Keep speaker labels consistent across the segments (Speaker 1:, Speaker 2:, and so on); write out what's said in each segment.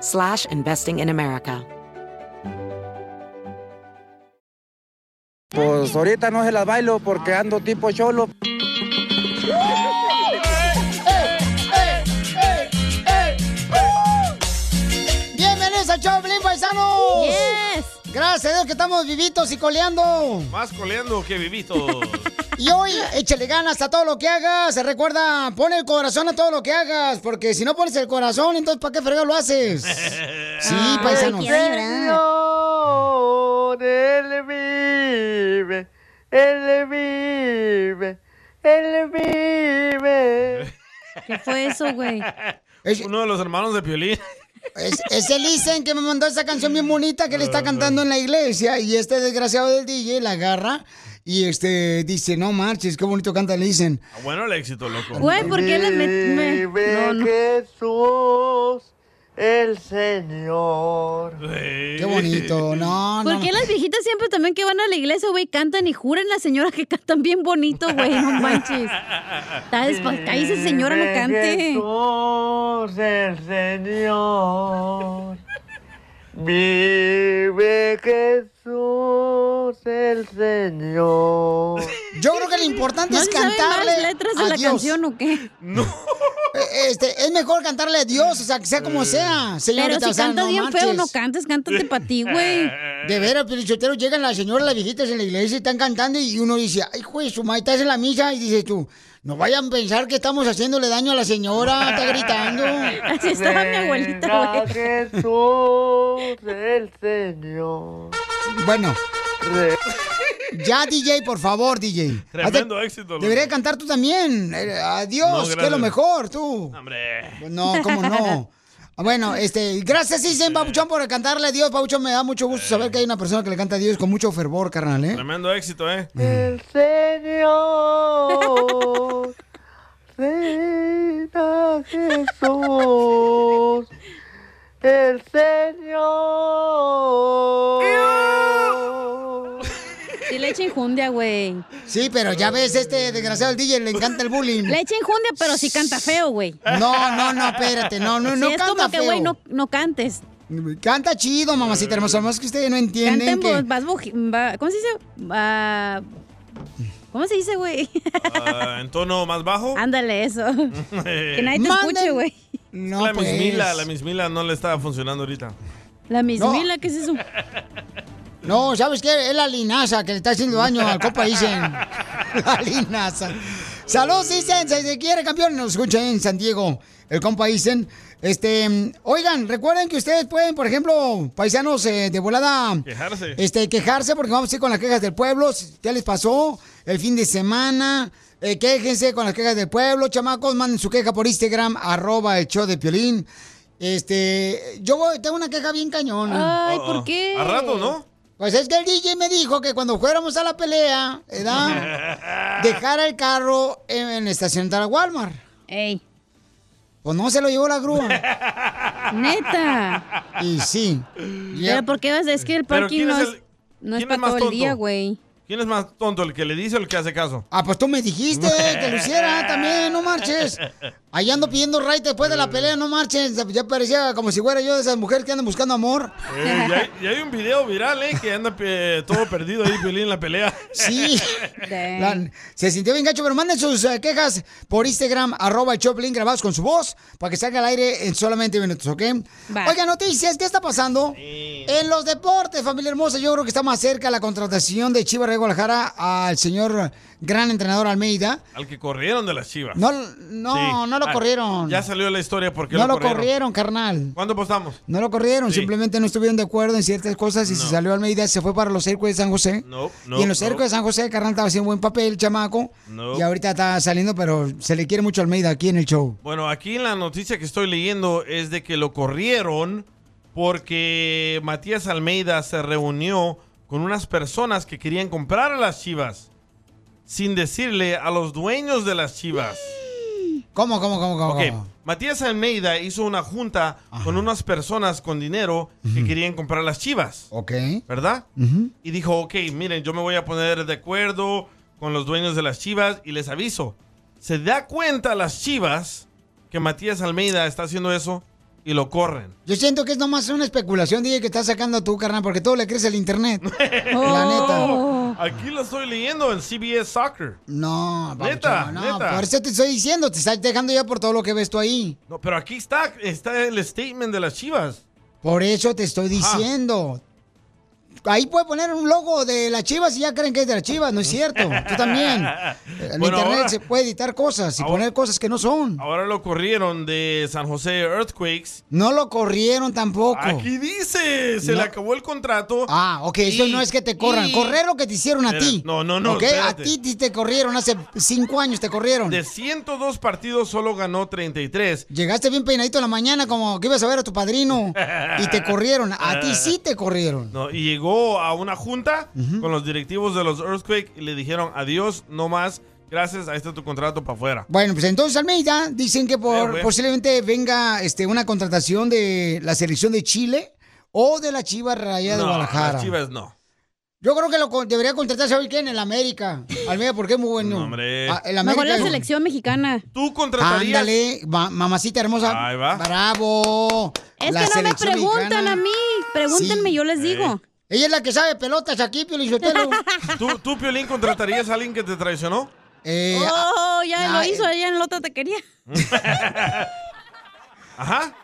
Speaker 1: slash investing in America.
Speaker 2: Pues ahorita no se las bailo porque ando tipo cholo.
Speaker 3: ¡Bienvenidos al show, Pelín Paisanos! Gracias a Dios que estamos vivitos y coleando.
Speaker 4: Más coleando que vivito.
Speaker 3: Y hoy, échale ganas a todo lo que hagas. Recuerda, pon el corazón a todo lo que hagas. Porque si no pones el corazón, entonces ¿para qué fregado lo haces? Sí, paisanos.
Speaker 5: Ah.
Speaker 6: Señor, él vive, él vive, él vive.
Speaker 5: ¿Qué fue eso, güey?
Speaker 4: Uno de los hermanos de Piolín.
Speaker 3: Es, es el Isen que me mandó esa canción bien bonita que le está cantando en la iglesia y este desgraciado del DJ la agarra y este dice, no marches, qué bonito canta el Isen.
Speaker 4: Ah, Bueno, el éxito, loco.
Speaker 5: Güey, ¿por qué le met- me-
Speaker 6: Vive
Speaker 5: No, no.
Speaker 6: Jesús, el Señor.
Speaker 3: Qué bonito, no,
Speaker 5: ¿Por
Speaker 3: no.
Speaker 5: qué las viejitas siempre también que van a la iglesia, güey, cantan y juran las señoras que cantan bien bonito, güey? No manches. Está despa- cállese, señora, no cante.
Speaker 6: Jesús, el Señor. Vive Jesús, el Señor.
Speaker 3: Yo creo que lo importante
Speaker 5: ¿No
Speaker 3: es
Speaker 5: se saben
Speaker 3: cantarle
Speaker 5: varias letras de
Speaker 3: a
Speaker 5: la
Speaker 3: Dios.
Speaker 5: canción o qué?
Speaker 3: Eh, Este, es mejor cantarle a Dios, o sea, que sea
Speaker 4: Eh.
Speaker 3: como sea, señorita.
Speaker 5: Pero
Speaker 3: o
Speaker 5: si
Speaker 3: sea,
Speaker 5: cantas
Speaker 3: no
Speaker 5: bien feo,
Speaker 3: marches.
Speaker 5: no cantes, cántate para ti, güey.
Speaker 3: De veras, pelichotero, llegan las señoras, las viejitas en la iglesia y están cantando y uno dice, ay, juez, su madre, estás en la misa y dices tú, no vayan a pensar que estamos haciéndole daño a la señora, está gritando.
Speaker 5: Así estaba mi abuelita,
Speaker 6: Venga
Speaker 5: güey.
Speaker 6: Jesús, el Señor.
Speaker 3: Bueno,
Speaker 6: Re-
Speaker 3: ya DJ, por favor, DJ.
Speaker 4: Tremendo
Speaker 3: Hazte-
Speaker 4: éxito, loco.
Speaker 3: Debería cantar tú también. eh,
Speaker 4: No,
Speaker 3: Adiós, que es lo
Speaker 4: gracias.
Speaker 3: mejor, tú.
Speaker 4: Hombre.
Speaker 3: No, cómo no. Bueno, este, gracias, Isen Pabuchón, por cantarle a Dios. Pabuchón, me da mucho gusto saber que hay una persona que le canta a Dios con mucho fervor, carnal, ¿eh?
Speaker 4: Tremendo éxito, ¿eh?
Speaker 6: El Señor. Reina Jesús. El Señor.
Speaker 5: Sí, le echa injundia, güey.
Speaker 3: Sí, pero ya ves, este desgraciado el DJ le encanta el bullying.
Speaker 5: Le echa injundia, pero sí canta feo, güey.
Speaker 3: No, no, no, espérate, no, no, no
Speaker 5: Sí, es
Speaker 3: canta
Speaker 5: como que,
Speaker 3: feo.
Speaker 5: güey, no, no cantes.
Speaker 3: Canta chido, mamacita hermosa, más que ustedes no
Speaker 5: Canta en
Speaker 3: entienden
Speaker 5: voz,
Speaker 3: que...
Speaker 5: vas buji- va- ¿Cómo se dice? Va- ¿Cómo se dice, güey?
Speaker 4: Ah, en tono más bajo.
Speaker 5: Ándale, eso. Que nadie te
Speaker 3: Mm. Manden-
Speaker 5: escuche, güey.
Speaker 3: No,
Speaker 4: La
Speaker 3: pues.
Speaker 4: mismila, la mismila no le está funcionando ahorita.
Speaker 5: La
Speaker 3: No.
Speaker 5: mismila, ¿qué es eso?
Speaker 3: No, ¿sabes qué? Es la linaza que le está haciendo daño al copa Isen. La linaza. Saludos, Isen, si se quiere, campeón. Nos escucha en San Diego, el compa Isen. Este, oigan, recuerden que ustedes pueden, por ejemplo, paisanos eh, de volada...
Speaker 4: Quejarse.
Speaker 3: este, quejarse porque vamos a ir con las quejas del pueblo. Si- ¿Qué les pasó el fin de semana? Eh, quéjense con las quejas del pueblo, chamacos. Manden su queja por Instagram, arroba el show de Piolín. Este, yo voy- tengo una queja bien cañona.
Speaker 5: Ay,
Speaker 4: Oh, oh.
Speaker 5: ¿por qué?
Speaker 4: A rato, ¿no?
Speaker 3: Pues es que el DJ me dijo que cuando fuéramos a la pelea, ¿verdad? dejara el carro en, en la estación de la Walmart.
Speaker 5: Ey,
Speaker 3: Pues no se lo llevó la grúa.
Speaker 5: neta.
Speaker 3: Y sí. Y-
Speaker 5: Pero ¿por qué vas? Es que el
Speaker 4: Pero
Speaker 5: parking
Speaker 4: ¿quién
Speaker 5: no
Speaker 4: es
Speaker 5: es,
Speaker 4: el-
Speaker 5: no es
Speaker 4: quién
Speaker 5: para
Speaker 4: es más
Speaker 5: todo el
Speaker 4: tonto?
Speaker 5: día, güey.
Speaker 4: ¿Quién es más tonto, el que le dice o el que hace caso? Eh,
Speaker 3: Ah, pues tú me dijiste que lo hiciera también, no marches. Ahí ando pidiendo right después de la pelea, no marchen. Ya parecía como si fuera yo de esas mujeres que andan buscando amor.
Speaker 4: Eh, y, hay, y hay un video viral, ¿eh? Que anda eh, todo perdido ahí, Piolín, en la pelea.
Speaker 3: Sí. La- se sintió bien gacho, pero manden sus eh, quejas por Instagram, arroba el Choplin, grabados con su voz, para que salga al aire en solamente minutos, ¿ok?
Speaker 7: Va.
Speaker 3: Oiga, noticias, ¿qué está pasando? En los deportes, familia hermosa, yo creo que está más cerca la contratación de Chivas de Guadalajara al señor gran entrenador Almeida.
Speaker 4: Al que corrieron de las chivas.
Speaker 3: No, no, no lo
Speaker 4: Ah,
Speaker 3: corrieron.
Speaker 4: Ya salió la historia porque
Speaker 3: No lo corrieron, carnal.
Speaker 4: ¿Cuánto apostamos?
Speaker 3: No lo corrieron, simplemente no estuvieron de acuerdo en ciertas cosas y se salió Almeida, se fue para los cercos de San José.
Speaker 4: No,
Speaker 3: y
Speaker 4: no,
Speaker 3: en los cercos
Speaker 4: no.
Speaker 3: de San José, carnal, estaba haciendo buen papel, chamaco.
Speaker 4: No.
Speaker 3: Y ahorita está saliendo, pero se le quiere mucho a Almeida aquí en el show.
Speaker 4: Bueno, aquí en la noticia que estoy leyendo es de que lo corrieron porque Matías Almeida se reunió con unas personas que querían comprar a las chivas sin decirle a los dueños de las chivas.
Speaker 3: ¿Cómo, cómo, cómo, cómo?
Speaker 4: Ok,
Speaker 3: cómo?
Speaker 4: Matías Almeida hizo una junta con unas personas con dinero que querían comprar las chivas.
Speaker 3: Ok.
Speaker 4: ¿Verdad?
Speaker 3: Ujú.
Speaker 4: Y dijo, ok, miren, yo me voy a poner de acuerdo con los dueños de las chivas y les aviso. Se da cuenta las chivas que Matías Almeida está haciendo eso y lo corren.
Speaker 3: Yo siento que es nomás una especulación, DJ, que estás sacando tú, carnal, porque todo le crees al internet. La neta.
Speaker 4: Oh, Aquí lo estoy leyendo en CBS Soccer.
Speaker 3: No,
Speaker 4: Neta,
Speaker 3: papuchón, no,
Speaker 4: neta.
Speaker 3: por eso te estoy diciendo, te estás dejando ya por todo lo que ves tú ahí.
Speaker 4: No, pero aquí está, está el statement de las chivas.
Speaker 3: Por eso te estoy diciendo. Ahí puede poner un logo de las chivas y ya creen que es de las chivas, no es cierto. Tú también. En
Speaker 4: Bueno,
Speaker 3: internet
Speaker 4: ahora-
Speaker 3: se puede editar cosas y poner cosas que no son.
Speaker 4: Ahora lo corrieron de San José Earthquakes.
Speaker 3: No lo corrieron tampoco.
Speaker 4: Aquí dice, se
Speaker 3: No.
Speaker 4: le acabó el contrato.
Speaker 3: Ah, ok, esto no es que te corran. Correr lo que te hicieron a
Speaker 4: Espera,
Speaker 3: ti.
Speaker 4: no, no, no,
Speaker 3: Ok,
Speaker 4: espérate.
Speaker 3: a ti ti te corrieron, hace cinco años te corrieron.
Speaker 4: De 102 partidos solo ganó 33.
Speaker 3: Llegaste bien peinadito en la mañana como que ibas a ver a tu padrino y te corrieron. A ti sí te corrieron.
Speaker 4: Ah. No, y llegó a una junta con los directivos de los Earthquake y le dijeron adiós, no más, gracias, ahí está tu contrato para afuera.
Speaker 3: Bueno, pues entonces Almeida dicen que por,
Speaker 4: Eh, güey.
Speaker 3: posiblemente venga este, una contratación de la selección de Chile o de la Chiva Raya de
Speaker 4: No,
Speaker 3: Guadalajara.
Speaker 4: las Chivas no.
Speaker 3: Yo creo que lo con- debería contratarse hoy quién en la América. Almeida, porque es muy bueno.
Speaker 4: No, hombre.
Speaker 3: Ah, el
Speaker 5: Mejor
Speaker 3: América
Speaker 5: la
Speaker 3: es-
Speaker 5: selección mexicana.
Speaker 4: ¿Tú contratarías?
Speaker 3: Ándale, ma- mamacita hermosa.
Speaker 4: Ahí va.
Speaker 3: Bravo.
Speaker 5: Es
Speaker 3: La
Speaker 5: que no me
Speaker 3: selección
Speaker 5: preguntan
Speaker 3: mexicana.
Speaker 5: a mí. Pregúntenme,
Speaker 3: Sí.
Speaker 5: yo les digo.
Speaker 3: Ella es la que sabe pelotas aquí, Pio Lizotelo.
Speaker 4: ¿Tú, tú, Piolín, contratarías a alguien que te traicionó?
Speaker 3: Eh,
Speaker 5: Oh, ya
Speaker 3: ah,
Speaker 5: lo hizo, ella en la otra te quería.
Speaker 4: Ajá.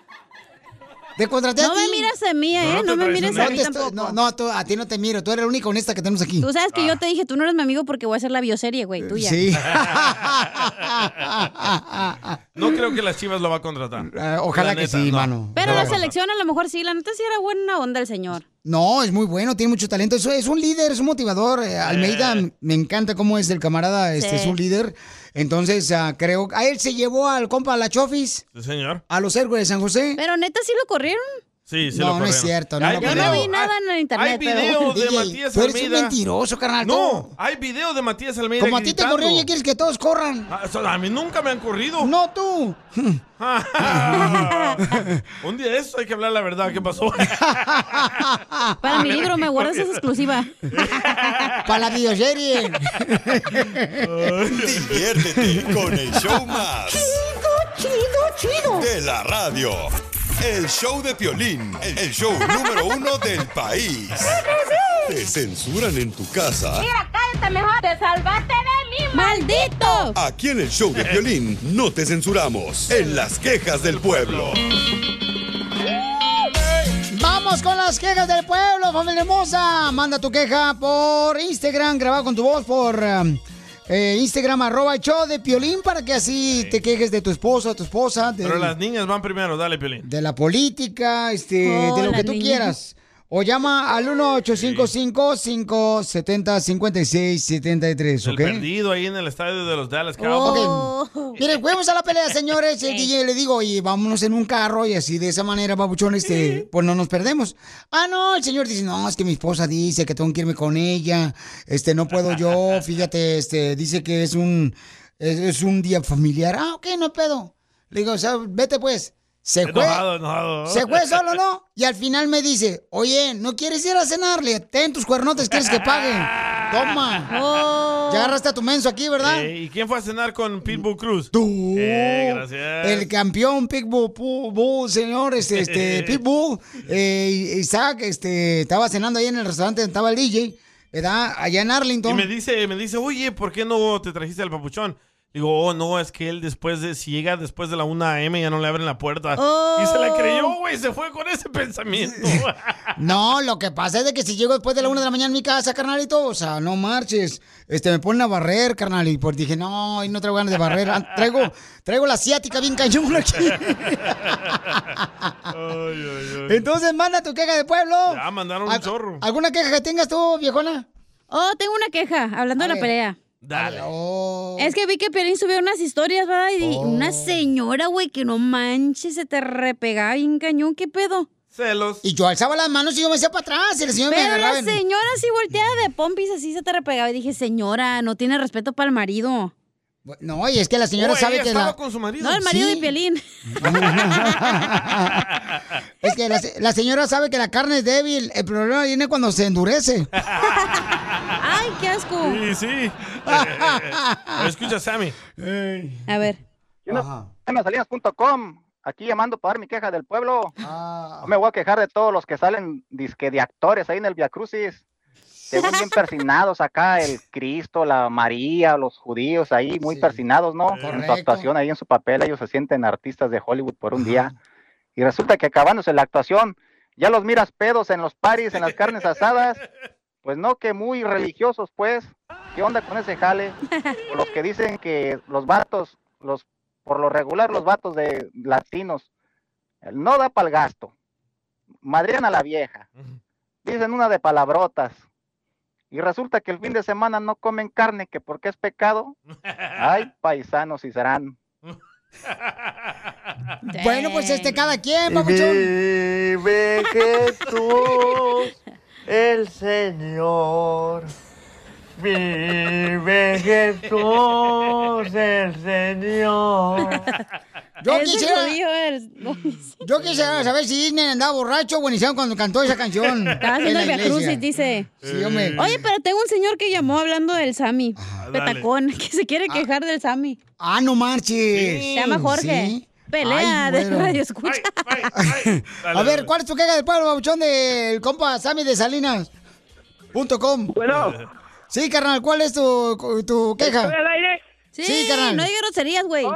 Speaker 3: Te contraté a
Speaker 5: No
Speaker 3: ti.
Speaker 5: me mires a mí,
Speaker 4: No,
Speaker 5: ¿eh?
Speaker 4: no
Speaker 5: No me
Speaker 4: te
Speaker 5: mires a
Speaker 3: No,
Speaker 5: mí
Speaker 3: te estoy-
Speaker 5: tampoco.
Speaker 3: no, no, tú- a ti no te miro. Tú eres la única honesta que tenemos aquí.
Speaker 5: Tú sabes que yo te dije, tú no eres mi amigo porque voy a hacer la bioserie,
Speaker 4: Eh,
Speaker 5: güey, tuya.
Speaker 3: Ah. Sí. Ah,
Speaker 4: No creo que las Chivas lo va a contratar.
Speaker 3: Eh, ojalá
Speaker 4: La
Speaker 3: que
Speaker 4: neta,
Speaker 3: sí,
Speaker 4: no.
Speaker 3: mano.
Speaker 5: Pero
Speaker 3: Ojalá
Speaker 5: la
Speaker 3: que sí.
Speaker 5: selección a lo mejor sí, la neta sí era buena onda el señor.
Speaker 3: Ah, No, es muy bueno, tiene mucho talento. Es, es un líder, es un motivador. Eh, Almeida, m- me encanta cómo es el camarada, este
Speaker 5: Sí.
Speaker 3: es un líder. Entonces, ah, creo. A él se llevó al compa La Chofis,
Speaker 4: Sí, señor.
Speaker 3: a los héroes de San José.
Speaker 5: Pero neta sí lo corrieron.
Speaker 4: Sí, sí
Speaker 3: No,
Speaker 4: lo
Speaker 3: no es
Speaker 4: corrieron.
Speaker 3: cierto, no
Speaker 4: Hay
Speaker 3: lo
Speaker 5: Yo no
Speaker 3: creo.
Speaker 4: video,
Speaker 5: vi nada
Speaker 4: hay-
Speaker 5: en el internet.
Speaker 4: Hay
Speaker 5: pero-
Speaker 4: video de
Speaker 3: DJ,
Speaker 4: Matías
Speaker 3: tú eres un
Speaker 4: Almeida.
Speaker 3: mentiroso, carnal.
Speaker 4: No,
Speaker 3: tú.
Speaker 4: hay video de Matías Almeida
Speaker 3: Como a ti te
Speaker 4: gritando.
Speaker 3: corrieron, ya quieres que todos corran.
Speaker 4: Ah, so- A mí nunca me han corrido.
Speaker 3: No tú.
Speaker 4: Un día de esto hay que hablar la verdad. ¿Qué pasó?
Speaker 3: Ah.
Speaker 5: Para mi libro, me guardas esa exclusiva.
Speaker 3: Para la videoserie.
Speaker 8: Diviértete con el show más.
Speaker 3: chido, chido.
Speaker 8: De la radio. El show de Piolín. El show número uno del país. Te censuran en tu casa.
Speaker 9: cállate mejor. Te salvaste de mí,
Speaker 5: ¡Maldito!
Speaker 8: Aquí en el show de Piolín no te censuramos. En las quejas del pueblo.
Speaker 3: Vamos con las quejas del pueblo, familia hermosa. Manda tu queja por Instagram, grabado con tu voz por um, eh, Instagram, arroba el show de Piolín, para que así te quejes de tu esposo, tu esposa, de,
Speaker 4: Pero las niñas van primero. Dale, Piolín.
Speaker 3: de la política, este,
Speaker 5: Oh,
Speaker 3: de lo que
Speaker 5: las
Speaker 3: tú
Speaker 5: niñas.
Speaker 3: quieras. O llama al 1-855-570-5673,
Speaker 4: El
Speaker 3: ¿ok?
Speaker 4: perdido ahí en el estadio de los Dallas Cowboys.
Speaker 5: Oh.
Speaker 3: Miren, fuimos a la pelea, señores. El
Speaker 5: Sí.
Speaker 3: DJ le digo, y vámonos en un carro y así de esa manera, babuchón, este, pues no nos perdemos. Ah, no, el señor dice, no, es que mi esposa dice que tengo que irme con ella, este, no puedo yo, fíjate, este, dice que es un, es, es un día familiar. Ah, ok, no hay pedo. Le digo, o sea, vete pues. Se fue,
Speaker 4: Enojado, enojado.
Speaker 3: se fue solo, ¿no? Y al final me dice, oye, ¿no quieres ir a cenarle? Ten tus cuernotes, quieres que pague. Toma.
Speaker 5: Oh.
Speaker 3: Ya agarraste a tu menso aquí, ¿verdad?
Speaker 4: Eh, ¿Y quién fue a cenar con Pitbull Cruz?
Speaker 3: Tú.
Speaker 4: Eh, gracias.
Speaker 3: El campeón Pitbull, pu- bu, señor, este, este, Pitbull, eh, Isaac, este, estaba cenando ahí en el restaurante donde estaba el DJ, ¿verdad? Allá en
Speaker 4: Y
Speaker 3: Arlington.
Speaker 4: me dice, me dice, oye, ¿por qué no te trajiste al papuchón? Digo, oh, no, es que él después de, si llega después de la 1 a.m. ya no le abren la puerta. Y se
Speaker 3: Oh.
Speaker 4: la creyó, güey, se fue con ese pensamiento.
Speaker 3: No, lo que pasa es de que si llego después de la una de la mañana a mi casa, carnalito, o sea, no marches. Este, me ponen a barrer, carnal, y pues dije, no, hoy no traigo ganas de barrer. Ah, Traigo, traigo la asiática bien cañón aquí. Entonces, manda tu queja de pueblo.
Speaker 4: Ya, mandaron un
Speaker 3: Al-
Speaker 4: chorro.
Speaker 3: ¿Alguna queja que tengas tú, viejona?
Speaker 5: Oh, tengo una queja, hablando de la pelea.
Speaker 3: ah,
Speaker 4: Dale.
Speaker 3: oh.
Speaker 5: Es que vi que Piolín subió unas historias, ¿verdad? Y una señora, güey, que no manches, se te repegaba bien cañón, ¿qué pedo?
Speaker 4: Celos.
Speaker 3: Y yo alzaba las manos y yo me hacía para atrás. Y el señor me
Speaker 5: Pero
Speaker 3: agarraba.
Speaker 5: la
Speaker 3: en-
Speaker 5: señora sí volteada de pompis, así se te repegaba. Y dije, señora, no tiene respeto para el marido.
Speaker 3: No, y es que la señora
Speaker 4: Oh,
Speaker 3: sabe
Speaker 4: ella
Speaker 3: que
Speaker 4: estaba
Speaker 3: la.
Speaker 4: con su marido.
Speaker 5: No, el marido
Speaker 3: Sí.
Speaker 5: de Piolín.
Speaker 3: Es que la, se- la señora sabe que la carne es débil. El problema viene cuando se endurece.
Speaker 5: Ay, qué asco.
Speaker 4: Sí, sí. Eh, eh, Escucha, Sammy.
Speaker 5: A ver.
Speaker 7: Salinas.com, aquí llamando para dar mi queja del pueblo. No me voy a quejar de todos los que salen disque de actores ahí en el Via Crucis. Según bien persinados acá, el Cristo, la María, los judíos ahí, muy persinados, ¿no? En su
Speaker 3: Correcto.
Speaker 7: actuación, ahí en su papel, ellos se sienten artistas de Hollywood por un día. Y resulta que acabándose la actuación, ya los miras pedos en los paris, en las carnes asadas. Pues no, que muy religiosos, pues. ¿Qué onda con ese jale? O los que dicen que los vatos, los, por lo regular los vatos de latinos, no da para el gasto. Madrean a la vieja. Dicen una de palabrotas. Y resulta que el fin de semana no comen carne, que porque es pecado. Ay, paisanos y serán.
Speaker 3: Bueno, pues este, cada quien, papuchón.
Speaker 6: Vive Jesús, el Señor. Vive Jesús, el Señor.
Speaker 3: Yo
Speaker 5: Ese
Speaker 3: quisiera,
Speaker 5: judío, el-
Speaker 3: yo quisiera saber si Disney andaba borracho o buenísimo cuando cantó esa canción.
Speaker 5: Estaba
Speaker 3: en
Speaker 5: haciendo
Speaker 3: la
Speaker 5: el Veracruz y
Speaker 3: iglesia.
Speaker 5: dice.
Speaker 3: Sí, hombre.
Speaker 5: Oye, pero tengo un señor que llamó hablando del Sammy.
Speaker 4: dale.
Speaker 5: Petacón, que se quiere quejar del Sammy.
Speaker 3: Ah, no marches.
Speaker 5: Se llama Jorge.
Speaker 3: ¿Sí?
Speaker 5: Pelea
Speaker 3: Ay,
Speaker 5: de
Speaker 3: bueno.
Speaker 5: radio escucha.
Speaker 4: Ay, ay. Dale,
Speaker 3: A ver,
Speaker 4: dale.
Speaker 3: ¿cuál es tu queja del pueblo, babuchón, del compa Sammy de Salinas? Punto com.
Speaker 10: Bueno,
Speaker 3: Sí, carnal, ¿cuál es tu, tu
Speaker 10: ¿estoy
Speaker 3: queja?
Speaker 10: al aire?
Speaker 5: Sí,
Speaker 3: Sí, carnal.
Speaker 5: no hay groserías, güey.
Speaker 10: Oh,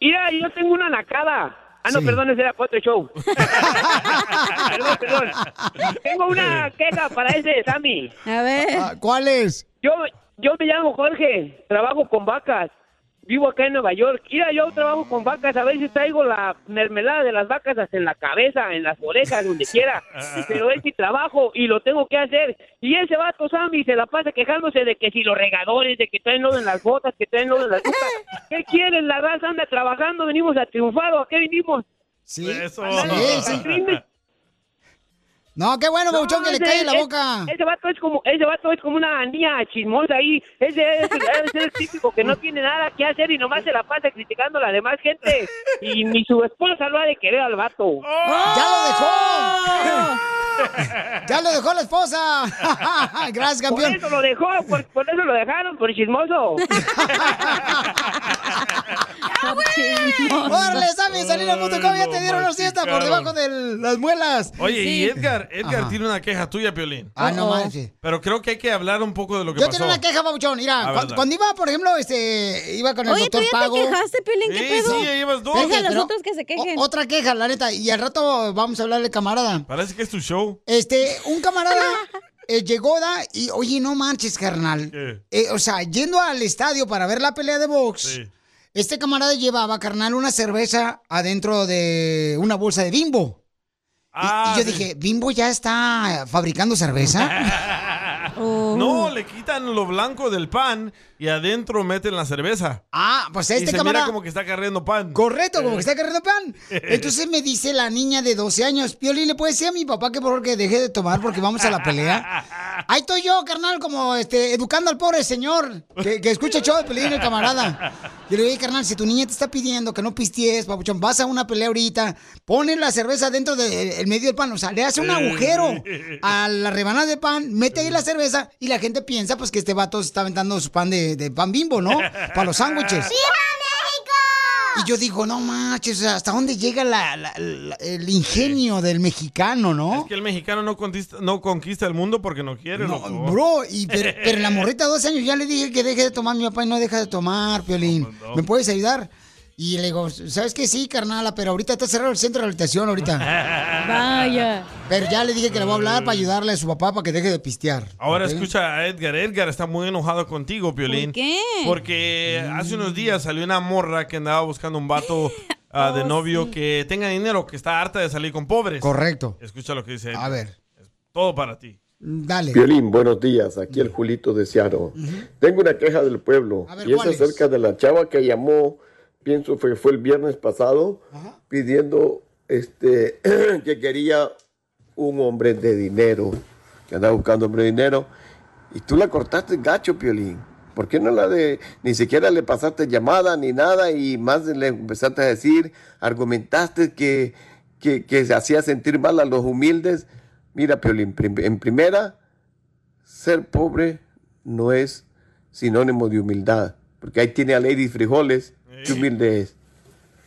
Speaker 10: Mira, yo tengo una nacada. Ah, no,
Speaker 3: Sí.
Speaker 10: perdón, ese era otro show. perdón, perdón. Tengo una queja para ese Sammy.
Speaker 5: A ver.
Speaker 3: Ah, ¿Cuál es?
Speaker 10: Yo, yo me llamo Jorge, trabajo con vacas. Vivo acá en Nueva York. Mira, yo trabajo con vacas. A veces traigo la mermelada de las vacas hasta en la cabeza, en las orejas, donde quiera. Pero es mi trabajo y lo tengo que hacer. Y ese vato Sammy se la pasa quejándose de que si los regadores, de que traen lodo en las botas, que traen lodo en las botas. ¿Qué quieren? La raza anda trabajando. ¿Venimos a triunfar o a qué vinimos?
Speaker 3: Sí.
Speaker 4: Eso.
Speaker 3: Sí, sí. No, qué bueno, babuchón, que le
Speaker 10: ese-
Speaker 3: cae la
Speaker 10: ese-
Speaker 3: boca.
Speaker 10: Ese vato es como, ese vato es como una niña chismosa ahí. Ese es, es el típico que no tiene nada que hacer y nomás se la pasa criticando a la demás gente. Y ni su esposa lo ha de querer al vato.
Speaker 3: ¡Oh! ¡Ya lo dejó! ¡Ya lo dejó la esposa! Gracias,
Speaker 10: Por
Speaker 3: campeón.
Speaker 10: eso lo dejó, por, por eso lo dejaron, por chismoso.
Speaker 3: ¡Órale, Sammy, salinas.com! Ya te dieron los siestas por debajo de las muelas.
Speaker 4: Oye, y Edgar, Edgar
Speaker 3: Ajá.
Speaker 4: tiene una queja tuya, Piolín.
Speaker 3: Ah, no
Speaker 5: Uh-oh.
Speaker 3: manches.
Speaker 4: Pero creo que hay que hablar un poco de lo que
Speaker 3: Ah. Yo
Speaker 4: pasó.
Speaker 3: tengo una queja, babuchón. Mira,
Speaker 4: A
Speaker 3: cuan-
Speaker 4: ver,
Speaker 3: cuando,
Speaker 4: dale.
Speaker 3: iba, por ejemplo, este, iba con el
Speaker 5: Oye, tú
Speaker 3: doctor
Speaker 5: ya
Speaker 3: Pago.
Speaker 5: te quejaste, Pelín, ¿qué
Speaker 4: Sí,
Speaker 5: pedo?
Speaker 4: sí, ya llevas dos.
Speaker 3: Fíjate,
Speaker 5: Deja a los
Speaker 3: pero-
Speaker 5: otros que se quejen.
Speaker 3: o- otra queja, la neta. Y al rato vamos a hablarle, camarada.
Speaker 4: Parece que es tu show.
Speaker 3: Este, un camarada eh, llegó da y, oye, no manches, carnal. Eh, o sea, yendo al estadio para ver la pelea de box,
Speaker 4: Sí.
Speaker 3: este camarada llevaba, carnal, una cerveza adentro de una bolsa de bimbo. Y-
Speaker 4: Ah,
Speaker 3: y yo
Speaker 4: sí.
Speaker 3: dije, ¿Bimbo ya está fabricando cerveza?
Speaker 5: Oh.
Speaker 4: No, le quitan lo blanco del pan y adentro meten la cerveza.
Speaker 3: ah, pues este
Speaker 4: y se
Speaker 3: camarada.
Speaker 4: mira como que está carriendo pan. Eh.
Speaker 3: Correcto, como que está cargando pan. Entonces me dice la niña de 12 años, Piolín, ¿le puede decir a mi papá que por favor que deje de tomar porque vamos a la pelea? Ahí estoy yo, carnal, como este, educando al pobre señor que, que escucha el show de Piolín, el camarada. Yo le digo, "Oye, carnal, si tu niña te está pidiendo que no pisties, papuchón, vas a una pelea ahorita, pones la cerveza eh, dentro del el medio del pan, o sea, le hace un agujero a la rebanada de pan, mete ahí la cerveza Y la gente piensa, pues, que este vato se está aventando su pan de, de pan bimbo, ¿no? Para los sándwiches. Y yo digo, no manches, o sea, ¿hasta dónde llega la- la- la- el ingenio del mexicano, no?
Speaker 4: Es que el mexicano no conquista, no conquista el mundo porque no quiere, loco.
Speaker 3: Bro, y, pero, pero la morrita de 12 años ya le dije que deje de tomar, mi papá y no deja de tomar, Piolín.
Speaker 4: no.
Speaker 3: ¿Me puedes ayudar? Y le digo, ¿sabes qué? Sí, carnala, pero ahorita está cerrado el centro de rehabilitación ahorita.
Speaker 4: Vaya.
Speaker 3: Pero ya le dije que le voy a hablar para ayudarle a su papá para que deje de pistear.
Speaker 4: Ahora
Speaker 3: ¿ok?
Speaker 4: escucha a Edgar. Edgar está muy enojado contigo, Piolín.
Speaker 3: ¿Por qué?
Speaker 4: Porque hace unos días salió una morra que andaba buscando un vato ah,
Speaker 3: Oh,
Speaker 4: de novio que tenga dinero, que está harta de salir con pobres.
Speaker 3: Correcto.
Speaker 4: Escucha lo que dice Edgar.
Speaker 3: A ver.
Speaker 4: Todo para ti.
Speaker 3: Dale.
Speaker 11: Violín, buenos días. Aquí el Julito de Seattle. Tengo una queja del pueblo
Speaker 3: ver,
Speaker 11: y es
Speaker 3: ¿cuál es?
Speaker 11: acerca de la chava que llamó, pienso fue, fue el viernes pasado, pidiendo este, que quería un hombre de dinero, que andaba buscando hombre de dinero. Y tú la cortaste gacho, Piolín. ¿Por qué no la de, ni siquiera le pasaste llamada ni nada y más le empezaste a decir, argumentaste que, que, que se hacía sentir mal a los humildes? Mira, Piolín, prim- en primera, ser pobre no es sinónimo de humildad, porque ahí tiene a Lady Frijoles, qué humilde es.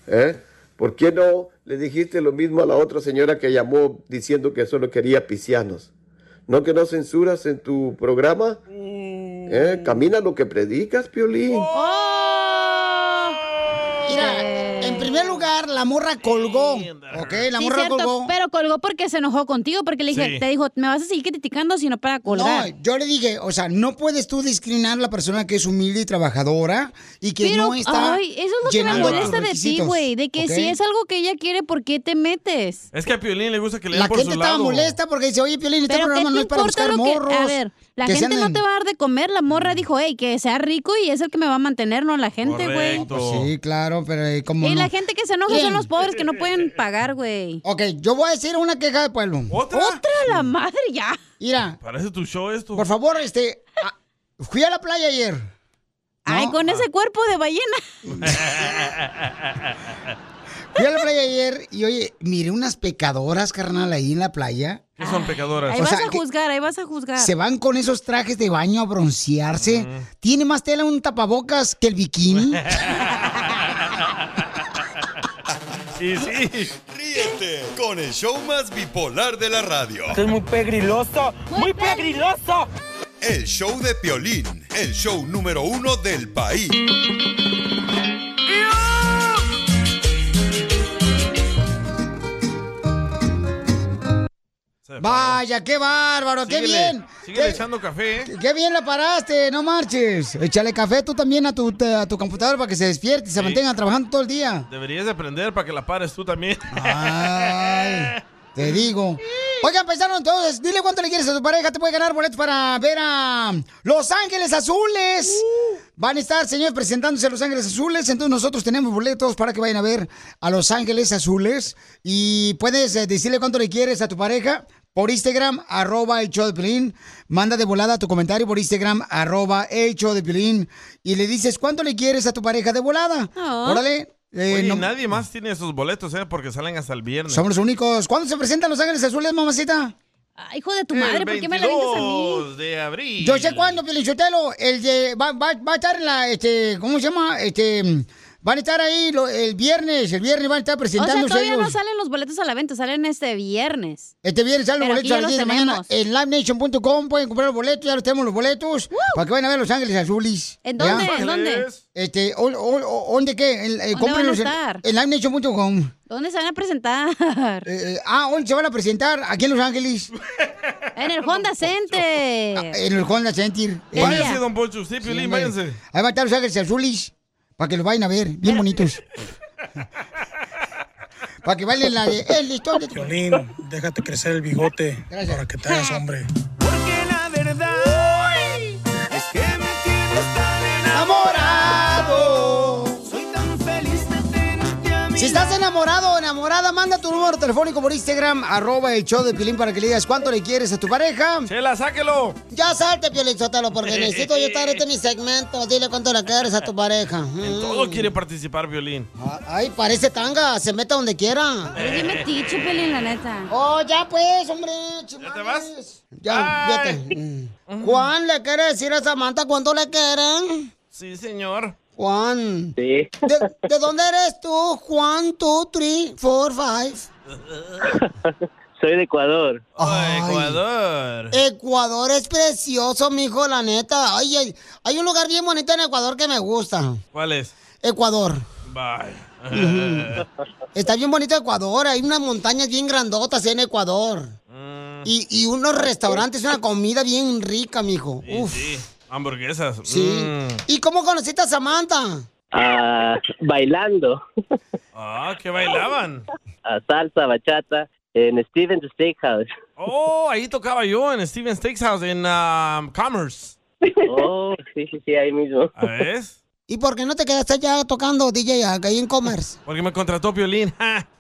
Speaker 11: ¿Eh? ¿Por qué no le dijiste lo mismo a la otra señora que llamó diciendo que solo quería piscianos? ¿No que no censuras en tu programa? ¿Eh? Camina lo que predicas, Piolín.
Speaker 3: Mira, en primer lugar, la morra colgó. ¿Ok? La
Speaker 5: Eh. Sí,
Speaker 3: morra
Speaker 5: cierto,
Speaker 3: colgó.
Speaker 5: pero colgó porque se enojó contigo, porque le dije,
Speaker 3: Sí.
Speaker 5: te dijo, me vas a seguir criticando si no para colgar.
Speaker 3: No, yo le dije, o sea, no puedes tú discriminar a la persona que es humilde y trabajadora y que
Speaker 5: Pero,
Speaker 3: no está
Speaker 5: ay, eso es lo que me
Speaker 3: llenando tus
Speaker 5: molesta de ti,
Speaker 3: requisitos,
Speaker 5: güey, de que
Speaker 3: ¿ok?
Speaker 5: si es algo que ella quiere, ¿por qué te metes?
Speaker 4: Es que a Piolín le gusta que le
Speaker 3: La
Speaker 4: den por
Speaker 3: gente
Speaker 4: su
Speaker 3: estaba
Speaker 4: lado.
Speaker 3: molesta porque dice, oye, Piolín, este
Speaker 5: Pero ¿qué
Speaker 3: programa
Speaker 5: te
Speaker 3: no es para
Speaker 5: importa
Speaker 3: buscar
Speaker 5: lo que...
Speaker 3: morros.
Speaker 5: a ver, la
Speaker 3: que Mm. se
Speaker 5: gente no
Speaker 3: anden-
Speaker 5: te va a dar de comer, la morra dijo, hey, que sea rico y es el que me va a mantener, no la gente, güey.
Speaker 3: Pues sí, claro, pero eh, como no?
Speaker 5: Y la gente que se enoja
Speaker 3: Bien.
Speaker 5: son los pobres que no pueden pagar, güey.
Speaker 3: Ok, yo voy a decir una queja de pueblo.
Speaker 4: ¿Otra?
Speaker 3: la
Speaker 5: madre ya.
Speaker 3: Mira,
Speaker 4: Parece tu show esto.
Speaker 3: por favor, este, a- fui a la playa ayer. Ah.
Speaker 5: Ay, con ese cuerpo de ballena.
Speaker 3: Fui a la playa ayer y, oye, miré unas pecadoras, carnal, ahí en la playa.
Speaker 5: Ah.
Speaker 4: ¿Qué son pecadoras?
Speaker 5: Ahí vas a juzgar, ahí vas a juzgar.
Speaker 3: Se van con esos trajes de baño a broncearse. Tiene más tela un tapabocas que el bikini.
Speaker 4: Y sí.
Speaker 8: Ríete con el show más bipolar de la radio.
Speaker 9: es muy pegriloso, muy pegriloso.
Speaker 8: El show de Piolín, el show número uno del país.
Speaker 3: Vaya, qué bárbaro, qué
Speaker 4: Síguele-
Speaker 3: bien.
Speaker 4: Síguele
Speaker 3: Qué-
Speaker 4: echando café, ¿eh?
Speaker 3: Qué bien la paraste, no marches. Échale café tú también a tu, te- a tu computadora para que se despierte y se
Speaker 4: Sí.
Speaker 3: mantenga trabajando todo el día.
Speaker 4: Deberías de aprender para que la pares tú también.
Speaker 3: Ay, te digo. Oigan, pensaron entonces, dile cuánto le quieres a tu pareja, te puede ganar boletos para ver a Los Ángeles Azules. Van a estar, señores, presentándose a Los Ángeles Azules, entonces nosotros tenemos boletos para que vayan a ver a Los Ángeles Azules. Y puedes eh, decirle cuánto le quieres a tu pareja por Instagram, arroba el show de Piolín. Manda de volada tu comentario por Instagram, arroba el show de Piolín. Y le dices cuánto le quieres a tu pareja de volada.
Speaker 4: Ah.
Speaker 3: Órale. eh,
Speaker 4: Oye,
Speaker 3: no-
Speaker 4: nadie más tiene esos boletos, ¿eh? Porque salen hasta el viernes.
Speaker 3: somos los únicos. ¿Cuándo se presentan Los Ángeles Azules, mamacita?
Speaker 5: Ay, Ah, hijo de tu
Speaker 4: El
Speaker 5: madre, ¿por qué me la avientas a mí?
Speaker 4: 22 de abril.
Speaker 3: Yo sé cuándo, Pelichotelo. El de. Va, va- va a estar en la. Este, ¿Cómo se llama? Este. Van a estar ahí lo- el viernes. El viernes van a estar
Speaker 5: O sea,
Speaker 3: presentándose
Speaker 5: todavía
Speaker 3: ellos.
Speaker 5: no salen los boletos a la venta, salen este viernes.
Speaker 3: Este viernes salen los
Speaker 5: Pero
Speaker 3: boletos a
Speaker 5: aquí
Speaker 3: las 10
Speaker 5: ya
Speaker 3: de la
Speaker 5: los
Speaker 3: mañana. En livenation.com pueden comprar los boletos. Ya los tenemos los boletos. Para que vayan a ver Los Ángeles Azules.
Speaker 5: ¿En
Speaker 3: ¿ya?
Speaker 5: dónde? ¿En dónde?
Speaker 3: Este, o- o- o- ¿Dónde qué? En- eh,
Speaker 5: ¿Dónde
Speaker 3: cómprenlos
Speaker 5: van a
Speaker 3: en-
Speaker 5: estar?
Speaker 3: En livenation.com.
Speaker 5: ¿Dónde se van a presentar?
Speaker 3: Eh, eh, ah, hoy se van a presentar aquí en Los Ángeles.
Speaker 5: En el Honda Center.
Speaker 3: En el Honda Center.
Speaker 4: Váyanse,
Speaker 3: Eh,
Speaker 4: don Poncho. Sí, Piolín,
Speaker 3: Sí, hombre.
Speaker 4: váyanse.
Speaker 3: Ahí van a estar los ángeles azules. Para que los vayan a ver, bien bonitos. para que bailen la de El listón de tu-
Speaker 12: Piolín, déjate crecer el bigote para que te hagas hombre.
Speaker 9: La verdad es que me tienes tan
Speaker 3: enamorado.
Speaker 9: Soy tan feliz de tenerte a mi
Speaker 3: Si estás enamorado o enamorada, manda tu número telefónico por Instagram, arroba el show de Pilín para que le digas cuánto le quieres a tu pareja.
Speaker 4: Chela, sáquelo.
Speaker 3: Ya salte, Piolín Sotelo, porque necesito yo estar en mi segmento. Dile cuánto le quieres a tu pareja. Mm.
Speaker 4: Todo quiere participar, Violín.
Speaker 3: Ay, parece tanga, se mete donde quiera.
Speaker 4: Ay, bien metiche,
Speaker 5: Piolín, la neta.
Speaker 3: Oh, ya pues, hombre. ¿Ya te vas? Ya, ya te- Mm. Juan, ¿le quiere decir a Samantha cuánto le quieren?
Speaker 4: Sí, señor.
Speaker 3: Juan. ¿De, de dónde eres tú? Juan, two, three, four, five.
Speaker 13: Soy de Ecuador.
Speaker 4: Ecuador.
Speaker 3: Eh. Ecuador es precioso, mijo, la neta. Ay, ay, hay un lugar bien bonito en Ecuador que me gusta.
Speaker 4: ¿Cuál es?
Speaker 3: Ecuador.
Speaker 4: Bye.
Speaker 3: Está bien bonito Ecuador, hay unas montañas bien grandotas en Ecuador.
Speaker 4: Mm.
Speaker 3: Y, y unos restaurantes, una comida bien rica, mijo.
Speaker 4: Sí,
Speaker 3: Uf.
Speaker 4: sí. Hamburguesas.
Speaker 3: Sí.
Speaker 4: Mm.
Speaker 3: ¿Y cómo conociste a Samantha?
Speaker 13: Ah, bailando.
Speaker 4: Ah, que bailaban.
Speaker 13: A salsa, bachata, en Steven Steakhouse.
Speaker 4: Oh, ahí tocaba yo en Steven Steakhouse en um, Commerce.
Speaker 13: Oh, sí, sí, sí, ahí mismo.
Speaker 4: ¿A ves?
Speaker 3: ¿Y por qué no te quedaste allá tocando DJ acá ahí en Commerce?
Speaker 4: Porque me contrató Violín.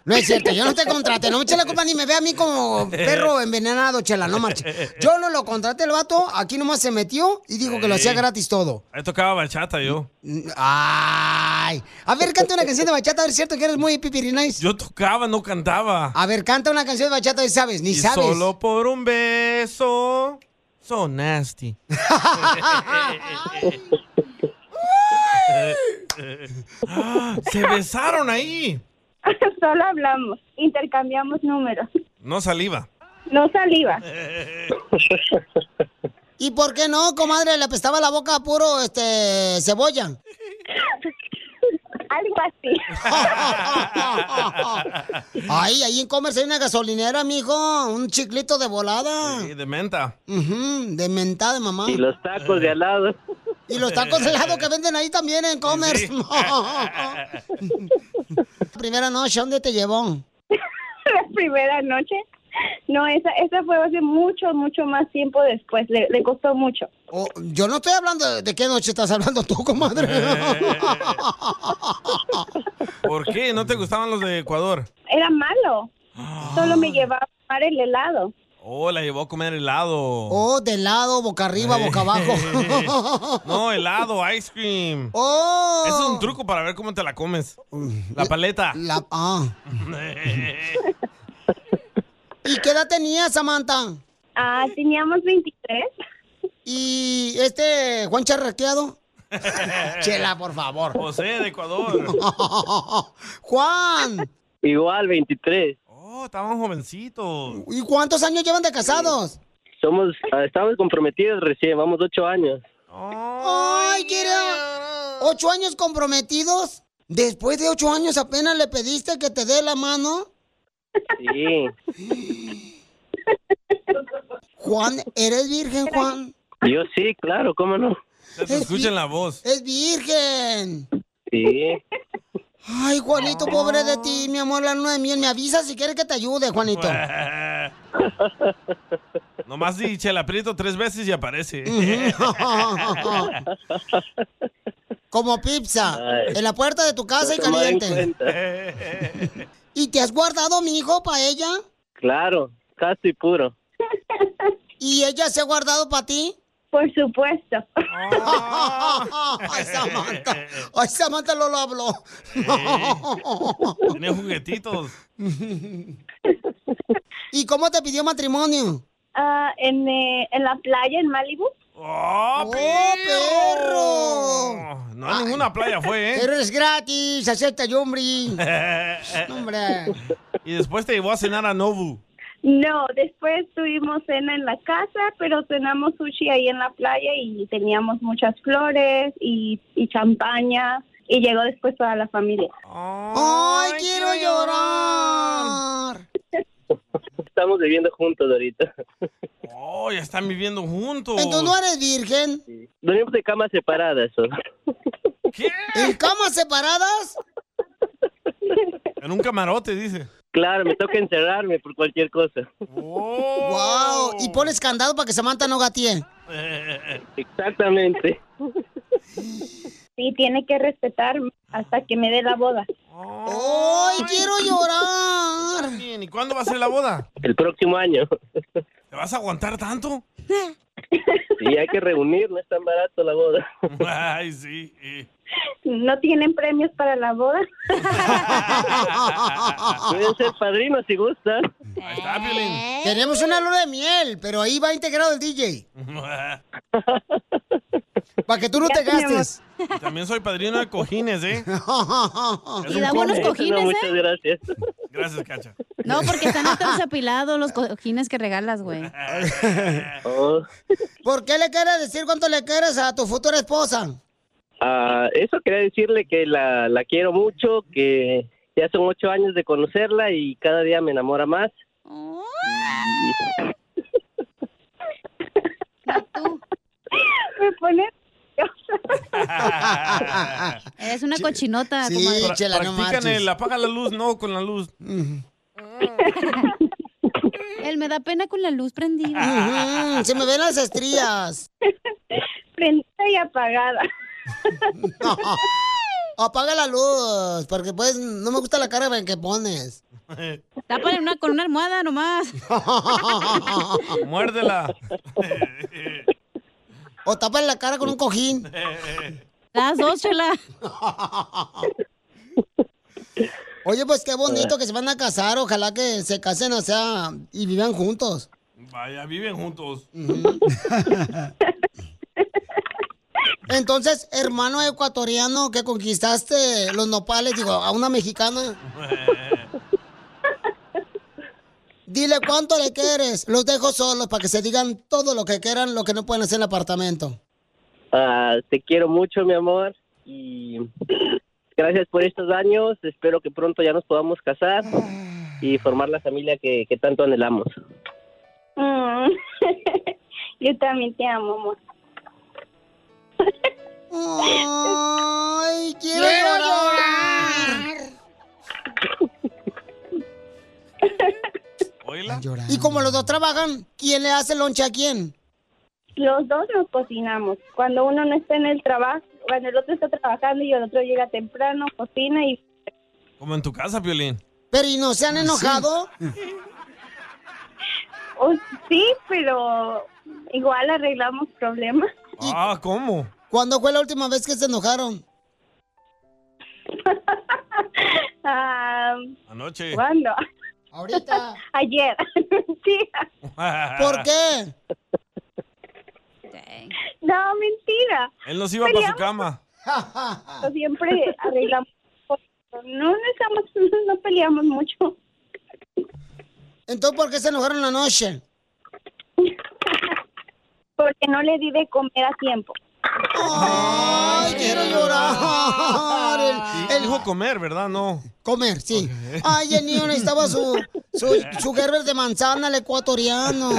Speaker 3: No es cierto, yo no te contraté, no me eche la culpa ni me ve a mí como perro envenenado, chela, no marche. Yo no lo contraté el vato, aquí nomás se metió y dijo que lo hacía
Speaker 4: Sí.
Speaker 3: gratis todo.
Speaker 4: Ahí tocaba bachata yo.
Speaker 3: Mm, Ay. A ver, canta una canción de bachata, a ver, cierto que eres muy pipirinais.
Speaker 4: Yo tocaba, no cantaba.
Speaker 3: A ver, canta una canción de bachata y sabes, ni
Speaker 4: Y
Speaker 3: sabes.
Speaker 4: solo por un beso. So nasty. Ah, Se besaron ahí.
Speaker 9: Solo hablamos, intercambiamos números.
Speaker 4: No saliva.
Speaker 9: No saliva.
Speaker 3: ¿Y por qué no, comadre? Le apestaba la boca a puro este cebolla.
Speaker 9: Algo
Speaker 3: así. Ay, ahí en Commerce hay una gasolinera, mijo. Un chiclito de volada.
Speaker 4: Y de menta.
Speaker 3: Ujú, de mentada de mamá.
Speaker 13: Y los tacos de al lado.
Speaker 3: Y los tacos de helado que venden ahí también en Commerce. Primera noche, ¿dónde te llevó?
Speaker 9: la primera noche. No, esa, esa fue hace mucho, mucho más tiempo después. Le, le costó mucho.
Speaker 3: Oh, Yo no estoy hablando de, de qué noche estás hablando tú, comadre.
Speaker 4: ¿Por qué? ¿No te gustaban los de Ecuador?
Speaker 9: Era malo.
Speaker 3: Ah.
Speaker 9: Solo me llevaba a tomar el helado.
Speaker 4: Oh, la llevó a comer helado.
Speaker 3: Oh, de lado, boca arriba, boca abajo.
Speaker 4: No, helado, ice cream.
Speaker 3: Oh. Mm.
Speaker 4: Ese es un truco para ver cómo te la comes. La paleta.
Speaker 3: La, ah. ¿Y qué edad tenías, Samantha?
Speaker 9: Ah, teníamos 23.
Speaker 3: ¿Y este Juan Charraqueado? Chela, por favor.
Speaker 4: José de Ecuador.
Speaker 3: Juan,
Speaker 13: Igual, 23.
Speaker 4: Oh, estaban jovencitos.
Speaker 3: ¿y cuántos años llevan de casados?
Speaker 13: Somos, ah, estamos comprometidos recién, vamos ocho años.
Speaker 3: Ay, quiere. ¿Ocho años comprometidos? Después de ocho años apenas le pediste que te dé la mano.
Speaker 13: Sí.
Speaker 3: Juan, ¿eres virgen, Juan?
Speaker 13: Yo sí, claro, cómo no.
Speaker 4: Ya te escuchan la voz.
Speaker 3: ¡Es virgen!
Speaker 13: Sí.
Speaker 3: Ay, Juanito, pobre de ti, mi amor, la nueva miel. Me avisa si quieres que te ayude, Juanito.
Speaker 4: Nomás di chela aprieto tres veces y aparece.
Speaker 3: Como pizza,
Speaker 4: Ay.
Speaker 3: en la puerta de tu casa y
Speaker 13: No tomaba en
Speaker 9: pues.
Speaker 3: caliente. ¿Y te has guardado, mi hijo, para ella?
Speaker 13: Claro, casto y puro.
Speaker 3: ¿Y ella se ha guardado para ti?
Speaker 9: Por supuesto.
Speaker 3: Ay, Samantha. Ay, Samantha lo, lo habló.
Speaker 4: Tiene juguetitos.
Speaker 3: ¿Y cómo te pidió matrimonio?
Speaker 9: Ah, en, eh, en la playa, en Malibu.
Speaker 4: ¡Oh,
Speaker 3: perro!
Speaker 4: No a ninguna playa fue, ¿eh?
Speaker 3: Pero es gratis, acepta yo, hombre. Hombre.
Speaker 4: Y después te llevó a cenar a Nobu.
Speaker 9: No, después tuvimos cena en la casa, pero cenamos sushi ahí en la playa y teníamos muchas flores y, y champaña. Y llegó después toda la familia.
Speaker 3: ¡Ay, quiero llorar!
Speaker 13: Estamos viviendo juntos ahorita.
Speaker 4: Oh, ya están viviendo juntos.
Speaker 3: Entonces no eres virgen.
Speaker 13: Dormimos de camas separadas. ¿o?
Speaker 3: ¿En camas separadas?
Speaker 4: En un camarote, dice.
Speaker 13: Claro, me toca encerrarme por cualquier cosa.
Speaker 3: Wow. Y pones candado para que Samantha no gatee.
Speaker 13: Exactamente.
Speaker 9: Sí, tiene que respetarme hasta que me dé la boda.
Speaker 3: ¡Ay, quiero llorar!
Speaker 4: Bien, ¿y cuándo va a ser la boda?
Speaker 13: El próximo año.
Speaker 4: ¿Te vas a aguantar tanto?
Speaker 13: Y hay que reunir, no es tan barato la boda.
Speaker 4: Ay, sí. eh.
Speaker 9: ¿No tienen premios para la boda?
Speaker 13: Pueden ser padrinos si gustan.
Speaker 3: Tenemos una luna de miel, pero ahí va integrado el DJ. Para que tú no te gastes.
Speaker 4: Y También soy padrino de cojines, ¿eh?
Speaker 5: Y da buenos cojines, ¿eh?
Speaker 4: gracias. Gracias, Cacha.
Speaker 5: No, porque están hasta desapilados los cojines que regalas, güey.
Speaker 3: Oh. ¿Por qué le quieres decir cuánto le quieres a tu futura esposa?
Speaker 13: Ah, eso quería decirle que la, la quiero mucho, que ya son ocho años de conocerla y cada día me enamora más.
Speaker 4: Oh.
Speaker 9: Oh. Me pone
Speaker 3: Ah,
Speaker 5: Eres una cochinota.
Speaker 4: Sí,
Speaker 5: comadre.
Speaker 4: chela, no Practican marches. el apaga la luz, no con la luz.
Speaker 5: Él me da pena con la luz prendida.
Speaker 3: Ujú, se me ven las estrías.
Speaker 9: Prendida y apagada.
Speaker 3: Apaga la luz, porque pues no me gusta la cara que pones.
Speaker 5: Tápale una, con una almohada nomás.
Speaker 4: Muérdela.
Speaker 3: O tápale la cara con un cojín.
Speaker 5: Las dos, chela.
Speaker 3: Oye, pues qué bonito que se van a casar. Ojalá que se casen, o sea, y vivan juntos.
Speaker 4: Vaya, viven juntos.
Speaker 3: Entonces, hermano ecuatoriano que conquistaste los nopales, digo, a una mexicana, dile cuánto le quieres. Los dejo solos para que se digan todo lo que quieran, lo que no pueden hacer en el apartamento.
Speaker 13: Ah, te quiero mucho, mi amor, y gracias por estos años. Espero que pronto ya nos podamos casar y formar la familia que, que tanto anhelamos.
Speaker 9: Mm. Yo también te amo, amor.
Speaker 3: ¡Ay, quiero, llorar! Y como los dos trabajan, ¿quién le hace lonche a quién?
Speaker 9: Los dos nos cocinamos. Cuando uno no está en el trabajo, cuando el otro está trabajando y el otro llega temprano, cocina y
Speaker 4: Como en tu casa, Piolín.
Speaker 3: Pero ¿y no se han enojado?
Speaker 9: Oh, sí, pero igual arreglamos problemas.
Speaker 4: Ah, ¿cómo?
Speaker 3: ¿Cuándo fue la última vez que se enojaron?
Speaker 9: Ah,
Speaker 4: Anoche.
Speaker 9: ¿Cuándo?
Speaker 3: Ahorita.
Speaker 9: Ayer. sí.
Speaker 3: ¿Por qué?
Speaker 9: No, mentira.
Speaker 4: Él nos iba para su
Speaker 9: Peleamos,
Speaker 4: cama.
Speaker 9: pero Siempre arreglamos. cosas. No, no estamos, no peleamos mucho.
Speaker 3: Entonces, ¿por qué se enojaron la noche?
Speaker 9: Porque no le di de comer a tiempo.
Speaker 3: ¡Ay, quiero llorar!
Speaker 4: Él dijo comer, ¿verdad? No.
Speaker 3: Comer, sí. Ay, el niño necesitaba su, su, su Gerber de manzana, el ecuatoriano.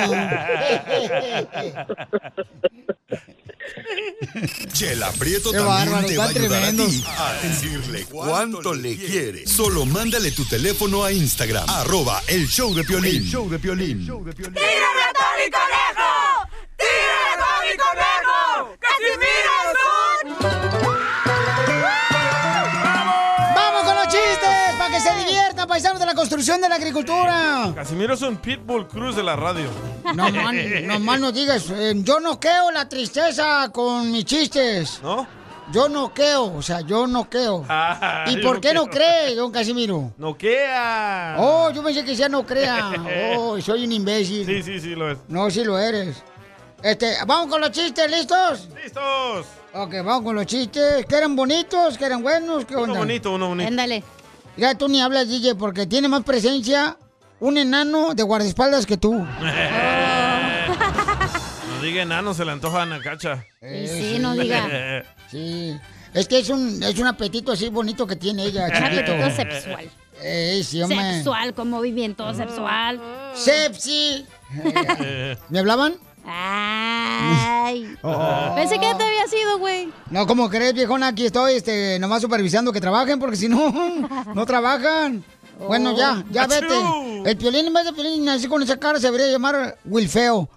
Speaker 8: Chela Prieto
Speaker 3: Qué
Speaker 8: también
Speaker 3: bárbaro,
Speaker 8: te va a
Speaker 3: están
Speaker 8: ayudar a ti
Speaker 3: tremendos.
Speaker 8: a decirle cuánto le quiere. Solo mándale tu teléfono a Instagram, arroba el show de Piolín.
Speaker 14: El
Speaker 8: show de Piolín.
Speaker 14: ¡Tírame a Tony Conejo! ¡Tírame a Tony Conejo! ¡Casimiro
Speaker 3: ¡Vamos con los chistes! ¡Para que se diviertan, paisanos de la construcción de la agricultura!
Speaker 4: Casimiro es un Pitbull Cruz de la radio.
Speaker 3: No man, no man, no digas. eh, yo no queo la tristeza con mis chistes.
Speaker 4: ¿No?
Speaker 3: Yo no queo, o sea, yo no queo.
Speaker 4: Ah,
Speaker 3: ¿Y
Speaker 4: yo
Speaker 3: por qué no
Speaker 4: quiero.
Speaker 3: cree, don Casimiro?
Speaker 4: ¡Noquea!
Speaker 3: Oh, yo pensé que ya no crea. Oh, soy un imbécil.
Speaker 4: Sí, sí, sí, lo es.
Speaker 3: No, sí lo eres. Este, vamos con los chistes, ¿listos?
Speaker 4: ¡Listos!
Speaker 3: Ok, vamos con los chistes. ¿Que eran bonitos? ¿Que eran buenos? ¿Qué onda?
Speaker 4: Uno bonito, uno bonito.
Speaker 5: Ándale.
Speaker 3: Ya tú ni hablas, DJ, porque tiene más presencia un enano de guardaespaldas que tú.
Speaker 4: No diga enano, se le antoja a Nacacha.
Speaker 3: Sí, sí, no diga. Sí. Es que es un, es un apetito así bonito que tiene ella,
Speaker 5: Un
Speaker 3: chiquito.
Speaker 5: apetito sexual.
Speaker 3: Eh, sí, hombre.
Speaker 5: Sexual, con movimiento sexual.
Speaker 3: Sepsi. ¿Me hablaban?
Speaker 5: Ay.
Speaker 3: Oh.
Speaker 5: Pensé que ya te había sido, güey.
Speaker 3: No, ¿cómo crees, viejona? Aquí estoy, este, nomás supervisando que trabajen, porque si no, no trabajan. Bueno, ya,
Speaker 4: Oh,
Speaker 3: ya vete.
Speaker 14: Achú.
Speaker 3: El piolín, en vez de piolín, así con esa cara, se debería llamar Wilfeo.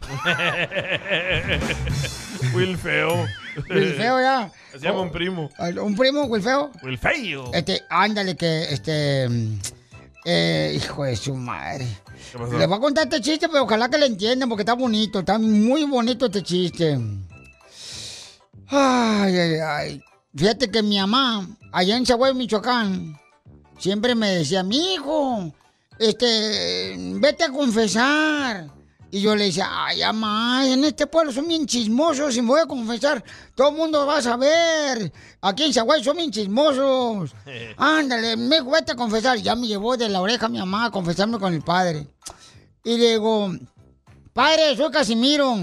Speaker 4: Will feo.
Speaker 3: El feo ya.
Speaker 4: Se llama un primo.
Speaker 3: ¿Un primo, el feo?
Speaker 4: El feo.
Speaker 3: Este, ándale que, este... mm, eh, hijo de su madre.
Speaker 4: pasó?
Speaker 3: Les voy a contar este chiste, pero ojalá que lo entiendan porque está bonito, está muy bonito este chiste. Ay, ay, ay. Fíjate que mi mamá, allá en Chihuahua, Michoacán, siempre me decía, mi hijo, este, vete a confesar. Y yo le decía, ay, mamá, en este pueblo son bien chismosos y me voy a confesar. Todo el mundo va a saber. Aquí en Chihuahua son bien chismosos. Ándale, me dijo, vete a confesar. Ya me llevó de la oreja mi mamá a confesarme con el padre. Y le digo, padre, soy Casimiro.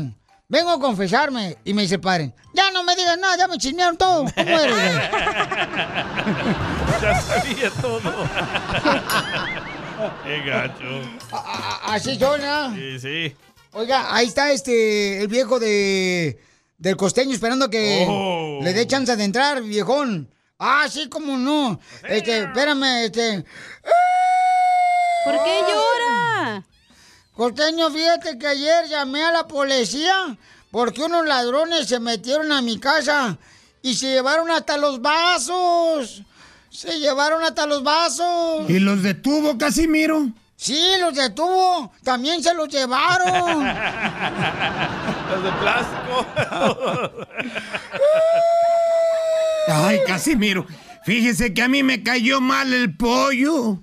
Speaker 3: Vengo a confesarme. Y me dice el padre, ya no me digas nada, ya me chismearon todo. ¿Cómo eres? güey?"
Speaker 4: Ya sabía todo. Qué gacho.
Speaker 3: A- Así son, ¿ah?
Speaker 4: Sí, sí.
Speaker 3: Oiga, ahí está este el viejo de del costeño esperando que
Speaker 4: Oh.
Speaker 3: le dé chance de entrar, viejón. Ah, sí, cómo no. Este, espérame, este. ¿Por qué llora? Costeño, fíjate que ayer llamé a la policía porque unos ladrones se metieron a mi casa y se llevaron hasta los vasos. Se llevaron hasta los vasos.
Speaker 12: ¿Y los detuvo Casimiro?
Speaker 3: Sí, los detuvo. También se los llevaron.
Speaker 4: Los de plástico.
Speaker 12: Ay, Casimiro, fíjese que a mí me cayó mal el pollo.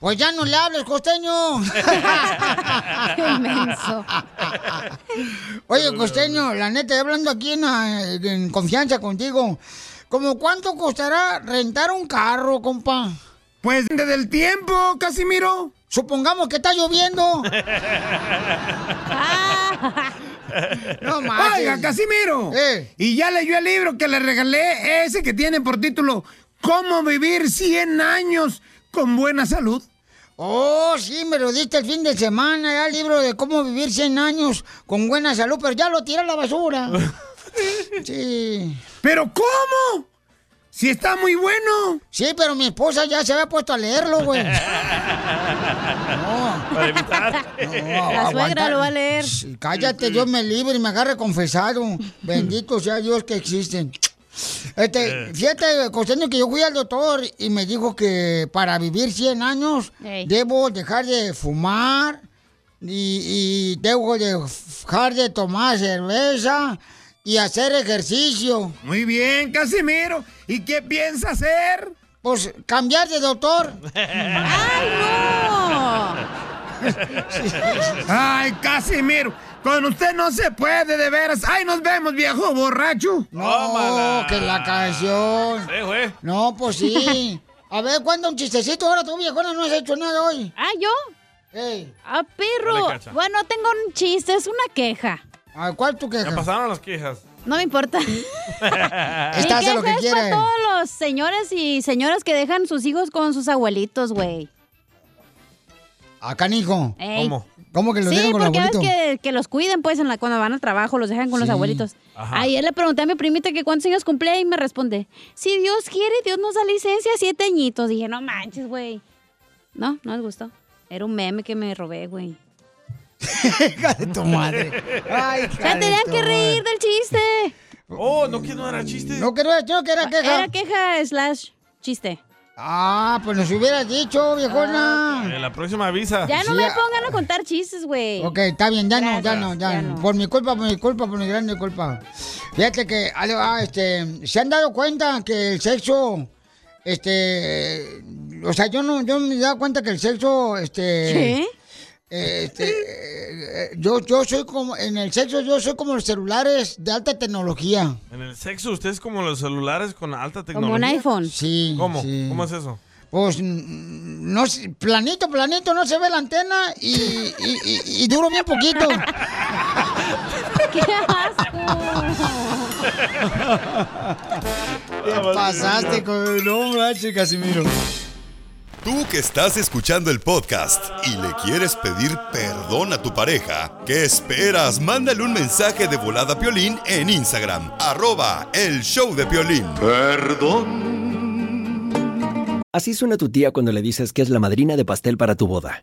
Speaker 3: Pues ya no le hables, costeño.
Speaker 14: Qué menso.
Speaker 3: Oye, costeño, la neta, hablando aquí en, ah, en confianza contigo. ¿Cómo cuánto costará rentar un carro, compa?
Speaker 12: Pues desde el tiempo, Casimiro.
Speaker 3: Supongamos que está lloviendo. No marches.
Speaker 12: Oiga, Casimiro. Y ya leyó el libro que le regalé, ese que tiene por título ¿Cómo vivir 100 años con buena salud?
Speaker 3: Oh, sí, me lo diste el fin de semana, ya el libro de cómo vivir 100 años con buena salud, pero ya lo tiré a la basura. Sí.
Speaker 12: ¿Pero cómo? Si está muy bueno.
Speaker 3: Sí, pero mi esposa ya se había puesto a leerlo, güey.
Speaker 14: Para evitar.
Speaker 3: aguanta. Shh, Cállate, Dios me libre y me agarre confesado. Bendito sea Dios que existen. Este, fíjate, Costeño, que yo fui al doctor y me dijo que para vivir 100 años
Speaker 14: Ey.
Speaker 3: debo dejar de fumar y, y debo de dejar de tomar cerveza y hacer ejercicio.
Speaker 12: Muy bien, Casimiro. ¿Y qué piensa hacer?
Speaker 3: Pues cambiar de doctor.
Speaker 12: Ay, Casimiro. Con usted no se puede, de veras. Ay, nos vemos, viejo borracho.
Speaker 3: No, Oh, que la canción. No, pues sí. A ver, cuando un chistecito ahora tú, viejona, no has hecho nada hoy.
Speaker 5: Ah, ¿yo? Ah, perro.
Speaker 4: Dale, Cacha.
Speaker 5: Bueno, tengo un chiste, es una queja.
Speaker 3: ¿Cuál tu
Speaker 4: Ya pasaron las quejas.
Speaker 5: No me importa. Mi
Speaker 4: Estás
Speaker 5: queja es para todos los señores y señoras que dejan sus hijos con sus abuelitos, güey.
Speaker 3: Acá, hijo.
Speaker 5: Ey. ¿Cómo?
Speaker 3: ¿Cómo que lo
Speaker 5: sí,
Speaker 3: dejan con el
Speaker 5: porque ves
Speaker 3: abuelito?
Speaker 5: que, que los cuiden, pues, en la, cuando van al trabajo, los dejan con los
Speaker 3: Sí.
Speaker 5: abuelitos.
Speaker 3: Ajá.
Speaker 5: Ayer le pregunté a mi primita que cuántos años cumplía y me responde, si Dios quiere, Dios nos da licencia, siete añitos. Dije, no manches, güey. No, no les gustó. Era un meme que me robé, güey.
Speaker 3: Hija de tu madre. Ay,
Speaker 5: O sea, tenían que reír del chiste.
Speaker 4: Oh, no, que no era chiste.
Speaker 3: No, que no, no, que era queja.
Speaker 5: Era queja slash chiste.
Speaker 3: Ah, pues nos hubieras dicho, viejona.
Speaker 4: En Eh, la próxima avisa.
Speaker 5: Ya no me pongan a contar chistes, güey.
Speaker 3: Ah, Ok, está bien, ya no, ya no, ya, no. Por mi culpa, por mi culpa, por mi grande culpa. Fíjate que, ahí le va, este, se han dado cuenta que el sexo, este, o sea, yo no, yo me he dado cuenta que el sexo, este,
Speaker 5: ¿Qué?
Speaker 3: eh, este, eh, eh, yo, yo soy como, en el sexo yo soy como los celulares de alta tecnología.
Speaker 4: En el sexo, usted es como los celulares con alta tecnología.
Speaker 3: Sí.
Speaker 4: ¿Cómo?
Speaker 3: sí.
Speaker 4: ¿Cómo es eso?
Speaker 3: Pues mm, no sé, planito, planito, no se ve la antena y, y, y- y duro bien poquito.
Speaker 5: ¡Qué asco!
Speaker 3: Te pasaste con el hombre, ah, Casimiro.
Speaker 8: Tú que estás escuchando el podcast y le quieres pedir perdón a tu pareja, ¿qué esperas? Mándale un mensaje de volada a Piolín en Instagram, arroba el show de Piolín. Perdón.
Speaker 15: Así suena tu tía cuando le dices que es la madrina de pastel para tu boda.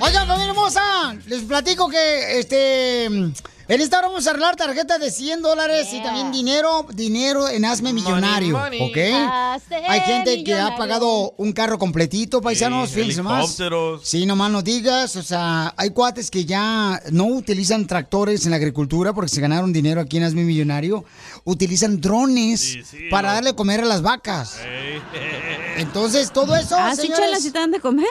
Speaker 3: Oigan, familia hermosa, les platico que este. En esta hora vamos a arreglar tarjetas de 100 dólares y también dinero, dinero en Hazme Millonario,
Speaker 4: money.
Speaker 3: ¿ok?
Speaker 4: Hazme
Speaker 3: Hay gente que ha
Speaker 4: millonario.
Speaker 3: pagado un carro completito, paisanos, fíjense más.
Speaker 4: helicópteros.
Speaker 3: Sí, nomás no digas, o sea, hay cuates que ya no utilizan tractores en la agricultura porque se ganaron dinero aquí en Hazme Millonario, utilizan drones para darle comer a las vacas. Entonces, todo eso,
Speaker 5: ¿Ah, sí,
Speaker 3: señores?
Speaker 5: chelas, sí te dan de comer?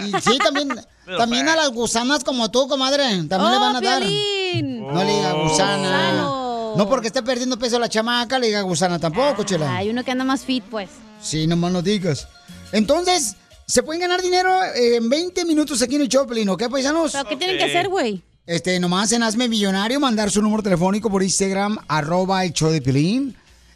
Speaker 3: Y sí, también,
Speaker 5: Pero
Speaker 3: también
Speaker 5: pa.
Speaker 3: a las gusanas como tú, comadre, también le
Speaker 5: ¡Oh,
Speaker 3: van a dar.
Speaker 5: Piolín! Oh.
Speaker 3: No le diga gusana.
Speaker 5: Gusano.
Speaker 3: No porque esté perdiendo peso la chamaca, le diga gusana tampoco, chela.
Speaker 5: Hay uno que anda más fit, pues.
Speaker 3: Sí, nomás no digas. Entonces, se pueden ganar dinero eh, en 20 minutos aquí en el Choplin, ¿ok, paisanos?
Speaker 5: ¿Pero qué tienen que Ok. hacer, güey?
Speaker 3: Este, nomás en Hazme Millonario, mandar su número telefónico por Instagram, arroba el show de Piolín.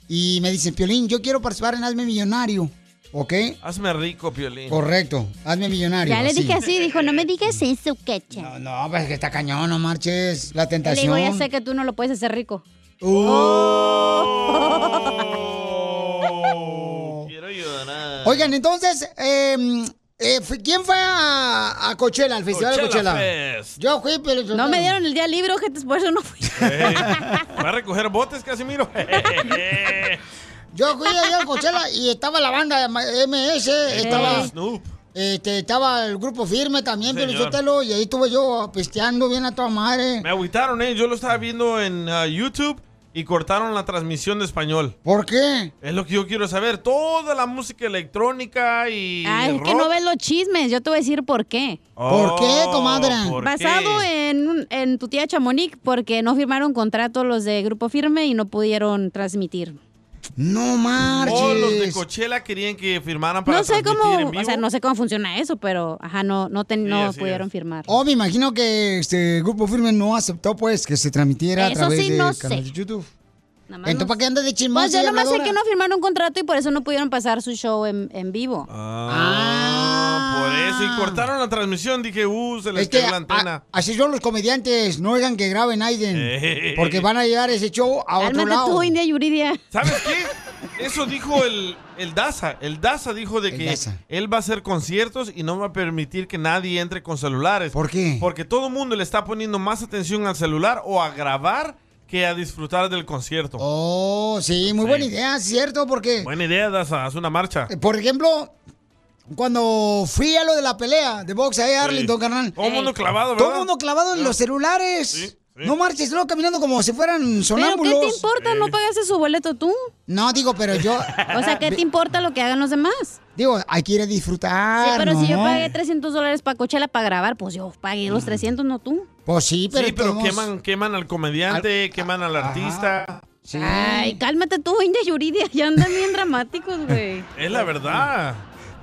Speaker 3: Y me dicen, Piolín, yo quiero participar en Hazme Millonario, ¿ok?
Speaker 4: Hazme rico, Piolín.
Speaker 3: Correcto, Hazme Millonario.
Speaker 5: Ah. Ya le dije así, dijo, no me digas eso, quecha. No,
Speaker 3: No, pues que está cañón, no marches. La
Speaker 5: Le digo,
Speaker 3: tentación.
Speaker 5: ya sé que tú no lo puedes hacer rico. Oh.
Speaker 3: Oigan, entonces, eh, eh, fue- ¿quién fue a, a Coachella, al festival
Speaker 4: Coachella
Speaker 3: de Coachella?
Speaker 4: Fest.
Speaker 3: Yo fui, pero...
Speaker 5: No me dieron el día libre, gente, por eso no fui.
Speaker 4: Ey, ¿Va a recoger botes, Casimiro?
Speaker 3: Yo fui allá a Coachella y estaba la banda de M- MS, estaba...
Speaker 4: Snoop.
Speaker 3: Este, estaba el grupo firme también,
Speaker 4: Señor.
Speaker 3: Pelichotelo, y ahí estuve yo pisteando bien a toda madre.
Speaker 4: Me agüitaron, ¿eh? Yo lo estaba viendo en ah, YouTube y cortaron la transmisión de español.
Speaker 3: ¿Por qué?
Speaker 4: Es lo que yo quiero saber. Toda la música electrónica y.
Speaker 5: Ay, es que no ves los chismes, yo te voy a decir por qué.
Speaker 4: ¿Por qué, Oh, comadre? ¿por qué?
Speaker 5: Basado en, un- en tu tía Chamonix, porque no firmaron contrato los de Grupo Firme y no pudieron transmitir.
Speaker 3: No marches.
Speaker 4: Oh, los de Coachella querían que firmaran Ah, para
Speaker 5: No sé
Speaker 4: transmitir en
Speaker 5: cómo,
Speaker 4: vivo.
Speaker 5: o sea, no sé cómo funciona eso, pero ajá, no, no, ten-
Speaker 4: Sí,
Speaker 5: no
Speaker 4: así
Speaker 5: pudieron firmar.
Speaker 3: Oh, me imagino que este grupo firme no aceptó, pues, que se transmitiera
Speaker 5: Eso
Speaker 3: a través
Speaker 5: sí,
Speaker 3: de
Speaker 5: no
Speaker 3: canales
Speaker 5: sé.
Speaker 3: de YouTube.
Speaker 5: Nada más
Speaker 3: Entonces,
Speaker 5: no
Speaker 3: ¿para qué andas de chismosa
Speaker 5: Pues yo
Speaker 3: y
Speaker 5: nomás sé
Speaker 3: habladora?
Speaker 5: que no firmaron un contrato y por eso no pudieron pasar su show en, en vivo.
Speaker 4: Ah, Por eso. Y cortaron la transmisión. Dije, uh, se les
Speaker 3: Es que
Speaker 4: cayó
Speaker 3: a-
Speaker 4: la antena.
Speaker 3: así son los comediantes, no oigan que graben Aiden,
Speaker 4: Eh.
Speaker 3: porque van a llevar ese show a otro
Speaker 5: Cálmate
Speaker 3: lado.
Speaker 5: tú, India Yuridia.
Speaker 4: ¿Sabes qué? Eso dijo el, el Daza. El Daza dijo de que él va a hacer conciertos y no va a permitir que nadie entre con celulares. ¿Por
Speaker 3: qué?
Speaker 4: Porque todo el mundo le está poniendo más atención al celular o a grabar que a disfrutar del concierto.
Speaker 3: Oh, sí, muy buena idea, ¿cierto? Porque, Eh,
Speaker 4: Buena idea, Daza. Haz una marcha.
Speaker 3: por ejemplo, cuando fui a lo de la pelea de box ahí a
Speaker 4: Sí.
Speaker 3: Arlington, carnal.
Speaker 4: Todo mundo clavado, ¿verdad?
Speaker 3: Todo el mundo clavado en los celulares. No marches, luego caminando como si fueran
Speaker 5: ¿Pero
Speaker 3: sonámbulos.
Speaker 5: qué te importa? ¿No pagaste su boleto tú?
Speaker 3: No, digo, pero yo...
Speaker 5: O sea, ¿qué te importa lo que hagan los demás?
Speaker 3: Digo, hay que ir a disfrutar,
Speaker 5: Sí, pero si yo
Speaker 3: Ah, ¿no?
Speaker 5: pagué 300 dólares para Coachella para grabar, pues yo pagué los 300, no tú.
Speaker 3: Pues sí, pero
Speaker 4: sí, pero
Speaker 3: todos-
Speaker 4: queman, queman al comediante, queman al artista.
Speaker 5: Ay, cálmate tú, India Yuridia. Ya andan bien dramáticos, güey.
Speaker 4: Es la verdad.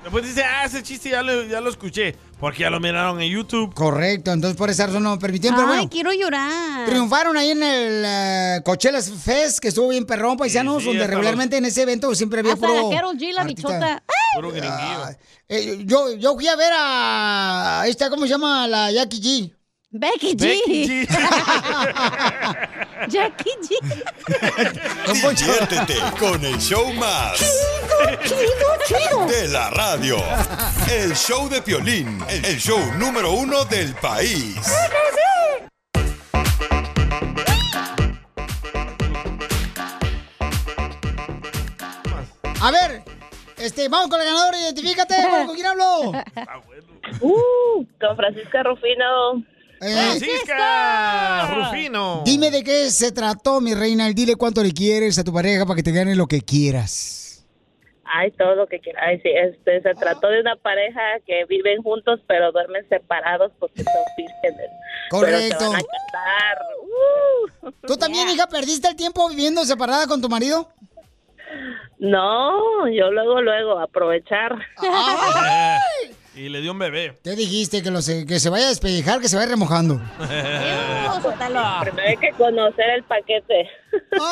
Speaker 4: Después dice, ah, ese chiste ya lo, ya lo escuché. Porque ya lo miraron en YouTube.
Speaker 3: Correcto, entonces por esa razón no me permitían, pero
Speaker 5: Ay,
Speaker 3: bueno.
Speaker 5: quiero llorar.
Speaker 3: Triunfaron ahí en el eh, Coachella Fest, que estuvo bien perrón, paisanos,
Speaker 5: sí,
Speaker 3: donde
Speaker 5: hasta
Speaker 3: regularmente en ese evento siempre había
Speaker 5: Hasta
Speaker 3: puro... Ah,
Speaker 5: la Carol G, la
Speaker 3: artista.
Speaker 5: bichota.
Speaker 4: Puro gringuillo.
Speaker 3: Eh, yo, yo fui a ver a... a Esta, ¿cómo se llama? La Jackie G.
Speaker 5: Becky G.
Speaker 14: Becky
Speaker 5: Jackie G.
Speaker 8: Diviértete con el show más.
Speaker 14: Chido, chido,
Speaker 8: De la radio. El show de Piolín. El show número uno del país.
Speaker 3: A ver, este, vamos con el ganador, identifícate, bueno, ¿con quién hablo?
Speaker 9: Uh, con Francisca Rufino.
Speaker 4: ¡Francisca! Rufino.
Speaker 3: Dime de qué se trató, mi reina, y dile cuánto le quieres a tu pareja para que te gane lo que quieras.
Speaker 9: Ay, todo lo que quiera. Ay, sí, este, se trató de una pareja que viven juntos, pero duermen separados porque son vírgenes.
Speaker 3: Correcto.
Speaker 9: Pero se van a casar.
Speaker 3: ¿Tú también, hija, perdiste el tiempo viviendo separada con tu marido?
Speaker 9: No, yo luego, luego, aprovechar.
Speaker 4: Eh, Y le dio un bebé.
Speaker 3: Te Ah, dijiste que, lo se, que se vaya a despellejar, que se vaya remojando.
Speaker 9: Primero hay que conocer el paquete.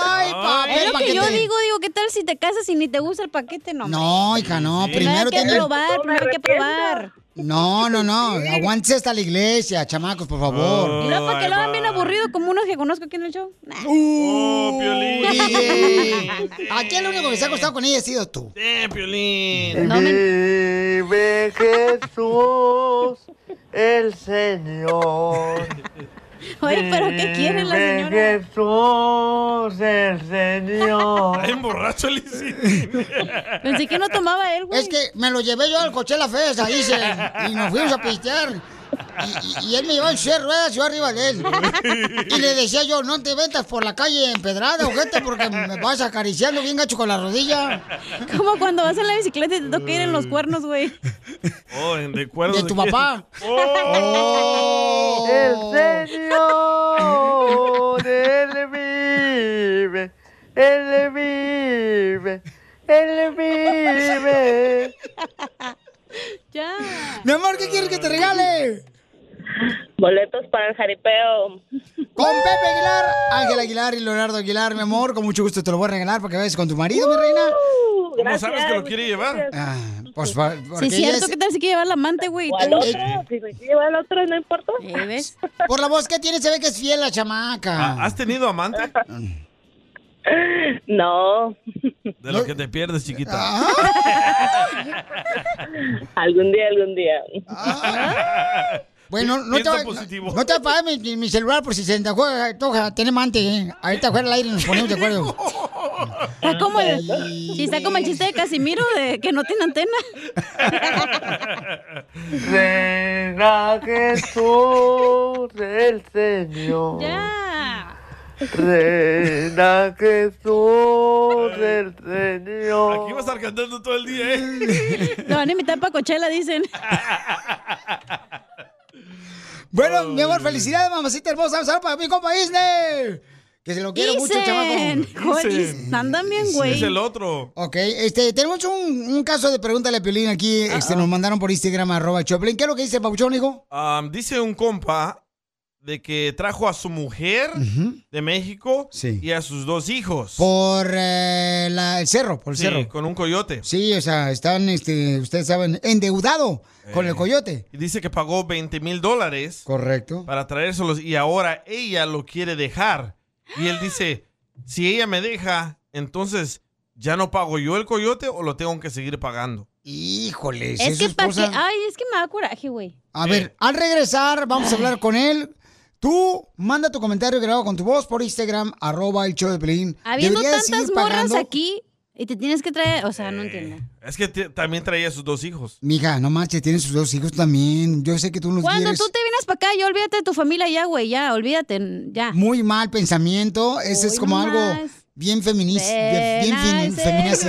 Speaker 3: Ay,
Speaker 9: papel,
Speaker 5: Es lo que yo
Speaker 9: paquete.
Speaker 5: digo, digo, ¿qué tal si te casas y ni te gusta el paquete? No,
Speaker 3: No, hija, no. Primero
Speaker 5: hay que
Speaker 3: tiene-
Speaker 5: probar, primero hay que probar.
Speaker 3: No, no, no. Aguántese hasta la iglesia, chamacos, por favor.
Speaker 5: Y luego para que lo hagan bien aburrido como unos que conozco aquí en el show.
Speaker 3: Uh,
Speaker 5: Nah.
Speaker 3: DJ. Aquí el único que se ha acostado con ella ha sido tú.
Speaker 4: Eh, Piolín.
Speaker 6: Vive Jesús, el Señor.
Speaker 14: Oye, pero ¿qué quiere la
Speaker 6: Vive
Speaker 14: señora?
Speaker 6: Jesús, el Señor.
Speaker 4: En borracho le
Speaker 3: Pensé que no tomaba él, güey. Es que me lo llevé yo al Coachella Fest, ahí se, y nos fuimos a pistear. Y, y- y él me llevaba en seis ruedas, yo arriba de él. Y le decía yo, no te ventas por la calle empedrada, ojete, porque me vas acariciando bien gacho con la rodilla.
Speaker 5: Como cuando vas en la bicicleta y te toca ir en los cuernos, güey.
Speaker 4: Oh, en recuerdo.
Speaker 5: De tu
Speaker 4: quién.
Speaker 5: papá.
Speaker 4: Oh.
Speaker 6: El Señor, Él vive, Él vive, Él vive.
Speaker 3: Mi amor, ¿qué quieres que te regale?
Speaker 9: Boletos para el jaripeo.
Speaker 3: Con Pepe Aguilar, Ángel Aguilar y Leonardo Aguilar, mi amor, con mucho gusto te lo voy a regalar para que vayas con tu marido, mi reina.
Speaker 9: Uh,
Speaker 4: ¿Cómo sabes que lo quiere llevar?
Speaker 3: Ah, pues, pa- porque
Speaker 5: Sí, es
Speaker 3: ella
Speaker 5: cierto, ¿qué tal si quiere llevar al amante, güey?
Speaker 3: O al otro,
Speaker 5: si lleva al otro, no importa. ¿Ves?
Speaker 3: Por la voz que tiene se ve que es fiel la chamaca.
Speaker 4: Ah, ¿Has tenido amante?
Speaker 9: No. Ah.
Speaker 4: De lo que te pierdes, chiquita.
Speaker 9: algún día, algún día.
Speaker 3: Bueno, no te,
Speaker 9: Piensa
Speaker 3: va-
Speaker 9: positivo.
Speaker 3: no, no te apagues mi- mi, mi celular por si se te antoja, toja, tenemos antes, ¿eh? Ahorita fuera al aire nos ponemos de acuerdo.
Speaker 5: Está como el, sí, está como el chiste de Casimiro de que no tiene antena.
Speaker 6: Reina Jesús, el Señor. Reina Jesús, el Señor.
Speaker 4: Aquí va a estar cantando todo el día, ¿eh?
Speaker 5: Lo van a invitar para Coachella, dicen.
Speaker 3: Bueno, mi amor, felicidades, mamacita hermosa. Un saludo para mi compa Disney. Que se lo quiero mucho,
Speaker 5: Dicen.
Speaker 3: chamaco.
Speaker 5: Joder, dicen. Andan bien, güey.
Speaker 4: Es el otro.
Speaker 3: Ok, este, tenemos un, un caso de pregúntale a Piolín aquí.
Speaker 4: Ah,
Speaker 3: Este, nos mandaron por Instagram, arroba Choplin. ¿Qué es lo que dice el papuchón, hijo?
Speaker 4: Am, dice un compa de que trajo a su mujer de México y a sus dos hijos.
Speaker 3: Por eh, la- el cerro, por el
Speaker 4: Sí,
Speaker 3: cerro.
Speaker 4: con un coyote.
Speaker 3: Sí, o sea, están, este, ustedes saben, endeudado con el coyote.
Speaker 4: Y dice que pagó 20 mil dólares
Speaker 3: Correcto.
Speaker 4: para traérselos y ahora ella lo quiere dejar. Y él dice, si ella me deja, entonces ya no pago yo el coyote o lo tengo que seguir pagando.
Speaker 3: Híjole,
Speaker 5: Es que para que. Ay, es que me da coraje, güey.
Speaker 3: A ver, al regresar vamos a hablar con él. Tú manda tu comentario grabado con tu voz por Instagram, arroba el show de Pelín.
Speaker 5: Habiendo
Speaker 3: Deberías
Speaker 5: tantas
Speaker 3: ir
Speaker 5: morras
Speaker 3: pagando-
Speaker 5: aquí y te tienes que traer. O sea, no entiendo.
Speaker 4: Es que te- también traía a sus dos hijos.
Speaker 3: Mija, no manches, tienes sus dos hijos también. Yo sé que tú los
Speaker 5: Cuando
Speaker 3: quieres.
Speaker 5: tú te vienes para acá, ya olvídate de tu familia, ya, güey, ya, olvídate, ya.
Speaker 3: Muy mal pensamiento. Ese es
Speaker 5: Hoy
Speaker 3: como
Speaker 5: nomás.
Speaker 3: algo bien feminista.
Speaker 5: Ven
Speaker 3: Bien
Speaker 5: al
Speaker 3: femi- feminazi.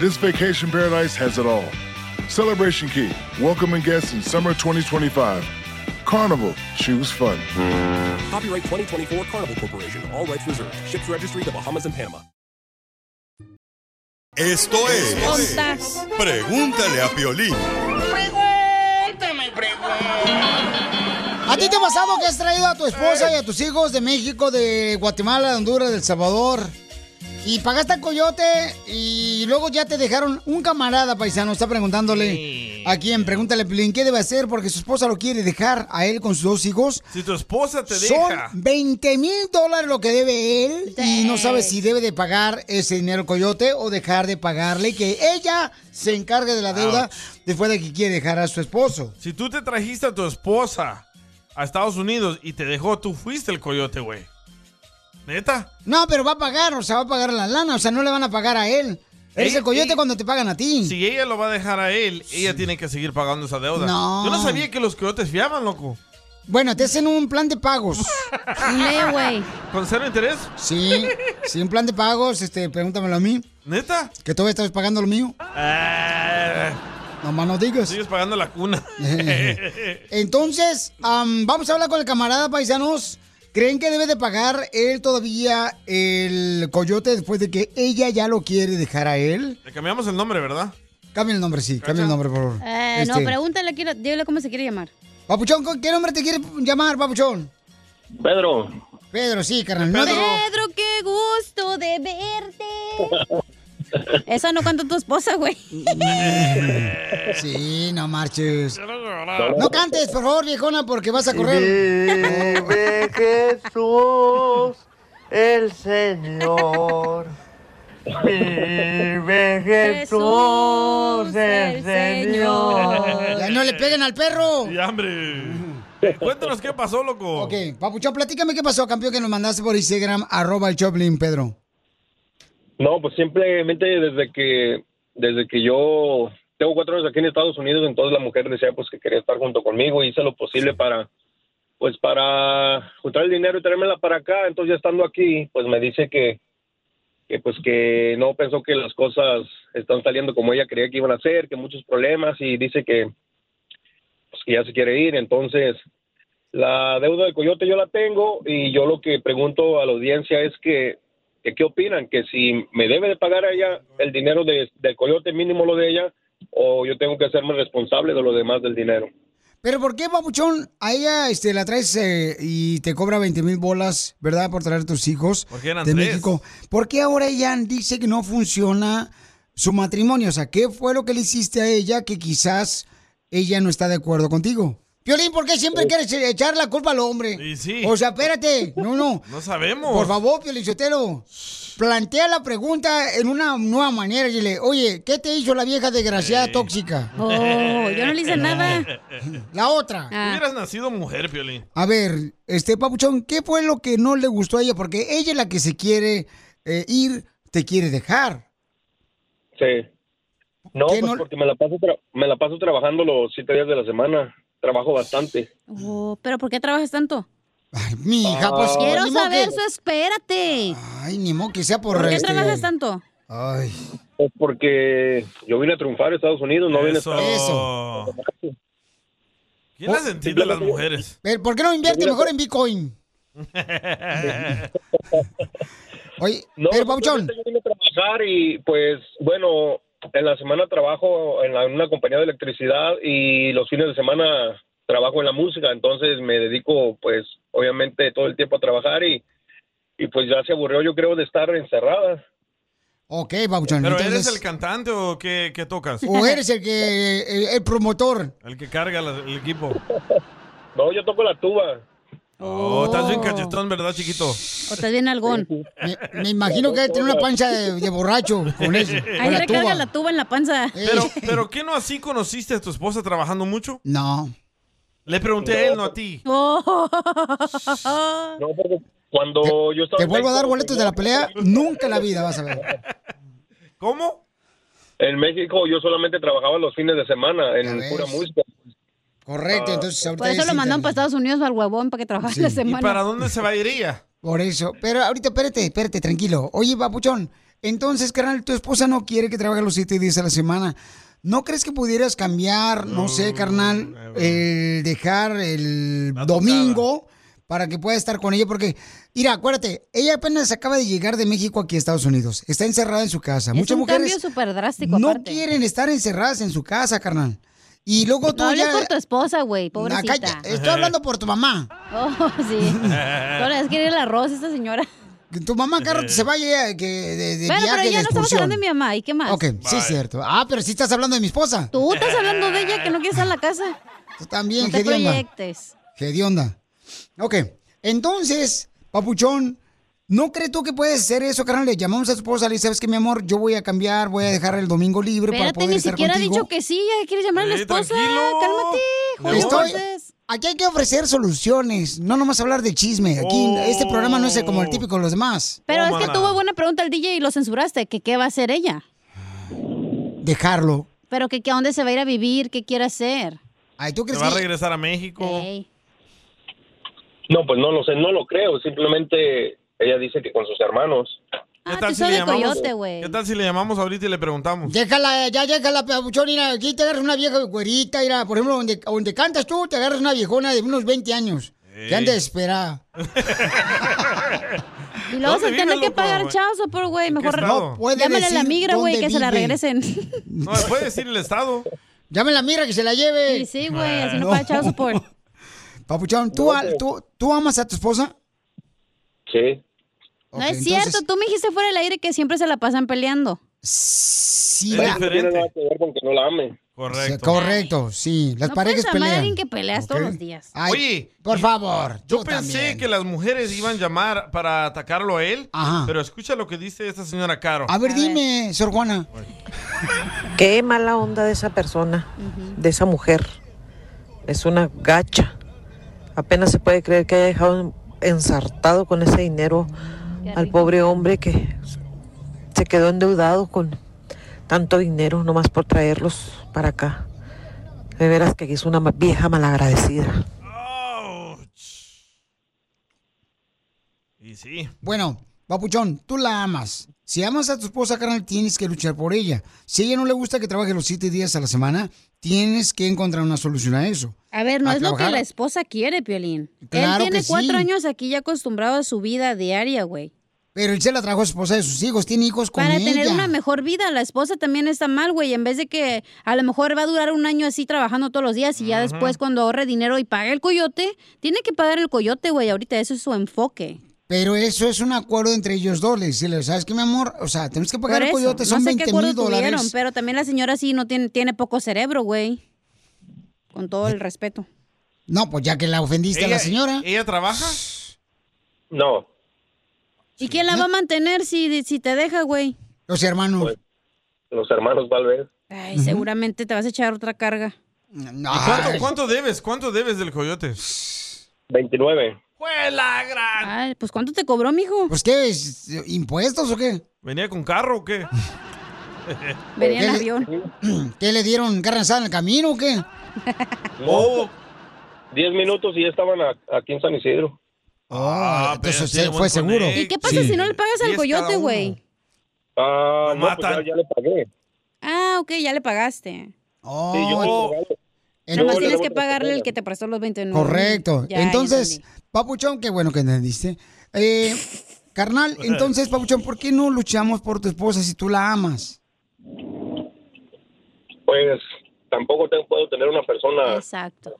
Speaker 16: This vacation paradise has it all. Celebration Key, welcoming guests in summer 2025. Carnival, choose fun.
Speaker 17: Copyright 2024 Carnival Corporation. All rights reserved. Ships registry the Bahamas and Panama.
Speaker 8: Esto es. Pregúntale a Piolín.
Speaker 3: ¿A ti te ha pasado que has traído a tu esposa y a tus hijos de México, de Guatemala, de Honduras, de El Salvador? Y pagaste al coyote y luego ya te dejaron un camarada paisano. Está preguntándole a quién, pregúntale a Piolín, ¿qué debe hacer? Porque su esposa lo quiere dejar a él con sus dos hijos.
Speaker 4: Si tu esposa te
Speaker 3: Son
Speaker 4: deja.
Speaker 3: 20 mil dólares lo que debe él y no sabe si debe de pagar ese dinero al coyote o dejar de pagarle y que ella se encargue de la deuda después de que quiere dejar a su esposo.
Speaker 4: Si tú te trajiste a tu esposa a Estados Unidos y te dejó, tú fuiste el coyote, güey. ¿Neta?
Speaker 3: No, pero va a pagar, o sea, va a pagar la lana, o sea, no le van a pagar a él. Eres
Speaker 4: Ella-
Speaker 3: el coyote
Speaker 4: ella-
Speaker 3: cuando te pagan a ti.
Speaker 4: Si ella lo va a dejar a él, ella tiene que seguir pagando esa deuda.
Speaker 3: No.
Speaker 4: Yo no sabía que los coyotes fiaban, loco.
Speaker 3: Bueno, te hacen un plan de pagos.
Speaker 4: ¿Con cero interés?
Speaker 3: Sí, sí, un plan de pagos, este, pregúntamelo a mí.
Speaker 4: ¿Neta? Ah.
Speaker 3: Que todavía estás pagando lo mío. Nomás no digas. Eh.
Speaker 4: Sigues pagando la cuna.
Speaker 3: Entonces, am, vamos a hablar con el camarada paisanos. ¿Creen que debe de pagar él todavía el coyote después de que ella ya lo quiere dejar a él?
Speaker 4: Le cambiamos el nombre, ¿verdad?
Speaker 3: Cambia el nombre, sí, cambia el nombre, por favor.
Speaker 5: Eh, No,
Speaker 3: Este,
Speaker 5: pregúntale, quiero- dile cómo se quiere llamar.
Speaker 3: Papuchón, ¿con ¿qué nombre te quiere llamar, Papuchón?
Speaker 17: Pedro.
Speaker 3: Pedro, sí, carnal. no te-
Speaker 5: Pedro, qué gusto de verte. Esa no canta tu esposa, güey.
Speaker 3: Sí, no marches. No cantes, por favor, viejona, porque vas a correr.
Speaker 6: Vive Jesús, el Señor. Vive Jesús, el Señor.
Speaker 3: Ya no le peguen al perro.
Speaker 4: Y hambre. Cuéntanos qué pasó, loco.
Speaker 3: Ok, Papuchón, platícame qué pasó, campeón, que nos mandaste por Instagram, arroba el Choplin, Pedro.
Speaker 18: No, pues simplemente desde que desde que yo tengo cuatro años aquí en Estados Unidos, entonces la mujer decía pues que quería estar junto conmigo y hice lo posible para pues para juntar el dinero y traérmela para acá. Entonces ya estando aquí, pues me dice que que pues que no pensó que las cosas están saliendo como ella creía que iban a ser, que muchos problemas y dice que pues que ya se quiere ir. Entonces la deuda del coyote yo la tengo y yo lo que pregunto a la audiencia es que que qué opinan, que si me debe de pagar a ella el dinero de- del coyote mínimo lo de ella, o yo tengo que hacerme responsable de lo demás del dinero.
Speaker 3: Pero ¿por qué, Papuchón, a ella este, la traes eh, y te cobra 20 mil bolas, ¿verdad? Por traer tus hijos
Speaker 4: Porque eran
Speaker 3: de
Speaker 4: tres.
Speaker 3: México. ¿Por qué ahora ella dice que no funciona su matrimonio? O sea, ¿qué fue lo que le hiciste a ella que quizás ella no está de acuerdo contigo? Violín, ¿por qué siempre quieres echar la culpa al hombre?
Speaker 4: Y sí.
Speaker 3: O sea, espérate, no, no.
Speaker 4: No sabemos.
Speaker 3: Por favor, Piolichotelo, plantea la pregunta en una nueva manera y dile, oye, ¿qué te hizo la vieja desgraciada tóxica?
Speaker 5: Oh, yo no le hice nada. Ah.
Speaker 3: La otra.
Speaker 4: Tú Hubieras nacido mujer, Piolín.
Speaker 3: A ver, este Papuchón, ¿qué fue lo que no le gustó a ella? Porque ella es la que se quiere eh, ir, te quiere dejar.
Speaker 18: Sí. No, pues porque me la, paso tra- me la paso trabajando los siete días de la semana. Trabajo bastante.
Speaker 5: Oh, pero ¿por qué trabajas tanto?
Speaker 3: Mi hija, pues
Speaker 18: Ah.
Speaker 5: Quiero
Speaker 3: ni modo
Speaker 5: saber
Speaker 3: que-
Speaker 5: eso, espérate.
Speaker 3: Ay, ni modo que sea por
Speaker 5: ¿Por qué
Speaker 18: este-
Speaker 5: trabajas tanto?
Speaker 18: Pues porque yo vine a triunfar a Estados Unidos, no vine a
Speaker 4: Eso.
Speaker 18: estar-
Speaker 4: ¿Quién las entiende a las mujeres?
Speaker 3: Pero, ¿Por qué no invierte
Speaker 18: Yo-
Speaker 3: mejor en Bitcoin? Oye,
Speaker 18: No, simplemente
Speaker 3: pero Papuchón,
Speaker 18: yo vine a trabajar y pues bueno, en la semana trabajo en la- en una compañía de electricidad y los fines de semana trabajo en la música, entonces me dedico pues obviamente todo el tiempo a trabajar y, y pues ya se aburrió yo creo de estar encerrada.
Speaker 3: ok, Papuchón,
Speaker 4: ¿Pero
Speaker 3: entonces...
Speaker 4: eres el cantante o qué, qué tocas?
Speaker 3: O eres el que el, el promotor.
Speaker 4: El que carga la- el equipo.
Speaker 18: No, yo toco la tuba.
Speaker 4: Oh, estás bien cachetón, ¿verdad, chiquito?
Speaker 5: O estás bien algón.
Speaker 3: Me imagino que tiene una pancha de, de borracho con eso.
Speaker 5: Ahí
Speaker 3: con la
Speaker 5: recarga
Speaker 3: tuba.
Speaker 5: la tuba en la panza.
Speaker 4: Pero, pero ¿qué no así conociste a tu esposa trabajando mucho?
Speaker 3: No.
Speaker 4: Le pregunté a él, no a ti.
Speaker 5: Oh.
Speaker 18: No, porque cuando yo estaba...
Speaker 3: Te
Speaker 18: en
Speaker 3: vuelvo a dar
Speaker 18: México,
Speaker 3: boletos de la pelea, nunca en la vida vas a ver.
Speaker 4: ¿Cómo?
Speaker 18: En México yo solamente trabajaba los fines de semana en pura música.
Speaker 3: Correcto,
Speaker 18: Ah.
Speaker 3: entonces ahorita
Speaker 5: Por eso
Speaker 3: es
Speaker 5: lo mandaron para Estados Unidos al huevón para que trabaje la semana.
Speaker 4: se va a iría?
Speaker 3: Por eso. Pero ahorita, espérate, espérate, tranquilo. Oye, papuchón, entonces, carnal, tu esposa no quiere que trabaje los siete días a la semana. ¿No crees que pudieras cambiar, no sé, carnal, el dejar el domingo para que pueda estar con ella? Porque, mira, acuérdate, ella apenas acaba de llegar de México aquí a Estados Unidos. Está encerrada en su casa.
Speaker 5: Es
Speaker 3: Muchas
Speaker 5: un
Speaker 3: mujeres
Speaker 5: cambio súper drástico
Speaker 3: no
Speaker 5: aparte.
Speaker 3: quieren estar encerradas en su casa, carnal. Y luego tú
Speaker 5: No hables
Speaker 3: ya...
Speaker 5: por tu esposa, güey, pobrecita.
Speaker 3: Acá- estoy hablando por tu mamá.
Speaker 5: Oh, sí. No le das que ir el arroz a esta señora.
Speaker 3: Que Tu mamá, Carlos, se vaya que de, de
Speaker 5: bueno,
Speaker 3: viaje,
Speaker 5: pero
Speaker 3: de
Speaker 5: ya no estamos
Speaker 3: excursión.
Speaker 5: hablando de mi mamá. ¿Y qué más?
Speaker 3: Ok, sí es cierto. Ah, pero sí estás hablando de mi esposa.
Speaker 5: Tú estás hablando de ella que no quiere estar en la casa.
Speaker 3: Tú también,
Speaker 5: no te
Speaker 3: hedionda.
Speaker 5: proyectes.
Speaker 3: Hedionda. Ok, entonces, papuchón, ¿no crees tú que puedes hacer eso, carnal? Le llamamos a tu esposa, le dices, ¿sabes qué, mi amor? Yo voy a cambiar, voy a dejar el domingo libre para
Speaker 5: Espérate,
Speaker 3: poder
Speaker 5: ni
Speaker 3: estar
Speaker 5: siquiera ha
Speaker 3: contigo.
Speaker 5: dicho que sí. Ya quieres llamar a la
Speaker 3: Eh,
Speaker 5: esposa.
Speaker 3: tranquilo.
Speaker 5: Cálmate, Julio
Speaker 3: Estoy-
Speaker 5: Cortés.
Speaker 3: Aquí hay que ofrecer soluciones, no nomás hablar de chisme. Aquí este programa no es como el típico de los demás.
Speaker 5: Pero es que tuvo buena pregunta el DJ y lo censuraste. Que qué va a hacer ella.
Speaker 3: Dejarlo.
Speaker 5: Pero que, que a dónde se va a ir a vivir, qué quiere hacer.
Speaker 3: Ay, ¿tú
Speaker 4: ¿Se va a regresar a México?
Speaker 18: No, pues no lo sé, no lo creo. Simplemente ella dice que con sus hermanos.
Speaker 4: ¿Qué
Speaker 5: Ah, tú sos de coyote, güey.
Speaker 4: ¿Qué tal si le llamamos ahorita y le preguntamos?
Speaker 3: Déjala, ya déjala, papuchón, mira, aquí te agarras una vieja güerita, mira, por ejemplo, donde, donde cantas tú, te agarras una viejona de unos 20 años, que anda desesperada.
Speaker 5: Y luego
Speaker 3: ¿Dónde
Speaker 5: se
Speaker 3: vive,
Speaker 5: tener que
Speaker 3: loco,
Speaker 5: pagar
Speaker 3: güey?
Speaker 5: chazo, pero güey, mejor
Speaker 4: estado? No puede
Speaker 5: llámale a la
Speaker 4: decir
Speaker 5: migra, güey,
Speaker 4: dónde
Speaker 5: que se la
Speaker 4: vive.
Speaker 5: regresen.
Speaker 4: No, le puede decir el estado.
Speaker 3: Llámela a Mira que se la lleve. Ah,
Speaker 5: Sí, sí, güey, así no paga child support.
Speaker 3: Papuchón, ¿tú, a- tú, ¿tú amas a tu esposa?
Speaker 18: Sí.
Speaker 5: no es cierto, tú me dijiste fuera del aire que siempre se la pasan peleando.
Speaker 3: Sí,
Speaker 18: Pero eso tiene nada que ver con que no la ame.
Speaker 3: Sí, correcto, sí, las
Speaker 5: no
Speaker 3: parejas
Speaker 5: puedes amar a
Speaker 3: pelean.
Speaker 5: alguien que peleas todos los días.
Speaker 3: Ay,
Speaker 4: Oye,
Speaker 3: por
Speaker 4: y-
Speaker 3: favor,
Speaker 4: Yo
Speaker 3: tú
Speaker 4: pensé
Speaker 3: también.
Speaker 4: que las mujeres iban a llamar para atacarlo a él,
Speaker 3: Ajá.
Speaker 4: pero escucha lo que dice esta señora Caro.
Speaker 3: A ver, dime, Sor Juana.
Speaker 19: Qué mala onda de esa persona, de esa mujer. Es una gacha. Apenas se puede creer que haya dejado en- ensartado con ese dinero al pobre hombre que se quedó endeudado con tanto dinero nomás por traerlos para acá. De veras que es una ma- vieja malagradecida.
Speaker 4: Y sí.
Speaker 3: Bueno, Papuchón, tú la amas. Si amas a tu esposa, carnal, tienes que luchar por ella. Si a ella no le gusta que trabaje los siete días a la semana, tienes que encontrar una solución a eso.
Speaker 5: A ver, no
Speaker 3: A
Speaker 5: es lo que
Speaker 3: trabajar.
Speaker 5: la esposa quiere, Piolín.
Speaker 3: Claro
Speaker 5: Él tiene
Speaker 3: que
Speaker 5: cuatro
Speaker 3: sí.
Speaker 5: años aquí ya acostumbrado a su vida diaria, güey.
Speaker 3: Pero él se la trajo a su esposa de sus hijos, tiene hijos con
Speaker 5: Para
Speaker 3: ella.
Speaker 5: tener una mejor vida, la esposa también está mal, güey. En vez de que a lo mejor va a durar un año así trabajando todos los días y ya después cuando ahorre dinero y pague el coyote, tiene que pagar el coyote, güey. Ahorita eso es su enfoque.
Speaker 3: Pero eso es un acuerdo entre ellos dos. Le decirle, ¿sabes qué, mi amor? O sea, tenemos que pagar
Speaker 5: Por
Speaker 3: el
Speaker 5: eso,
Speaker 3: coyote, son
Speaker 5: no sé qué
Speaker 3: 20
Speaker 5: acuerdo
Speaker 3: mil dólares.
Speaker 5: tuvieron, pero también la señora sí no tiene, tiene poco cerebro, güey. Con todo el respeto.
Speaker 3: No, pues ya que la ofendiste a
Speaker 4: Ella-
Speaker 3: la señora.
Speaker 4: ¿Ella trabaja?
Speaker 18: No.
Speaker 5: ¿Y quién la va a mantener si, si te deja, güey?
Speaker 3: Los hermanos.
Speaker 18: Pues, Los hermanos tal vez.
Speaker 5: Ay, seguramente te vas a echar otra carga.
Speaker 3: No.
Speaker 4: ¿Y cuánto, cuánto debes? ¿Cuánto debes del coyote?
Speaker 18: 29.
Speaker 4: Pues, la gran!
Speaker 5: Ay, pues ¿cuánto te cobró, mijo?
Speaker 3: Pues qué, es, eh, impuestos o qué?
Speaker 4: ¿Venía con carro o qué?
Speaker 3: ¿Qué le- ¿Qué le dieron carne asada en el camino o qué? Oh.
Speaker 18: No. 10 minutos y ya estaban a- aquí en San Isidro.
Speaker 3: Ah, entonces se- fue seguro.
Speaker 5: ¿Y qué pasa si no le pagas al
Speaker 18: Diez cada
Speaker 5: coyote,
Speaker 18: uno.
Speaker 5: güey?
Speaker 18: Ah,
Speaker 4: Lo
Speaker 18: no, pues
Speaker 4: matan.
Speaker 18: ya, ya le pagué.
Speaker 5: Ah, ok, ya le pagaste.
Speaker 3: Oh,
Speaker 18: Sí, yo le
Speaker 3: Oh.
Speaker 18: pagué.
Speaker 5: Nomás
Speaker 3: Yo le
Speaker 5: tienes
Speaker 3: debo
Speaker 5: que pagarle el que te prestó los 29.
Speaker 3: Correcto.
Speaker 5: Mm, Ya, ya
Speaker 3: entonces,
Speaker 5: entendí.
Speaker 3: Papuchón, qué bueno que entendiste. Eh, carnal, entonces, Papuchón, ¿por qué no luchamos por tu esposa si tú la amas?
Speaker 18: Pues tampoco te- puedo tener una persona.
Speaker 5: Exacto.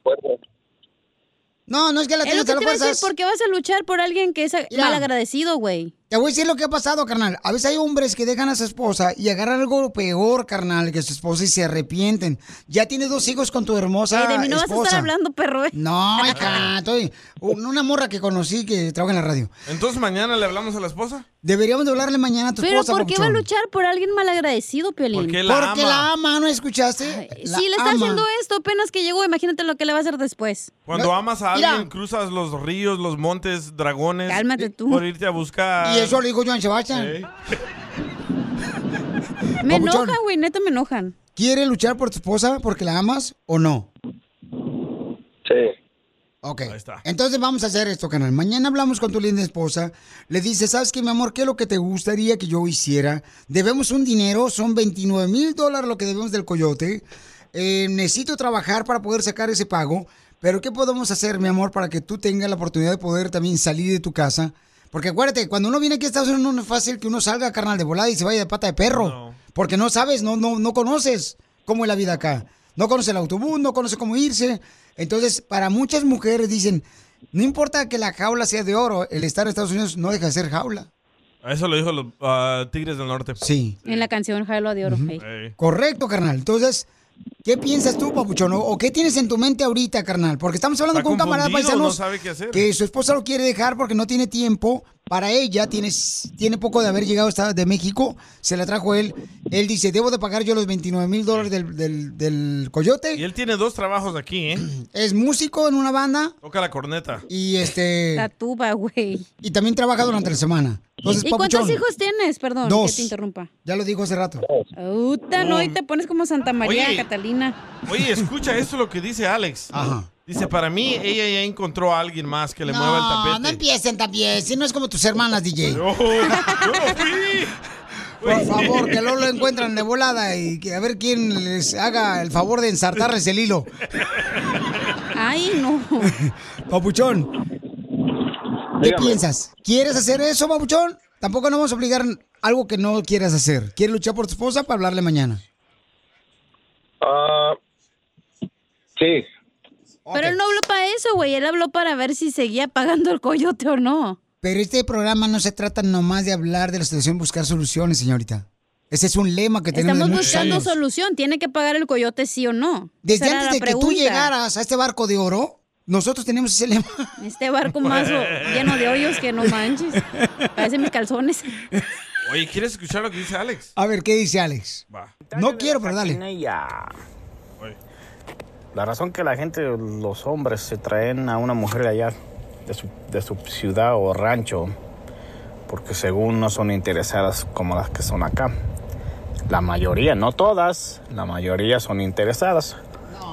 Speaker 3: No, no es que la
Speaker 5: Es
Speaker 3: tienes
Speaker 5: lo que
Speaker 3: a la
Speaker 5: te iba a decir,
Speaker 3: fuerzas.
Speaker 5: ¿por qué vas a luchar por alguien que es malagradecido, güey?
Speaker 3: Te voy a decir lo que ha pasado, carnal. A veces hay hombres que dejan a su esposa y agarran algo peor, carnal, que su esposa y se arrepienten. Ya tienes dos hijos con tu hermosa
Speaker 5: Ay, de mí no vas a
Speaker 3: esposa.
Speaker 5: estar hablando, perro. eh.
Speaker 3: No, hija, estoy... Una morra que conocí que trabaja en la radio.
Speaker 4: Entonces mañana le hablamos a la esposa.
Speaker 3: Deberíamos de hablarle mañana a tu
Speaker 5: Pero
Speaker 3: esposa,
Speaker 5: ¿por qué va a
Speaker 3: papuchón.
Speaker 5: luchar por alguien malagradecido, Piolín?
Speaker 4: Porque la Porque ama. la
Speaker 3: ama, ¿no escuchaste?
Speaker 5: si le está haciendo esto apenas que llegó, imagínate lo que le va a hacer después.
Speaker 4: Cuando amas a
Speaker 5: Mira.
Speaker 4: alguien, cruzas los ríos, los montes, dragones.
Speaker 5: Cálmate tú.
Speaker 4: Por irte a buscar.
Speaker 3: Y eso lo dijo Joan Sebastián.
Speaker 4: ¿Eh?
Speaker 5: Me
Speaker 3: Papuchón.
Speaker 5: enojan, güey, neta me enojan.
Speaker 3: ¿Quieres luchar por tu esposa porque la amas o no?
Speaker 18: Sí.
Speaker 3: Ok. Ahí está. Entonces vamos a hacer esto, canal. Mañana hablamos con tu linda esposa. Le dices, ¿sabes qué, mi amor? ¿Qué es lo que te gustaría que yo hiciera? Debemos un dinero, son 29 mil dólares lo que debemos del coyote. Eh, necesito trabajar para poder sacar ese pago. Pero ¿qué podemos hacer, mi amor, para que tú tengas la oportunidad de poder también salir de tu casa? Porque acuérdate, cuando uno viene aquí a Estados Unidos no es fácil que uno salga, carnal, de volada y se vaya de pata de perro. Porque no sabes, no, no, no conoces cómo es la vida acá. No conoce el autobús, no conoce cómo irse. Entonces, para muchas mujeres dicen, no importa que la jaula sea de oro, el estar en Estados Unidos no deja de ser jaula.
Speaker 4: Eso lo dijo los ah, Tigres del Norte.
Speaker 3: Sí.
Speaker 5: En la canción Jailo de Oro. hey.
Speaker 3: Correcto, carnal. Entonces, ¿qué piensas tú, papuchón? ¿O- ¿O qué tienes en tu mente ahorita, carnal? Porque estamos hablando
Speaker 4: Está
Speaker 3: con un camarada
Speaker 4: confundido,
Speaker 3: paisano
Speaker 4: no sabe qué hacer.
Speaker 3: que su esposa lo quiere dejar porque no tiene tiempo. Para ella, tiene, tiene poco de haber llegado hasta de México, se la trajo él. Él dice, debo de pagar yo los 29 mil dólares del, del- del coyote.
Speaker 4: Y él tiene dos trabajos aquí, ¿eh?
Speaker 3: Es músico en una banda
Speaker 4: Toca la corneta.
Speaker 3: y este...
Speaker 5: La tuba, güey.
Speaker 3: Y también trabaja durante la semana. Entonces,
Speaker 5: ¿Y cuántos
Speaker 3: papuchón,
Speaker 5: hijos tienes? Perdón,
Speaker 3: Dos.
Speaker 5: que te interrumpa.
Speaker 3: Ya lo dijo hace rato.
Speaker 5: Uta, no, y te pones como Santa María,
Speaker 4: Oye.
Speaker 5: Catalina.
Speaker 4: Oye, escucha esto lo que dice Alex. Dice, para mí, ella ya encontró a alguien más que le mueva el
Speaker 3: No,
Speaker 4: tapete.
Speaker 3: no empiecen también, si no es como tus hermanas, DJ. Por favor, que luego lo encuentran de volada y que a ver quién les haga el favor de ensartarles el hilo.
Speaker 5: Ay, no.
Speaker 3: Papuchón, ¿qué piensas? ¿Quieres hacer eso, Papuchón? Tampoco no vamos a obligar algo que no quieras hacer. ¿Quieres luchar por tu esposa para hablarle mañana?
Speaker 18: Ah, sí.
Speaker 5: Pero él no habló para eso, güey. Él habló para ver si seguía pagando el coyote o no.
Speaker 3: Pero este programa no se trata nomás de hablar de la situación, buscar soluciones, señorita. Ese es un lema que tenemos
Speaker 5: Estamos
Speaker 3: de muchos
Speaker 5: buscando
Speaker 3: años.
Speaker 5: solución. Tiene que pagar el coyote sí o no.
Speaker 3: Desde
Speaker 5: Esa era
Speaker 3: antes
Speaker 5: la
Speaker 3: de que tú
Speaker 5: pregunta.
Speaker 3: llegaras a este barco de oro, nosotros tenemos ese lema.
Speaker 5: Este barco más o- lleno de hoyos que no manches. Parecen mis calzones.
Speaker 4: Oye, ¿quieres escuchar lo que dice Alex?
Speaker 3: A ver, ¿qué dice Alex? No quiero, pero dale.
Speaker 2: La razón que la gente, los hombres, se traen a una mujer de allá, de su, de su ciudad o rancho, porque según no son interesadas como las que son acá. La mayoría, no todas, la mayoría son interesadas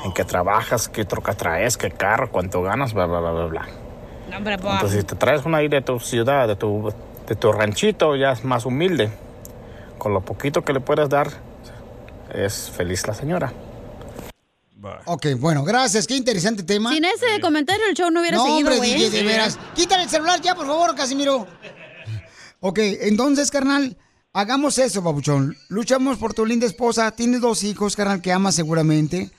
Speaker 2: en que trabajas, qué troca traes, qué carro, cuánto ganas, bla, bla, bla, bla, bla.
Speaker 5: Ah.
Speaker 2: Entonces, si te traes una ahí de tu ciudad, de tu, de tu ranchito, ya es más humilde. Con lo poquito que le puedas dar, es feliz la señora.
Speaker 3: Ok, bueno, gracias. Qué interesante tema.
Speaker 5: Sin ese comentario el show no hubiera
Speaker 3: No,
Speaker 5: seguido,
Speaker 3: hombre,
Speaker 5: güey.
Speaker 3: DJ, de veras. Quítale el celular ya, por favor, Casimiro. Ok, entonces, carnal, hagamos eso, babuchón. Luchamos por tu linda esposa. Tienes dos hijos, carnal, que amas seguramente.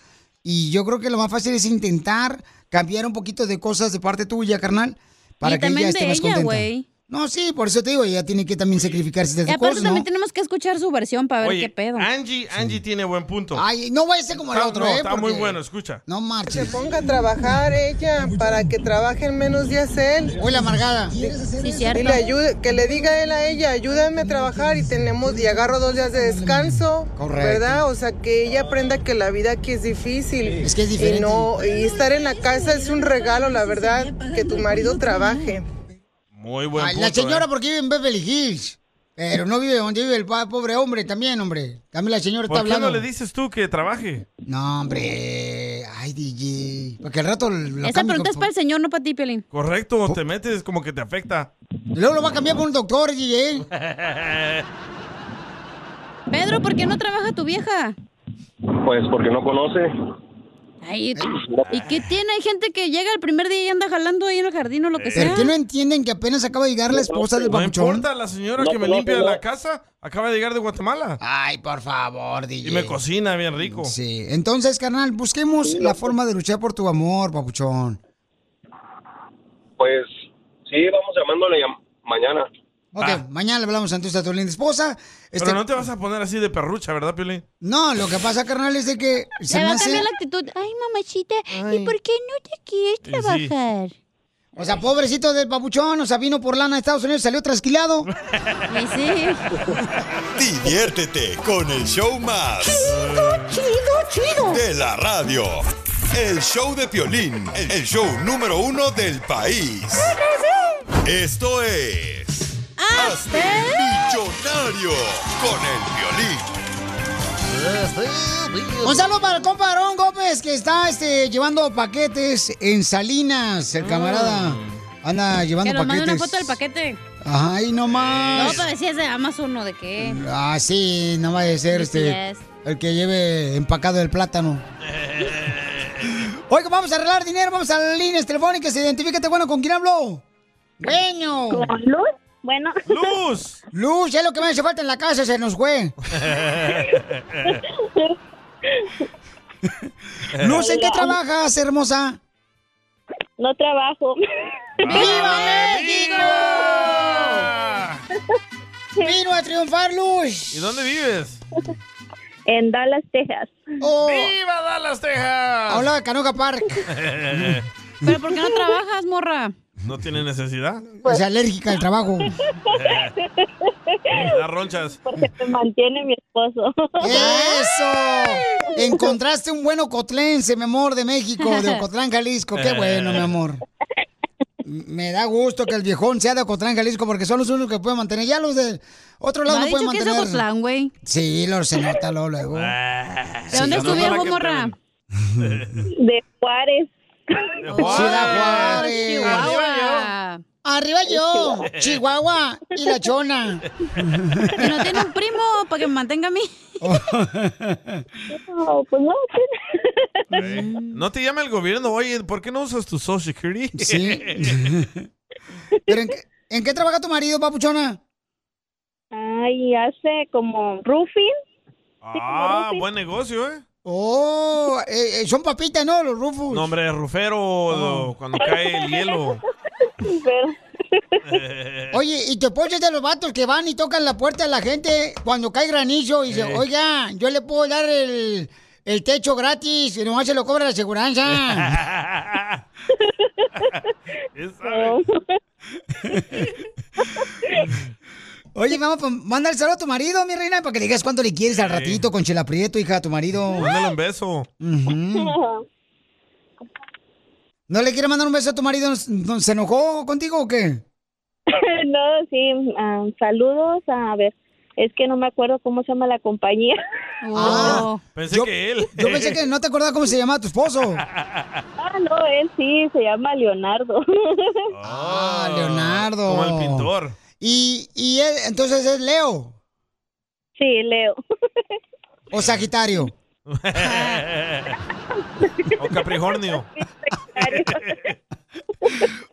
Speaker 3: Y yo creo que lo más fácil es intentar cambiar un poquito de cosas de parte tuya, carnal, para
Speaker 5: Y
Speaker 3: que ella
Speaker 5: también
Speaker 3: esté
Speaker 5: de
Speaker 3: más
Speaker 5: ella,
Speaker 3: contenta.
Speaker 5: güey.
Speaker 3: No, sí, por eso te digo, ella tiene que también sacrificarse de
Speaker 5: Y
Speaker 3: sus
Speaker 5: aparte
Speaker 3: cosas,
Speaker 5: también
Speaker 3: ¿no?
Speaker 5: tenemos que escuchar su versión para ver
Speaker 4: Oye,
Speaker 5: qué pedo.
Speaker 4: Angie, Angie tiene buen punto.
Speaker 3: Ay, no vaya a ser como el
Speaker 4: Está-
Speaker 3: otro,
Speaker 4: no,
Speaker 3: ¿eh?
Speaker 4: Está
Speaker 3: Porque-
Speaker 4: muy bueno, escucha.
Speaker 3: No marches.
Speaker 7: Se ponga a trabajar eh. ella para que trabaje en menos días él.
Speaker 3: Hola, amargada.
Speaker 7: Y le ayude, que le diga él a ella, ayúdame a trabajar y tenemos y agarro dos días de descanso,
Speaker 3: Correcto.
Speaker 7: ¿verdad? O sea, que ella aprenda que la vida aquí es difícil.
Speaker 3: Es que es diferente.
Speaker 7: Y no y estar en la casa es un regalo, la verdad, que tu marido trabaje.
Speaker 4: Muy buen
Speaker 3: Ay,
Speaker 4: punto.
Speaker 3: la señora
Speaker 4: ¿eh?
Speaker 3: porque vive en Beverly Hills. Pero no vive donde vive el pa- pobre hombre también, hombre. También la señora
Speaker 4: ¿Por
Speaker 3: está
Speaker 4: qué
Speaker 3: hablando.
Speaker 4: no le dices tú que trabaje?
Speaker 3: No, hombre. Ay, DJ. Porque al rato lo
Speaker 5: Esa
Speaker 3: cambio
Speaker 5: pregunta es
Speaker 3: con-
Speaker 5: para el señor, no para ti, Piolín.
Speaker 4: Correcto, te metes como que te afecta.
Speaker 3: Luego lo va a cambiar por un doctor, DJ.
Speaker 5: Pedro, ¿por qué no trabaja tu vieja?
Speaker 18: Pues porque no conoce.
Speaker 5: Ay, ¿y qué tiene? Hay gente que llega el primer día y anda jalando ahí en el jardín o lo que sea.
Speaker 3: ¿Por qué no entienden que apenas acaba de llegar la esposa del
Speaker 4: No
Speaker 3: babuchón?
Speaker 4: importa, la señora
Speaker 3: No,
Speaker 4: que me
Speaker 3: no,
Speaker 4: limpia
Speaker 3: no.
Speaker 4: la casa acaba de llegar de Guatemala.
Speaker 3: Ay, por favor, DJ.
Speaker 4: Y me cocina bien rico.
Speaker 3: Sí. Entonces, carnal, busquemos la forma de luchar por tu amor, babuchón.
Speaker 18: Pues sí, vamos llamándole ya- mañana.
Speaker 3: Ok,
Speaker 4: Ah.
Speaker 3: mañana le hablamos entonces a tu linda esposa. Este-
Speaker 4: Pero no te vas a poner así de perrucha, ¿verdad, Piolín?
Speaker 3: No, lo que pasa, carnal, es de que se
Speaker 5: Le
Speaker 3: me
Speaker 5: va a
Speaker 3: hace-
Speaker 5: cambiar la actitud. Ay, mamachita, ¿y
Speaker 3: Ay.
Speaker 5: por qué no te quieres
Speaker 3: sí.
Speaker 5: trabajar?
Speaker 3: O sea, pobrecito del papuchón, o sea, vino por lana a Estados Unidos, salió trasquilado.
Speaker 8: Diviértete con el show más.
Speaker 3: Chido, chido.
Speaker 8: De la radio. El show de Piolín, el show número uno del país. Esto es... ¡Hazte millonario con el Piolín!
Speaker 3: Un saludo para el compa Aarón Gómez, que está este, llevando paquetes en Salinas, el camarada. Anda llevando
Speaker 5: Ah. Que nos mande
Speaker 3: paquetes.
Speaker 5: una foto del paquete.
Speaker 3: Ay, no
Speaker 5: No, pues,
Speaker 3: más.
Speaker 5: pero decías de Amazon o de qué.
Speaker 3: Ah, sí, no vaya a ser este.
Speaker 5: BTS.
Speaker 3: El que lleve empacado el plátano. Oiga, vamos a arreglar dinero, vamos a las líneas telefónicas, identifícate, bueno, ¿con quién hablo? Bueno.
Speaker 9: ¿Con Luz? Bueno.
Speaker 4: ¡Luz!
Speaker 3: Luz, es lo que me hace falta en la casa, se nos fue. Luz, ¿en qué trabajas, hermosa?
Speaker 9: No trabajo.
Speaker 3: ¡Viva México! ¡Vino a triunfar, Luz!
Speaker 4: ¿Y dónde vives?
Speaker 9: En Dallas, Texas.
Speaker 4: ¡Viva Dallas, Texas!
Speaker 3: Hola, Oh. de Canoga Park.
Speaker 5: ¿Pero por qué no trabajas, morra?
Speaker 4: ¿No tiene necesidad?
Speaker 3: Es alérgica al trabajo.
Speaker 4: Da Ah, ronchas.
Speaker 9: Porque me mantiene mi esposo.
Speaker 3: ¡Eso! Encontraste un buen ocotlense, mi amor, de México, de Ocotlán, Jalisco. Qué bueno, mi amor. Me da gusto que el viejón sea de Ocotlán, Jalisco, porque son los únicos que pueden mantener. Ya los de otro lado
Speaker 5: Me ha
Speaker 3: no pueden
Speaker 5: dicho que es de
Speaker 3: mantener.
Speaker 5: Ocotlán, güey.
Speaker 3: Sí, los se nota luego, luego.
Speaker 5: ¿De dónde es tu viejo, morra?
Speaker 9: De Juárez.
Speaker 3: Ciudad Juárez.
Speaker 5: Oh, Chihuahua.
Speaker 3: Arriba yo, Chihuahua y la chona.
Speaker 5: ¿Y no tiene un primo para que me mantenga a mí?
Speaker 9: No, pues no.
Speaker 4: ¿No te llama el gobierno? Oye, ¿por qué no usas tu Social Security?
Speaker 3: Sí. ¿Pero en qué, en qué trabaja tu marido, papuchona?
Speaker 9: Ay, hace como roofing.
Speaker 4: ah, buen negocio, ¿eh?
Speaker 3: Oh, eh, eh, son papitas, ¿no? Los rufus.
Speaker 4: Nombre de rufero
Speaker 3: Ah.
Speaker 4: lo- cuando cae el hielo.
Speaker 3: Oye, y te pones de los vatos que van y tocan la puerta de la gente cuando cae granizo y
Speaker 4: Eh.
Speaker 3: dicen, oiga, yo le puedo dar el, el techo gratis y nomás se lo cobra la aseguranza. Oye, vamos, pues, mándale saludo a tu marido, mi reina, para que le digas cuánto le quieres al
Speaker 4: Sí.
Speaker 3: ratito con Chela Prieto, hija, a tu marido.
Speaker 4: Mándale un beso.
Speaker 3: Ujú. Mm. ¿No le quieres mandar un beso a tu marido? ¿No- ¿Se enojó contigo o qué?
Speaker 9: no, sí. ah, saludos. A ver, es que no me acuerdo cómo se llama la compañía.
Speaker 4: Pensé que él.
Speaker 3: Ah, Yo pensé que no te acordabas cómo se llamaba tu esposo.
Speaker 9: Ah, no, él sí, se llama Leonardo.
Speaker 3: Ah, Leonardo.
Speaker 4: Como el pintor.
Speaker 3: Y, y él, entonces es Leo.
Speaker 9: Sí, Leo.
Speaker 3: O Sagitario.
Speaker 4: o Capricornio.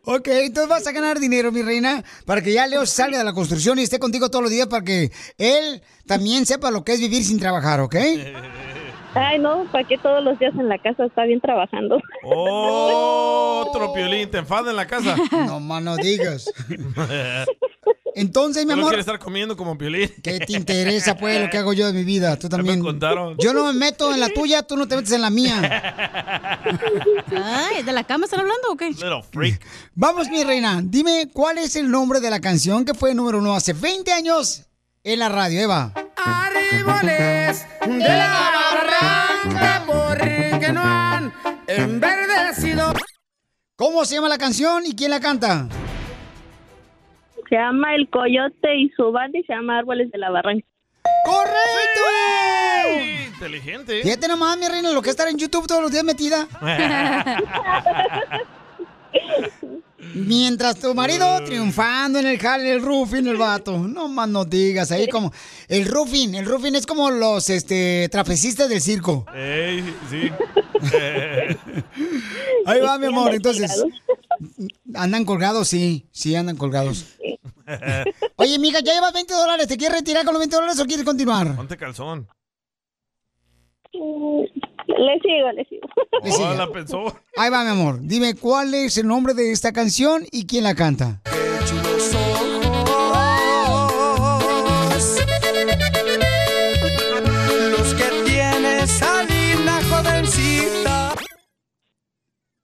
Speaker 3: Ok, entonces vas a ganar dinero, mi reina, para que ya Leo salga de la construcción y esté contigo todos los días para que él también sepa lo que es vivir sin trabajar, ¿ok?
Speaker 9: Ay, no, ¿para qué todos los días en la casa está bien trabajando?
Speaker 4: Otro piolín, te enfada en la casa.
Speaker 3: No, mano, digas. Entonces, mi
Speaker 4: No
Speaker 3: amor,
Speaker 4: quiere estar comiendo como piolín.
Speaker 3: ¿qué te interesa pues lo que hago yo de mi vida? Tú también.
Speaker 4: contaron.
Speaker 3: Yo no me meto en la tuya, tú no te metes en la mía.
Speaker 5: Ay, ¿de la cama están hablando o qué?
Speaker 4: Little freak.
Speaker 3: Vamos, mi reina, dime cuál es el nombre de la canción que fue número uno hace 20 años en la radio, Eva.
Speaker 14: Árboles de la barranca porque no han enverdecido.
Speaker 3: ¿Cómo se llama la canción y quién la canta?
Speaker 9: Se llama El Coyote y su banda y se llama Árboles de la Barranca.
Speaker 3: ¡Correcto!
Speaker 4: Inteligente.
Speaker 3: Fíjate nomás, mi reina, lo que es estar en YouTube todos los días metida. Mientras tu marido triunfando en el jale, el roofing, el vato. No más no digas, ahí como... El roofing, el roofing es como los este, trapecistas del circo.
Speaker 4: Ey, sí.
Speaker 3: Ahí va, mi amor, entonces... Andan colgados, sí, sí, andan colgados. Oye, mija, ya llevas 20 dólares, ¿te quieres retirar con los 20 dólares o quieres continuar?
Speaker 4: Ponte calzón. Mm,
Speaker 9: Le sigo, le sigo.
Speaker 3: Le sigue.
Speaker 4: Oh, la pensó.
Speaker 3: Ahí va, mi amor, dime cuál es el nombre de esta canción y quién la canta.
Speaker 14: Los ojos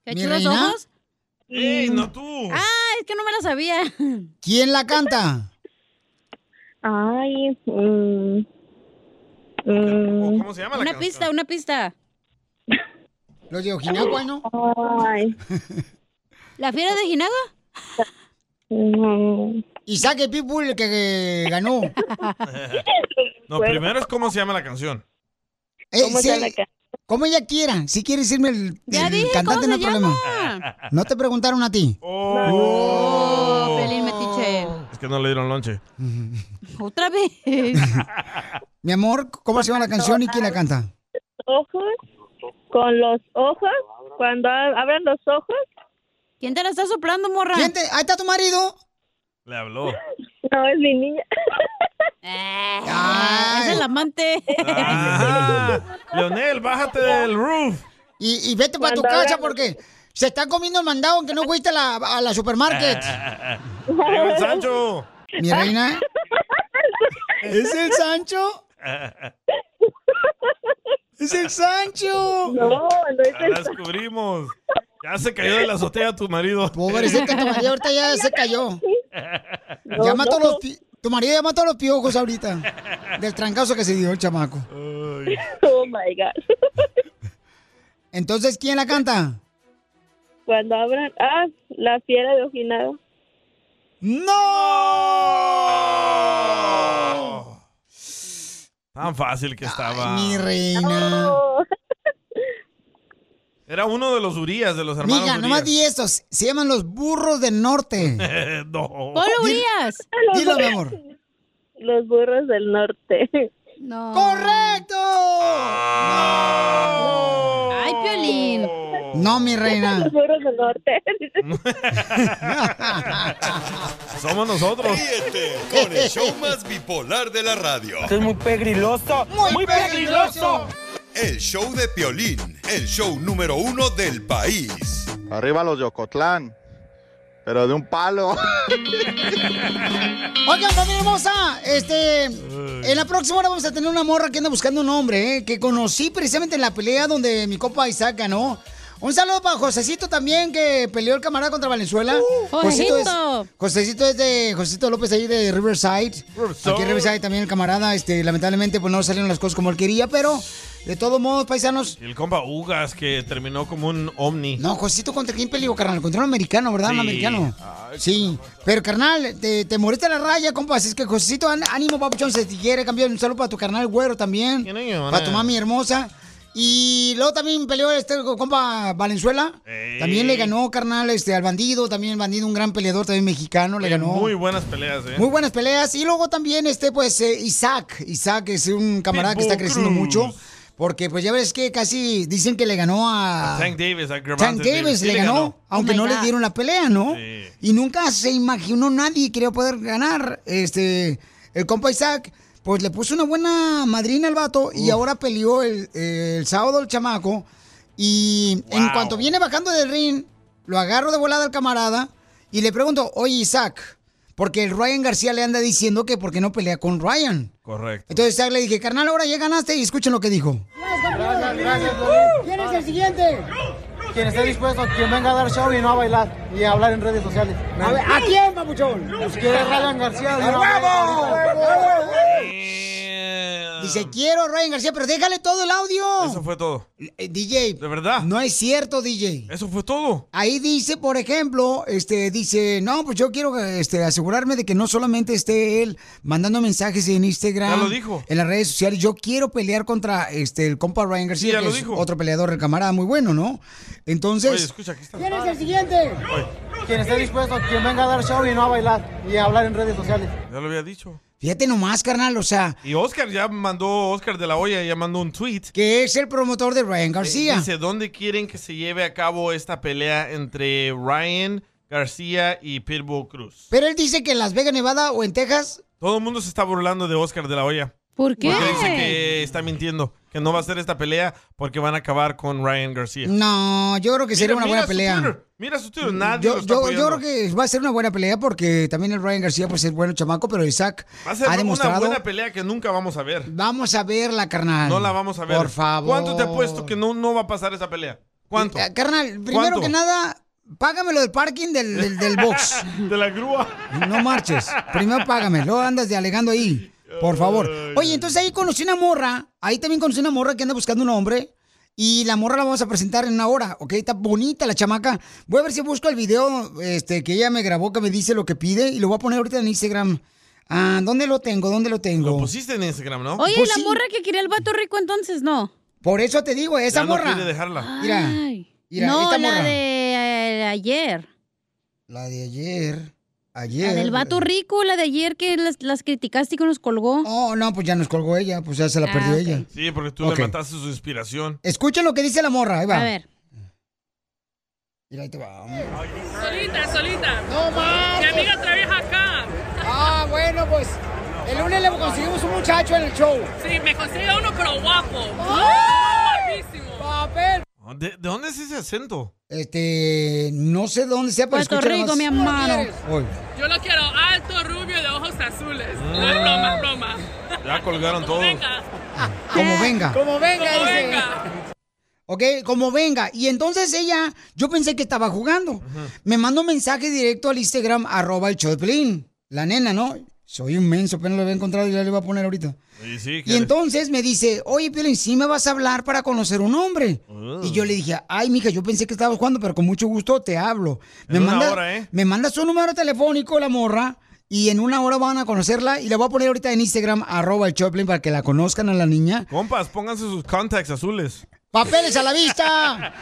Speaker 5: echó los ojos?
Speaker 4: ¡Ey, no tú!
Speaker 5: Ah, es que no me la sabía.
Speaker 3: ¿Quién la canta?
Speaker 9: Ay, mm,
Speaker 4: ¿Cómo se llama la
Speaker 5: Una
Speaker 4: canción?
Speaker 5: pista, una pista.
Speaker 3: ¿Los de Ojinawa, no?
Speaker 9: Ay.
Speaker 5: ¿La fiera de Jinaga?
Speaker 3: Y saque Pitbull que, que eh, ganó.
Speaker 4: No, primero es cómo se llama la canción.
Speaker 3: Eh,
Speaker 4: ¿Cómo
Speaker 3: sí,
Speaker 4: está la ca-
Speaker 3: como ella quiera. Si quiere decirme el,
Speaker 4: Ya
Speaker 3: el
Speaker 4: dije,
Speaker 3: cantante,
Speaker 4: ¿cómo
Speaker 3: no
Speaker 4: se
Speaker 3: hay problema.
Speaker 4: llama?
Speaker 3: No te preguntaron a ti.
Speaker 5: Oh, Pelín Metiche.
Speaker 4: Es que no le dieron lonche.
Speaker 5: Otra vez.
Speaker 3: Mi amor, ¿cómo se llama la canción y quién la canta?
Speaker 9: ojos, con los ojos, cuando ab- abran los ojos.
Speaker 5: ¿Quién te la está soplando, morra?
Speaker 3: Ahí está tu marido.
Speaker 4: Le habló.
Speaker 9: No, es mi niña.
Speaker 5: Eh, Es el amante.
Speaker 4: Ah. Ajá. Leonel, bájate del roof.
Speaker 3: Y, y vete para tu
Speaker 4: Cuando
Speaker 3: casa
Speaker 4: hablamos.
Speaker 3: porque se está comiendo el mandado aunque no fuiste a la, a la supermarket.
Speaker 4: Ah. Llegó el Sancho.
Speaker 3: Mi reina. ¿Es el Sancho? ¡Es el Sancho!
Speaker 9: No, no es
Speaker 4: Ya Ah, la descubrimos. Ya se cayó de la azotea tu marido.
Speaker 3: Pobrecita, tu marido ahorita ya se cayó.
Speaker 4: No,
Speaker 3: Llama a
Speaker 4: no.
Speaker 3: todos los pi- tu marido llama a todos los piojos ahorita. Del trancazo que se dio el chamaco.
Speaker 9: Oh my God.
Speaker 3: Entonces, ¿quién la canta?
Speaker 9: Cuando abran. Ah, la fiera de Ojinada.
Speaker 3: ¡No!
Speaker 4: Tan fácil que estaba.
Speaker 3: Mi reina.
Speaker 4: Era uno de los Urias, de los hermanos
Speaker 3: Mija, nomás
Speaker 4: Urías.
Speaker 3: di estos. Se llaman los burros del norte.
Speaker 4: no.
Speaker 3: Urias! Dilo, mi amor.
Speaker 9: Los burros del norte.
Speaker 3: ¡Correcto!
Speaker 5: ¡Ay, Piolín!
Speaker 3: No, mi reina.
Speaker 9: Los burros del norte.
Speaker 4: Somos nosotros.
Speaker 8: Ríete con el show más bipolar de la radio.
Speaker 11: Esto Este es muy pegriloso. Muy, pegriloso.
Speaker 8: El show de Piolín, el show número uno del país.
Speaker 10: Arriba los Yocotlán, pero de un palo.
Speaker 3: Oigan, familia hermosa, este, en la próxima hora vamos a tener una morra que anda buscando un hombre, ¿eh? que conocí precisamente en la pelea donde mi copa Isaac ganó. Un saludo para Josecito también, que peleó el camarada contra Valenzuela. Josecito es,
Speaker 5: Josecito.
Speaker 3: Josecito es de Josecito López ahí de Riverside. Aquí en Riverside también el camarada, este, lamentablemente pues no salieron las cosas como él quería, pero de todos modos, paisanos,
Speaker 4: Y el compa Ugas que terminó como un ovni.
Speaker 3: no, Josecito, ¿contra quién peleó, Oh, carnal? Contra un americano, ¿verdad? Un
Speaker 4: Sí.
Speaker 3: americano. Sí, pero carnal, te, te moriste a la raya, compa. Así es que, Josecito, án- ánimo, papuchón, si te quiere, campeón. Un saludo para tu carnal güero también. Para tu mami hermosa. Y luego también peleó este compa Valenzuela.
Speaker 4: Ey.
Speaker 3: También le ganó, carnal, este, al bandido. También el bandido, un gran peleador también mexicano, le ganó.
Speaker 4: Eh, Muy buenas peleas, ¿eh?
Speaker 3: Muy buenas peleas. Y luego también, este, pues, eh, Isaac. Isaac es un camarada que
Speaker 4: Pitbull
Speaker 3: está creciendo
Speaker 4: Cruz.
Speaker 3: mucho. Porque, pues, ya ves que casi dicen que le ganó a...
Speaker 4: Tank Davis, a
Speaker 3: Tank
Speaker 4: Gervonta
Speaker 3: Davis
Speaker 4: Sí
Speaker 3: le ganó, aunque
Speaker 4: Oh my
Speaker 3: no le
Speaker 4: God.
Speaker 3: dieron la pelea, ¿no?
Speaker 4: Sí.
Speaker 3: Y nunca se imaginó nadie quería poder ganar. Este, el compa Isaac, pues le puso una buena madrina al vato y ahora peleó el, eh, el sábado el chamaco. Y en
Speaker 20: Wow.
Speaker 3: cuanto viene bajando del ring, lo agarro de volada al camarada y le pregunto, oye Isaac, porque el Ryan García le anda diciendo que por qué no pelea con Ryan.
Speaker 4: Correcto.
Speaker 3: Entonces Isaac le dije, carnal, ahora ya ganaste y escuchen lo que dijo.
Speaker 20: Gracias, gracias, Piolín.
Speaker 3: ¿Quién es el siguiente?
Speaker 20: Quien esté dispuesto, quien venga a dar show y no a bailar y a hablar en redes sociales.
Speaker 3: A ver, ¿a quién, papuchón?
Speaker 20: Pues que es Ryan García. de una vez, ahorita.
Speaker 3: Dice, quiero a Ryan García, pero déjale todo el audio.
Speaker 4: Eso fue todo.
Speaker 3: Eh, DJ.
Speaker 4: De verdad.
Speaker 3: No es cierto, DJ.
Speaker 4: Eso fue todo.
Speaker 3: Ahí dice, por ejemplo, este, dice, no, pues yo quiero este, asegurarme de que no solamente esté él mandando mensajes en Instagram.
Speaker 4: Ya lo dijo.
Speaker 3: En las redes sociales. Yo quiero pelear contra este, el compa Ryan García,
Speaker 4: ya
Speaker 3: que
Speaker 4: lo
Speaker 3: es
Speaker 4: dijo.
Speaker 3: otro peleador, el camarada muy bueno, ¿no? Entonces.
Speaker 4: Oye, escucha, aquí está.
Speaker 20: ¿Quién es el siguiente? Quien esté dispuesto, quien venga a dar show y no a bailar y a hablar en redes sociales.
Speaker 4: Ya lo había dicho.
Speaker 3: Fíjate nomás, carnal, o sea,
Speaker 4: Y Oscar ya mandó, Oscar de la Hoya ya mandó un tweet.
Speaker 3: que es el promotor de Ryan García.
Speaker 4: Eh, Dice, ¿dónde quieren que se lleve a cabo esta pelea entre Ryan García y Pitbull Cruz?
Speaker 3: Pero él dice que en Las Vegas, Nevada o en Texas.
Speaker 4: Todo el mundo se está burlando de Oscar de la Hoya.
Speaker 5: ¿Por qué?
Speaker 4: Porque dice que está mintiendo, que no va a ser esta pelea porque van a acabar con Ryan García.
Speaker 3: No, yo creo que sería una
Speaker 4: Mira-
Speaker 3: buena
Speaker 4: mira su
Speaker 3: pelea.
Speaker 4: Twitter, mira su Twitter, nadie lo
Speaker 3: Yo,
Speaker 4: está
Speaker 3: yo- yo
Speaker 4: apoyando.
Speaker 3: creo que va a ser una buena pelea porque también el Ryan García pues es bueno chamaco, pero Isaac
Speaker 4: Va a ser
Speaker 3: ha demostrado.
Speaker 4: una buena pelea que nunca vamos a ver.
Speaker 3: Vamos a verla, carnal.
Speaker 4: No la vamos a ver.
Speaker 3: Por favor.
Speaker 4: ¿Cuánto te apuesto que no, no va a pasar esa pelea? ¿Cuánto?
Speaker 3: Eh, Carnal, primero
Speaker 4: ¿Cuánto?
Speaker 3: que nada, págame lo del parking del, del, del box.
Speaker 4: De la grúa.
Speaker 3: No marches. Primero págame, luego andas de alegando ahí. Por favor. Oye, entonces ahí conocí una morra. Ahí también conocí una morra que anda buscando un hombre. Y la morra la vamos a presentar en una hora, ¿ok? Está bonita la chamaca. Voy a ver si busco el video este, que ella me grabó, que me dice lo que pide. Y lo voy a poner ahorita en Instagram. Ah, ¿Dónde lo tengo? ¿Dónde lo tengo? Lo
Speaker 4: Pusiste en Instagram, ¿no?
Speaker 5: Oye,
Speaker 3: Pues
Speaker 5: la
Speaker 3: sí.
Speaker 5: morra que quería el vato rico entonces, no.
Speaker 3: Por eso te digo, esa
Speaker 4: Ya no
Speaker 3: morra.
Speaker 4: quiere dejarla.
Speaker 3: Mira, mira,
Speaker 5: no,
Speaker 3: esta
Speaker 5: la
Speaker 3: morra.
Speaker 5: de eh, ayer.
Speaker 3: La de ayer. Ayer.
Speaker 5: La del vato rico, la de ayer que las, las criticaste y que nos colgó.
Speaker 3: Oh, no, pues ya nos colgó ella, pues ya se
Speaker 4: Ah,
Speaker 3: la
Speaker 5: Ah,
Speaker 3: perdió ella.
Speaker 4: Sí, porque tú
Speaker 3: Ok.
Speaker 4: le mataste su inspiración.
Speaker 3: Escucha lo que dice la morra, ahí va.
Speaker 4: A ver.
Speaker 3: Mira, ahí te va.
Speaker 21: Solita, solita.
Speaker 3: No más.
Speaker 21: Mi amiga trabaja acá.
Speaker 3: Ah, bueno, pues el lunes le conseguimos un muchacho en el show.
Speaker 21: Sí, me consigue uno pero guapo.
Speaker 3: ¡Ay!
Speaker 21: Guapísimo.
Speaker 3: Papel.
Speaker 4: Ah, ¿De, de dónde es ese acento?
Speaker 3: Este, no sé dónde sea, pero
Speaker 4: Puerto
Speaker 3: escucha
Speaker 4: Rico,
Speaker 3: nomás.
Speaker 4: mi hermano.
Speaker 3: Oye,
Speaker 21: Yo lo quiero alto, rubio, de ojos azules. No
Speaker 3: Ah.
Speaker 21: es
Speaker 4: Mm.
Speaker 21: broma, es broma.
Speaker 4: Ya colgaron todos. Ah.
Speaker 3: como venga. Como venga,
Speaker 21: Como
Speaker 3: dice.
Speaker 21: venga.
Speaker 3: Ok, como venga. Y entonces ella, yo pensé que estaba jugando. Me mandó un mensaje directo al Instagram, arroba el show de Pelín. La nena, ¿no? Soy un menso, pero no lo había encontrado y ya le voy a poner ahorita.
Speaker 4: Sí, sí,
Speaker 3: Y entonces me dice, oye, Piolín, sí me vas a hablar para conocer un hombre.
Speaker 4: Ah.
Speaker 3: Y yo le dije, ay, mija, yo pensé que estabas jugando, pero con mucho gusto te hablo. Me,
Speaker 4: En una
Speaker 3: manda,
Speaker 4: hora, ¿eh?
Speaker 3: me manda su número telefónico, la morra, y en una hora van a conocerla. Y la voy a poner ahorita en Instagram, arroba el Choplin, para que la conozcan a la niña.
Speaker 4: Compas, pónganse sus contacts azules.
Speaker 3: ¡Papeles a la vista!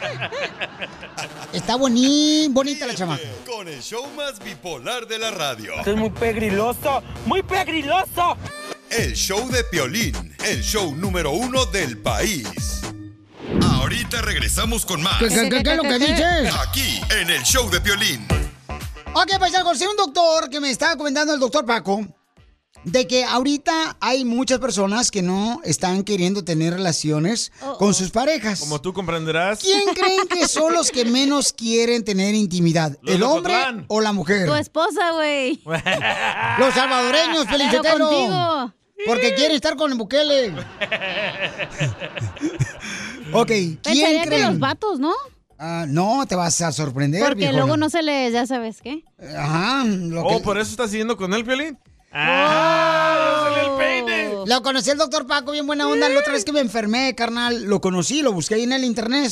Speaker 3: Está boni- bonita la chamaca.
Speaker 8: Con el show más bipolar de la radio.
Speaker 11: Esto es muy pegriloso, muy pegriloso.
Speaker 8: El show de Piolín, el show número uno del país. Ahorita regresamos con más.
Speaker 3: ¿Qué, qué, qué, qué es lo que dices?
Speaker 8: Aquí, en el show de Piolín.
Speaker 3: Ok, paisano, conocí a un doctor que me estaba comentando el doctor Paco de que ahorita hay muchas personas que no están queriendo tener relaciones con sus parejas.
Speaker 4: Como tú comprenderás.
Speaker 3: ¿Quién creen que son los que menos quieren tener intimidad?
Speaker 4: Los
Speaker 3: ¿El
Speaker 4: de
Speaker 3: hombre
Speaker 4: Ocotlán.
Speaker 3: o la mujer?
Speaker 5: Tu esposa, güey.
Speaker 3: Los salvadoreños,
Speaker 5: Pues, Pero
Speaker 3: Felicitero.
Speaker 5: contigo.
Speaker 3: Porque quieren estar con el Bukele. Ok, ¿quién
Speaker 5: Pensaría que
Speaker 3: creen?
Speaker 5: los vatos, ¿no?
Speaker 3: Ah, no, te vas a sorprender,
Speaker 5: Porque
Speaker 3: viejona.
Speaker 5: luego no se les, ya sabes qué.
Speaker 3: Ajá, lo
Speaker 4: Oh,
Speaker 3: que-
Speaker 4: por eso estás siguiendo con él, Piolín. Ah, ya se le-
Speaker 3: Lo conocí el doctor Paco, bien buena onda. La otra vez que me enfermé, carnal, lo conocí, lo busqué ahí en el internet.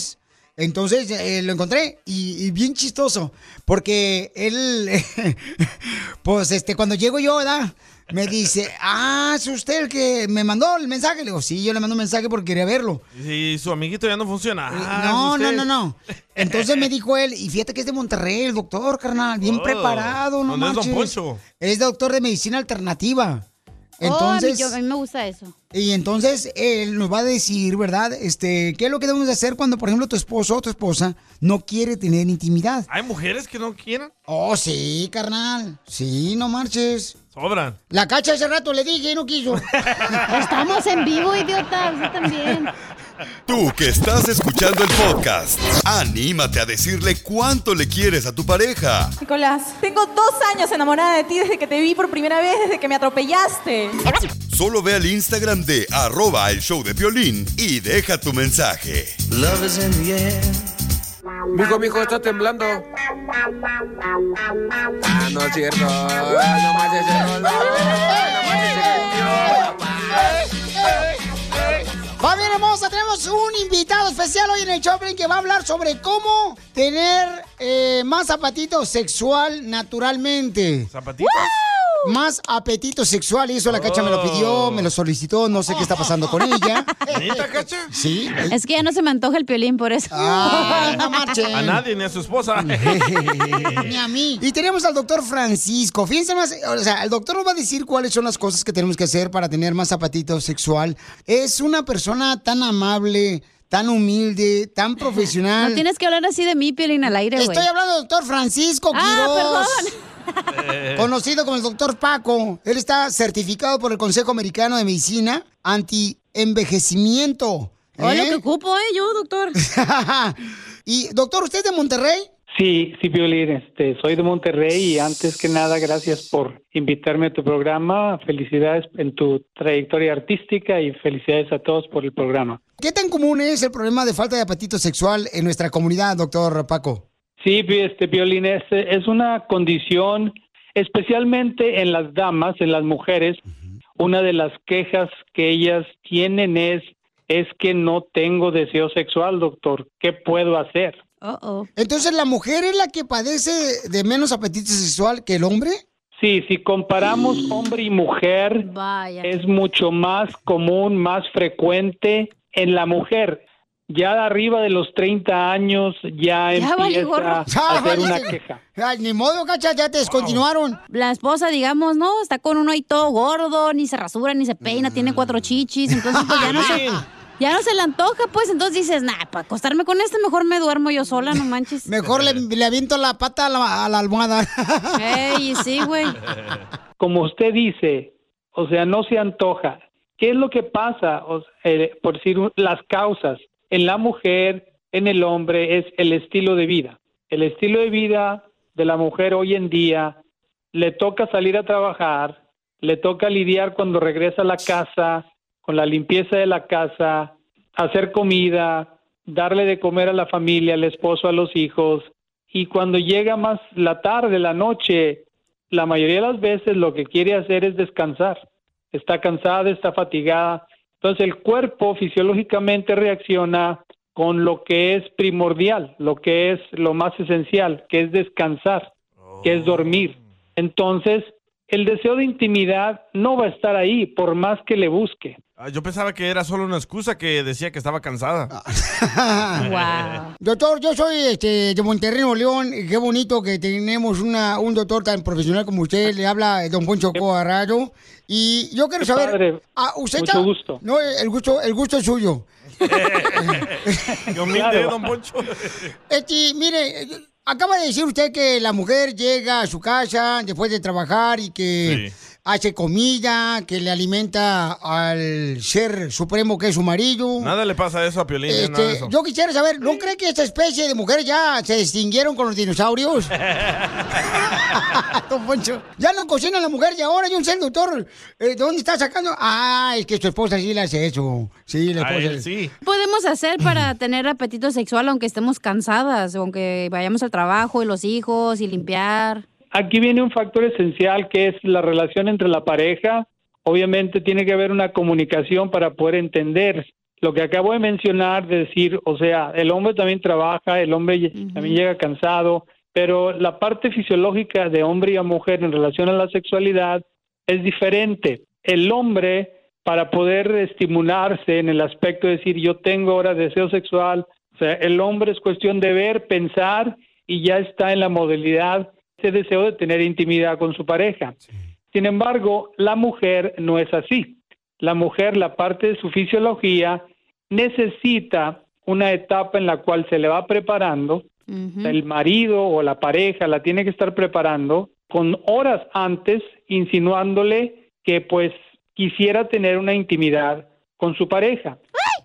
Speaker 3: Entonces eh, lo encontré y, y bien chistoso, porque él, pues este, cuando llego yo, ¿verdad? Me dice, ah, es usted el que me mandó el mensaje. Le digo, sí, yo le mando un mensaje porque quería verlo.
Speaker 4: Y su amiguito ya no funciona. Ah,
Speaker 3: no,
Speaker 4: usted.
Speaker 3: no, no, no. Entonces me dijo él, y fíjate que es de Monterrey, el doctor, carnal, bien
Speaker 4: Oh,
Speaker 3: preparado, no
Speaker 4: ¿dónde es Don
Speaker 3: manches.
Speaker 4: Poncho?
Speaker 3: Es doctor de medicina alternativa.
Speaker 5: Oh, a mí-
Speaker 3: Entonces,
Speaker 5: yo- a mí me gusta eso.
Speaker 3: y entonces él nos va a decir, ¿verdad? Este, ¿qué es lo que debemos de hacer cuando, por ejemplo, tu esposo o tu esposa no quiere tener intimidad?
Speaker 4: ¿Hay mujeres que no quieren?
Speaker 3: Oh, sí, carnal. Sí, no marches.
Speaker 4: Sobran.
Speaker 3: La cacha hace rato le dije y no quiso. Estamos en vivo, idiota. Usted también.
Speaker 8: Tú que estás escuchando el podcast, anímate a decirle cuánto le quieres a tu pareja.
Speaker 13: Nicolás, tengo dos años enamorada de ti desde que te vi por primera vez, desde que me atropellaste.
Speaker 8: Solo ve al Instagram de arroba el show de Piolín y deja tu mensaje.
Speaker 22: Mijo, mijo, está temblando. Ah, no es cierto. Ay, no manches, ese rollo.
Speaker 3: Familia hermosa, tenemos un invitado especial hoy en el Choplin que va a hablar sobre cómo tener eh, más apetito sexual naturalmente.
Speaker 4: ¿Zapatitos?
Speaker 3: Más apetito sexual, y eso la cacha me lo pidió,
Speaker 5: Oh.
Speaker 3: me lo solicitó, no sé qué está pasando con ella.
Speaker 4: cacha?
Speaker 3: Sí.
Speaker 5: Es que ya no se me antoja el piolín por eso.
Speaker 3: Ay, no marchen.
Speaker 4: Ah. A nadie, ni a su esposa.
Speaker 3: Ni a mí. Y tenemos al doctor Francisco. Fíjense más, o sea, el doctor nos va a decir cuáles son las cosas que tenemos que hacer para tener más apetito sexual. Es una persona tan amable, tan humilde, tan profesional.
Speaker 5: No tienes que hablar así de mí, piolín al aire, güey.
Speaker 3: Estoy hablando del doctor Francisco
Speaker 5: Ah, Eh.
Speaker 3: Quirós. Conocido como el doctor Paco. Él está certificado por el Consejo Americano de Medicina anti-envejecimiento.
Speaker 5: Oh, lo que
Speaker 3: ocupo, ¿eh? Yo, doctor. y, doctor, ¿usted es de Monterrey?
Speaker 12: Sí, sí, Violín, este, soy de Monterrey y antes que nada, gracias por invitarme a tu programa. Felicidades en tu trayectoria artística y felicidades a todos por el programa.
Speaker 3: ¿Qué tan común es el problema de falta de apetito sexual en nuestra comunidad, doctor Paco?
Speaker 12: Sí, este, Violín, es, es una condición, especialmente en las damas, en las mujeres, una de las quejas que ellas tienen es, es que no tengo deseo sexual, doctor. ¿Qué puedo hacer?
Speaker 3: Entonces, ¿la mujer es la que padece de menos apetito sexual que el hombre?
Speaker 12: Sí, si comparamos hombre y mujer, es mucho más común, más frecuente en la mujer. Ya de arriba de los 30 años ya,
Speaker 5: valió gorro.
Speaker 12: empieza a
Speaker 5: Ya
Speaker 12: hacer una
Speaker 5: valiste.
Speaker 12: queja.
Speaker 3: Ay, ni modo, cacha, ya te descontinuaron.
Speaker 5: La esposa, digamos, ¿no? Está con uno ahí todo gordo, ni se rasura, ni se peina,
Speaker 12: Mm.
Speaker 5: tiene cuatro chichis, entonces pues ya no se... Ya no se le antoja, pues, entonces dices, nah, para acostarme con este mejor me duermo yo sola, no manches.
Speaker 3: Mejor le, le aviento la pata a la, a la almohada.
Speaker 5: Ey, sí, güey.
Speaker 12: Como usted dice, o sea, no se antoja. ¿Qué es lo que pasa? O sea, eh, por decir un- las causas en la mujer, en el hombre, es el estilo de vida. El estilo de vida de la mujer hoy en día le toca salir a trabajar, le toca lidiar cuando regresa a la casa, con la limpieza de la casa, hacer comida, darle de comer a la familia, al esposo, a los hijos. Y cuando llega más la tarde, la noche, la mayoría de las veces lo que quiere hacer es descansar. Está cansada, está fatigada. Entonces el cuerpo fisiológicamente reacciona con lo que es primordial, lo que es lo más esencial, que es descansar, que es dormir. Entonces el deseo de intimidad no va a estar ahí por más que le busque.
Speaker 4: Ah, Yo pensaba que era solo una excusa que decía que estaba cansada.
Speaker 3: Ah. Doctor, yo soy este, de Monterrey, Nuevo León. y Qué bonito que tenemos una, un doctor tan profesional como usted. Le habla eh, don Poncho Coarrado. Y yo quiero
Speaker 12: Qué
Speaker 3: saber...
Speaker 12: padre.
Speaker 3: ah, usted
Speaker 12: Mucho
Speaker 3: está-
Speaker 12: gusto.
Speaker 3: No, eh, el gusto, el gusto es suyo.
Speaker 4: Yo me
Speaker 12: Claro.
Speaker 4: don Poncho.
Speaker 3: Este, mire, eh, acaba de decir usted que la mujer llega a su casa después de trabajar y que hace comida, que le alimenta al ser supremo que es su marido.
Speaker 4: Nada le pasa a eso a Piolín. eh, nada de
Speaker 3: Este,
Speaker 4: eso.
Speaker 3: yo quisiera saber, ¿no cree que esta especie de mujeres ya se extinguieron con los dinosaurios? Don Poncho. Ya no cocina la mujer y ahora yo un sé, doctor, eh, ¿de dónde está sacando? Ah, es que tu esposa sí la hace eso. Sí, la
Speaker 4: A
Speaker 3: esposa.
Speaker 4: él sí.
Speaker 5: ¿Qué podemos hacer para tener apetito sexual aunque estemos cansadas, aunque vayamos al trabajo y los hijos y limpiar?
Speaker 12: Aquí viene un factor esencial que es la relación entre la pareja. Obviamente tiene que haber una comunicación para poder entender lo que acabo de mencionar, de decir, o sea, el hombre también trabaja, el hombre también llega cansado, pero la parte fisiológica de hombre y a mujer en relación a la sexualidad es diferente. El hombre, para poder estimularse en el aspecto de decir yo tengo ahora deseo sexual, o sea, el hombre es cuestión de ver, pensar y ya está en la modalidad ese deseo de tener intimidad con su pareja. Sin embargo, la mujer no es así. La mujer, la parte de su fisiología, necesita una etapa en la cual se le va preparando el marido o la pareja la tiene que estar preparando con horas antes insinuándole que pues quisiera tener una intimidad con su pareja.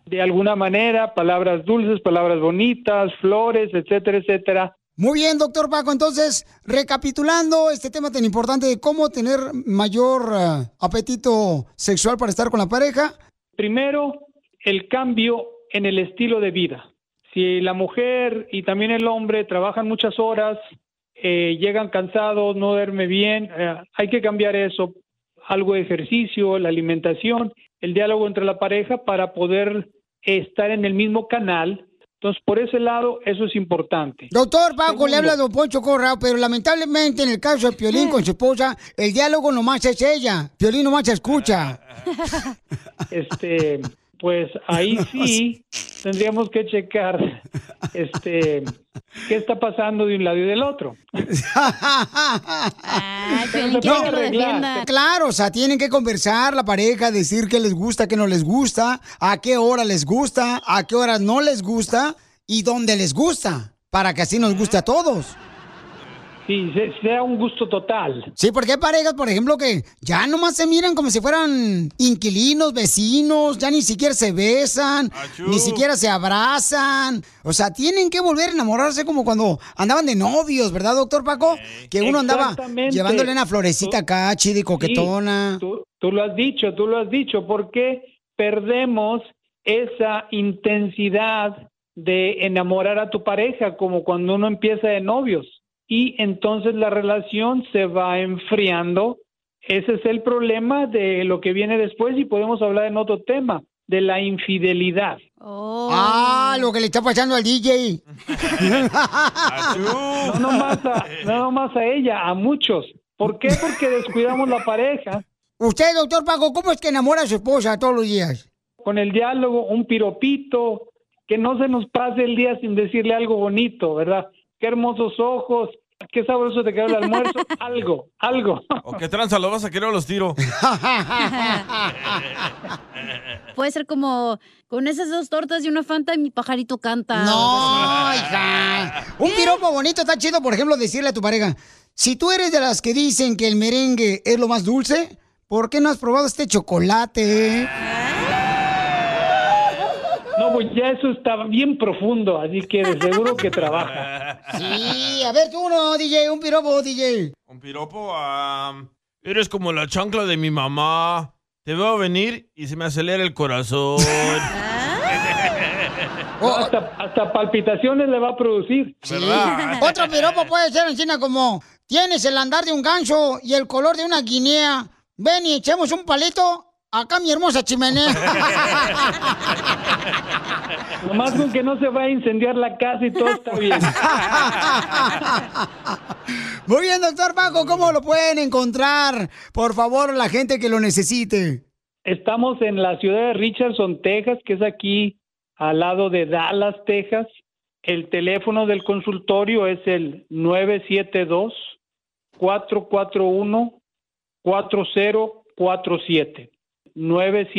Speaker 12: De alguna manera, palabras dulces, palabras bonitas, flores, etcétera, etcétera.
Speaker 3: Muy bien, doctor Paco. Entonces, recapitulando este tema tan importante de cómo tener mayor ah, apetito sexual para estar con la pareja.
Speaker 12: Primero, el cambio en el estilo de vida. Si la mujer y también el hombre trabajan muchas horas, eh, llegan cansados, no duerme bien, eh, hay que cambiar eso, algo de ejercicio, la alimentación, el diálogo entre la pareja para poder estar en el mismo canal. Entonces, por ese lado, eso es importante.
Speaker 3: Doctor Paco, le habla a don Poncho Corrao, pero lamentablemente en el caso de Piolín con su esposa, el diálogo nomás es ella. Piolín nomás se escucha.
Speaker 12: este pues ahí sí tendríamos que checar este qué está pasando de un lado y del otro Pero se puede arreglar.
Speaker 3: claro, o sea, tienen que conversar la pareja, decir qué les gusta, qué no les gusta, a qué hora les gusta, a qué hora no les gusta y dónde les gusta, para que así nos guste a todos.
Speaker 12: sí, se- sea un gusto total.
Speaker 3: Sí, porque hay parejas, por ejemplo, que ya nomás se miran como si fueran inquilinos, vecinos, ya ni siquiera se besan, ni siquiera se abrazan. O sea, tienen que volver a enamorarse como cuando andaban de novios, ¿verdad, doctor Paco? Que uno andaba
Speaker 12: Exactamente.
Speaker 3: llevándole una florecita acá, chida y
Speaker 12: Sí,
Speaker 3: coquetona.
Speaker 12: tú, tú lo has dicho, tú lo has dicho, porque perdemos esa intensidad de enamorar a tu pareja, como cuando uno empieza de novios, y entonces la relación se va enfriando. Ese es el problema de lo que viene después y podemos hablar en otro tema, de la infidelidad.
Speaker 5: Oh.
Speaker 3: Ah, lo que le está pasando al DJ.
Speaker 12: No nomás a, no nomás a ella, a muchos. ¿Por qué? Porque descuidamos la pareja.
Speaker 3: Usted, doctor Paco, ¿cómo es que enamora a su esposa todos los días?
Speaker 12: Con el diálogo, un piropito, que no se nos pase el día sin decirle algo bonito, ¿verdad? Qué hermosos ojos, qué sabroso te quedó el almuerzo, algo, algo.
Speaker 4: ¿O qué tranza lo vas a querer o los tiro?
Speaker 5: Puede ser como con esas dos tortas y una fanta y mi pajarito canta.
Speaker 3: No, hija. Un piropo bonito está chido, por ejemplo, decirle a tu pareja, si tú eres de las que dicen que el merengue es lo más dulce, ¿por qué no has probado este chocolate?
Speaker 12: No, pues ya eso está bien profundo, así que de seguro que trabaja.
Speaker 3: Sí, a ver tú no, DJ, un piropo, DJ.
Speaker 4: Un piropo am, Eres como la chancla de mi mamá. Te veo venir y se me acelera el corazón. Oh,
Speaker 3: Oh.
Speaker 12: Hasta, hasta palpitaciones le va a producir.
Speaker 4: ¿Verdad?
Speaker 3: Otro piropo puede ser en China como, tienes el andar de un gancho y el color de una guinea, ven y echemos un palito acá a mi hermosa chimenea.
Speaker 12: Nomás con que no se va a incendiar la casa y todo está bien.
Speaker 3: Muy bien, doctor Paco, ¿cómo lo pueden encontrar? Por favor, la gente que lo necesite.
Speaker 12: Estamos en la ciudad de Richardson, Texas, que es aquí al lado de Dallas, Texas. El teléfono del consultorio es el 972-441-4047.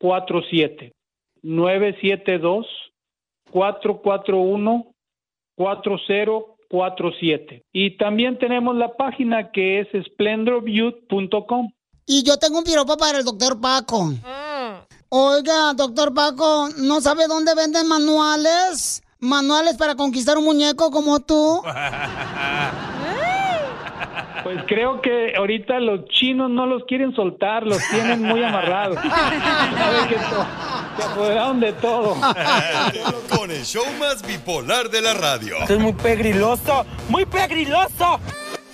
Speaker 12: 972-441-4047. 972-441-4047. 4047. Y también tenemos la página que es splendorbeauty.com.
Speaker 3: Y yo tengo un piropo para el doctor Paco. Oiga, doctor Paco, ¿no sabe dónde venden manuales? Manuales para conquistar un muñeco como tú.
Speaker 12: Pues creo que ahorita los chinos no los quieren soltar, los tienen muy amarrados. Saben que to- se apoderaron de todo.
Speaker 8: Con el show más bipolar de la radio.
Speaker 11: Esto es muy pegriloso, muy pegriloso.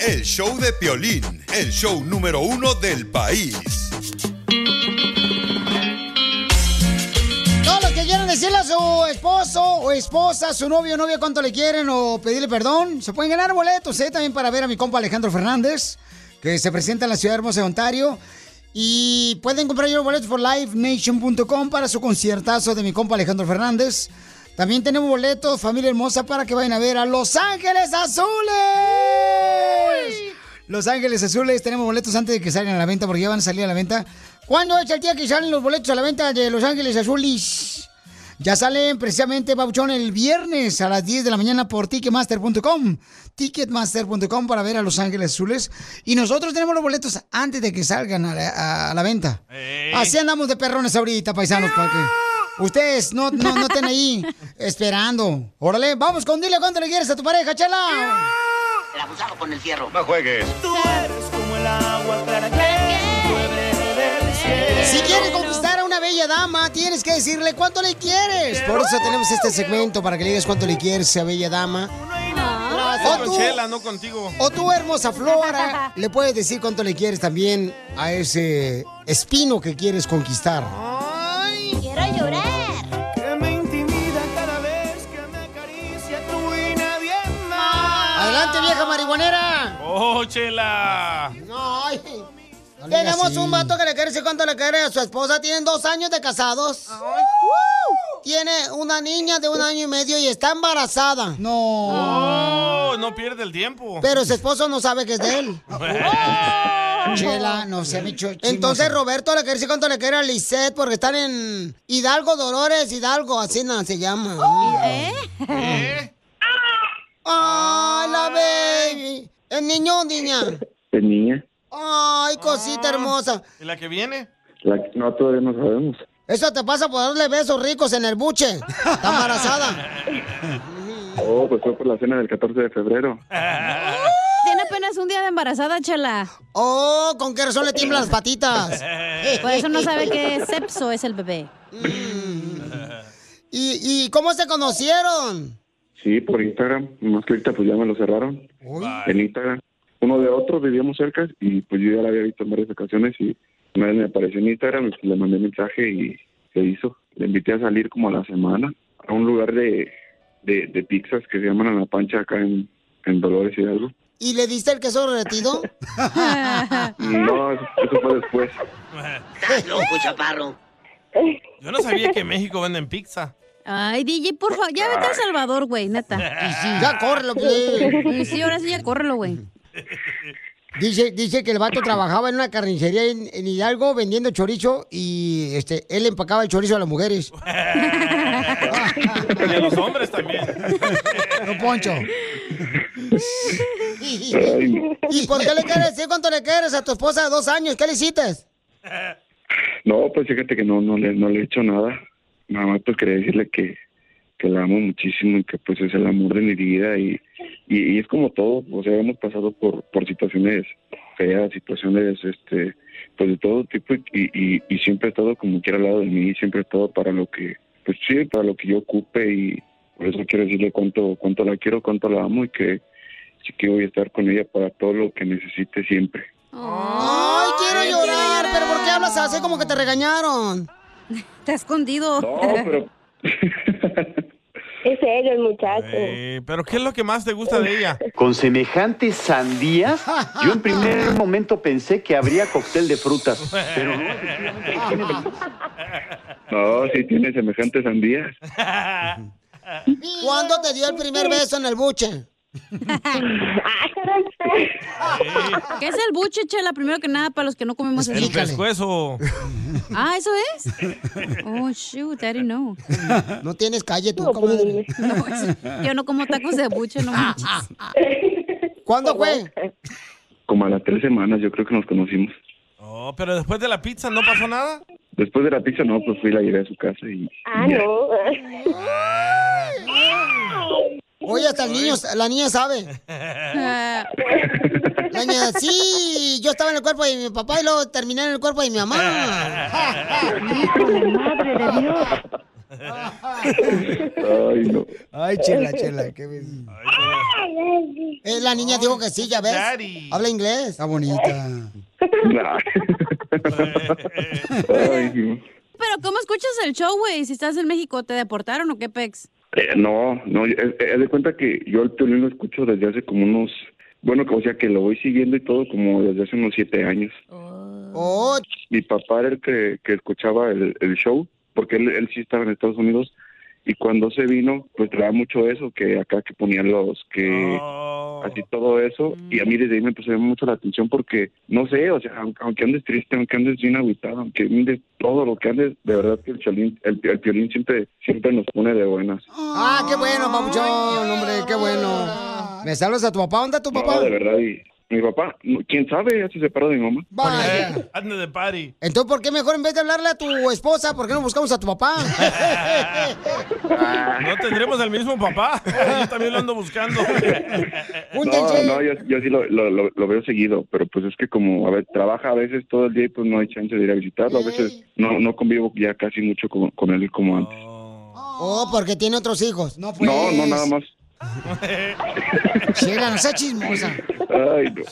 Speaker 8: El show de Piolín, el show número uno del país.
Speaker 3: Todos los que quieran decirle a su esposo o esposa, su novio o novia cuánto le quieren o pedirle perdón, se pueden ganar boletos, ¿eh? También para ver a mi compa Alejandro Fernández, que se presenta en la ciudad hermosa de Ontario. Y pueden comprar yo los boletos por livenation.com para su conciertazo de mi compa Alejandro Fernández. También tenemos boletos, familia hermosa, para que vayan a ver a Los Ángeles Azules. Los Ángeles Azules, tenemos boletos antes de que salgan a la venta, porque ya van a salir a la venta. ¿Cuándo es el día que salen los boletos a la venta de Los Ángeles Azules? Ya salen precisamente, Babuchón, el viernes a las 10 de la mañana por Ticketmaster.com. Ticketmaster.com para ver a Los Ángeles Azules. Y nosotros tenemos los boletos antes de que salgan a la, a la venta. Así andamos de perrones ahorita, paisanos, para que ustedes no, no, no estén ahí esperando. Órale, vamos con dile cuánto le quieres a tu pareja, chela.
Speaker 1: El abusado con el fierro.
Speaker 10: No juegues.
Speaker 1: Tú eres como el agua clara que
Speaker 3: Si quieres conquistar a una bella dama, tienes que decirle cuánto le quieres. Por eso tenemos este segmento para que le digas cuánto le quieres a bella dama.
Speaker 4: Es
Speaker 3: O
Speaker 4: con
Speaker 3: tú,
Speaker 4: Chela, no contigo.
Speaker 3: o tú, hermosa Flora, le puedes decir cuánto le quieres también a ese espino que quieres conquistar.
Speaker 14: Quiero llorar. Que me intimida cada vez que me acaricia tú y nadie más.
Speaker 3: Adelante, vieja marihuanera.
Speaker 4: ¡Oh, Chela!
Speaker 3: No, ay.
Speaker 4: le digas
Speaker 3: Tenemos
Speaker 4: así.
Speaker 3: un vato que le quiere decir cuánto le quiere a su esposa. Tienen dos años de casados. ¡Uh! Tiene una niña de un año y medio y está embarazada. No.
Speaker 4: ¡Oh, no pierde el tiempo!
Speaker 3: Pero su esposo no sabe que es de él. Chela, no se me echó Entonces Roberto le quiere decir cuánto le quiere a Lisette porque están en Hidalgo Dolores, Hidalgo, así no, se llama. ¿Eh? ¿Eh? ¡Ay, la baby! ¿Es niño o niña?
Speaker 15: Es niña.
Speaker 3: ¡Ay, cosita hermosa!
Speaker 4: ¿Y la que viene?
Speaker 15: La- no, todavía no sabemos.
Speaker 3: Eso te pasa por darle besos ricos en el buche. Está embarazada.
Speaker 15: Oh, pues fue por la cena del 14 de febrero.
Speaker 5: Tiene apenas un día de embarazada, chela.
Speaker 3: Oh, ¿con qué razón le tiemblan las patitas?
Speaker 5: Por eso no sabe qué sepso es el bebé.
Speaker 3: ¿Y, y cómo se conocieron?
Speaker 15: Sí, por Instagram. Más que ahorita pues ya me lo cerraron. En Instagram. Uno de otro vivíamos cerca y pues yo ya la había visto en varias ocasiones y una vez me apareció en Instagram y pues, le mandé mensaje y se hizo. Le invité a salir como a la semana a un lugar de, de, de pizzas que se llaman A la Pancha acá en, en Dolores Hidalgo.
Speaker 3: ¿Y le diste el queso derretido?
Speaker 15: No, eso- eso fue después.
Speaker 4: Estás loco, chaparro. Yo no sabía que en México venden pizza.
Speaker 5: Ay, DJ, por favor, ya vete a El Salvador, güey, neta.
Speaker 3: Ya córrelo, Piolín.
Speaker 5: Y Sí, ahora sí ya córrelo, güey.
Speaker 3: Dice, dice que el vato trabajaba en una carnicería en, en Hidalgo vendiendo chorizo y este él empacaba el chorizo a las mujeres.
Speaker 4: Y a los hombres también.
Speaker 3: No, Poncho. ¿Y por qué le quieres decir cuánto le quieres a tu esposa de dos años? ¿Qué le hiciste?
Speaker 15: No, pues fíjate que no, no le, no le he hecho nada. Nada más pues quería decirle que, que la amo muchísimo y que pues es el amor de mi vida y, y, y es como todo, o sea, hemos pasado por, por situaciones feas, situaciones este, pues de todo tipo y, y, y- y siempre ha estado como quiera al lado de mí, siempre ha estado para lo que, pues sí, para lo que yo ocupe y por eso quiero decirle cuánto, cuánto la quiero, cuánto la amo y que sí que voy a estar con ella para todo lo que necesite siempre.
Speaker 3: Ay, quiero llorar, pero ¿por qué hablas así como que te regañaron?
Speaker 5: Te ha escondido.
Speaker 15: No, pero
Speaker 23: Es serio el muchacho.
Speaker 4: Eh, ¿Pero qué es lo que más te gusta de ella?
Speaker 16: Con semejantes sandías, yo en primer momento pensé que habría cóctel de frutas, pero no.
Speaker 15: No, sí tiene semejantes sandías.
Speaker 3: ¿Cuándo te dio el primer beso en el buche?
Speaker 5: ¿Qué es el buche, chela? Primero que nada, para los que no comemos
Speaker 4: El
Speaker 5: eso.
Speaker 4: pescuezo.
Speaker 5: Ah, ¿eso es? Oh, shoot, I didn't know.
Speaker 3: No tienes calle tú, comadre.
Speaker 5: Yo no como tacos de buche, no manches.
Speaker 3: ¿Cuándo fue?
Speaker 15: Como a las tres semanas yo creo que nos conocimos.
Speaker 4: Oh, pero después de la pizza no pasó nada.
Speaker 15: Después de la pizza, no, pues fui y la llevé a su casa y...
Speaker 23: Ah,
Speaker 15: y ya.
Speaker 23: no.
Speaker 3: Oye, hasta el niño, la niña sabe. La niña, sí, yo estaba en el cuerpo de mi papá y luego terminé en el cuerpo de mi mamá. ah.
Speaker 5: Madre de Dios.
Speaker 15: Ay, no.
Speaker 3: Ay, chela, chela, qué bien. Eh, la niña dijo que sí, ya ves. Habla inglés. Está bonita.
Speaker 15: Ay, no.
Speaker 5: Pero ¿cómo escuchas el show, güey? Si estás en México, ¿te deportaron o qué, Pex?
Speaker 15: Eh, no, no, yo- eh, eh, haz de cuenta que yo el Piolín lo escucho desde hace como unos... Bueno, o sea, que lo voy siguiendo y todo como desde hace unos siete años.
Speaker 3: Oh,
Speaker 15: Mi papá era el que, que escuchaba el, el show, porque él, él sí estaba en Estados Unidos, y cuando se vino, pues traía mucho eso, que acá que ponían los, que... Así todo eso, y a mí desde ahí me empezó a llamar mucho la atención porque, no sé, o sea, aunque, aunque andes triste, aunque andes bien agüitado, aunque andes todo lo que andes, de verdad que el, cholín, el, el Piolín siempre, siempre nos pone de buenas.
Speaker 3: Ah, qué bueno, papuchón, hombre, qué bueno. ¿Me saludas a tu papá? ¿Dónde está tu papá?
Speaker 15: No, de verdad, y mi papá, no, quién sabe, ya se separó de mi mamá.
Speaker 3: Vaya.
Speaker 4: Ande de party.
Speaker 3: Entonces, ¿por qué mejor en vez de hablarle a tu esposa, por qué no buscamos a tu papá?
Speaker 4: No tendremos el mismo papá. Yo también lo ando buscando.
Speaker 15: No, no, yo, yo sí lo, lo, lo- lo veo seguido, pero pues es que como, a ver, trabaja a veces todo el día y pues no hay chance de ir a visitarlo, a veces no, no convivo ya casi mucho con, con él como antes.
Speaker 3: Oh, porque tiene otros hijos. No, pues.
Speaker 15: No, no, nada más.
Speaker 3: Chela, no sea chismosa.
Speaker 15: Ay, no.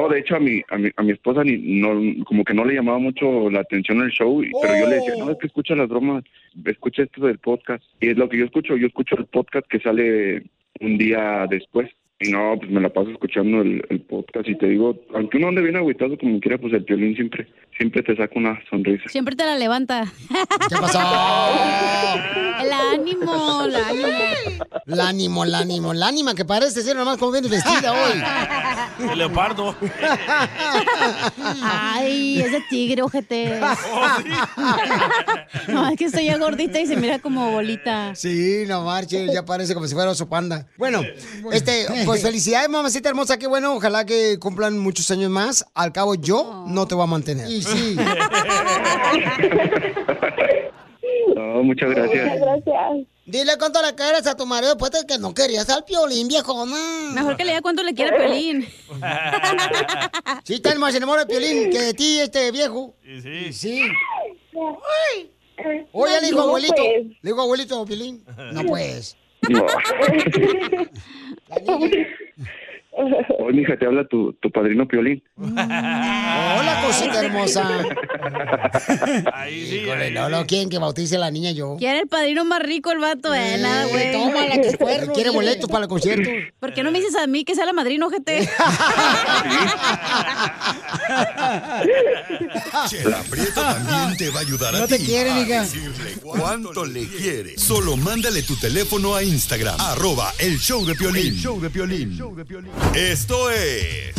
Speaker 15: No, de hecho a mi, a mi, a mi esposa ni, no, como que no le llamaba mucho la atención el show, y- pero yo le decía, no, es que escucha las bromas, escucha esto del podcast. Y es lo que yo escucho, yo escucho el podcast que sale un día después. Y no, pues me la paso escuchando el, el podcast y te digo, aunque uno ande bien agüitado como quiera, pues el violín siempre, siempre te saca una sonrisa.
Speaker 5: Siempre te la levanta.
Speaker 3: ¿Qué pasó?
Speaker 5: El ánimo, el ánimo.
Speaker 3: El ánimo, el ánimo, el ánima que parece ser nomás como vienes vestida hoy.
Speaker 4: El leopardo.
Speaker 5: Ay, es de tigre, ojete. No, es que estoy ya gordita y se mira como bolita.
Speaker 3: Sí, no marches, ya parece como si fuera oso panda. Bueno, este, pues felicidades, mamacita hermosa, qué bueno, ojalá que cumplan muchos años más. Al cabo, yo no te voy a mantener. Y sí.
Speaker 15: No, muchas gracias.
Speaker 9: gracias.
Speaker 3: Dile cuánto le quieres a tu marido después de que no querías al piolín, viejona.
Speaker 5: Mejor que le diga cuánto le quiere a Piolín.
Speaker 3: Sí, está más enamorado de piolín que de ti, este viejo.
Speaker 4: Sí,
Speaker 3: Sí. Oye, le dijo abuelito. Le dijo abuelito a piolín. No, pues.
Speaker 15: No. Hoy, mija, te habla tu, tu padrino Piolín.
Speaker 3: Hola, cosita hermosa.
Speaker 4: Ahí
Speaker 3: sí. No lo quieren que bautice la niña yo.
Speaker 5: Quiere el padrino más rico el vato, eh, nada, güey.
Speaker 3: Tómala, que cuerno, Quiere
Speaker 5: güey.
Speaker 3: boletos para el concierto.
Speaker 5: ¿Por qué no me dices a mí que sea la madrina, ojete?
Speaker 8: Chela Prieto también te va a ayudar a
Speaker 3: No
Speaker 8: ti
Speaker 3: te quiere,
Speaker 8: a
Speaker 3: diga.
Speaker 8: decirle cuánto le quiere. Solo mándale tu teléfono a Instagram, arroba el show de Piolín.
Speaker 6: El
Speaker 8: show de Esto es...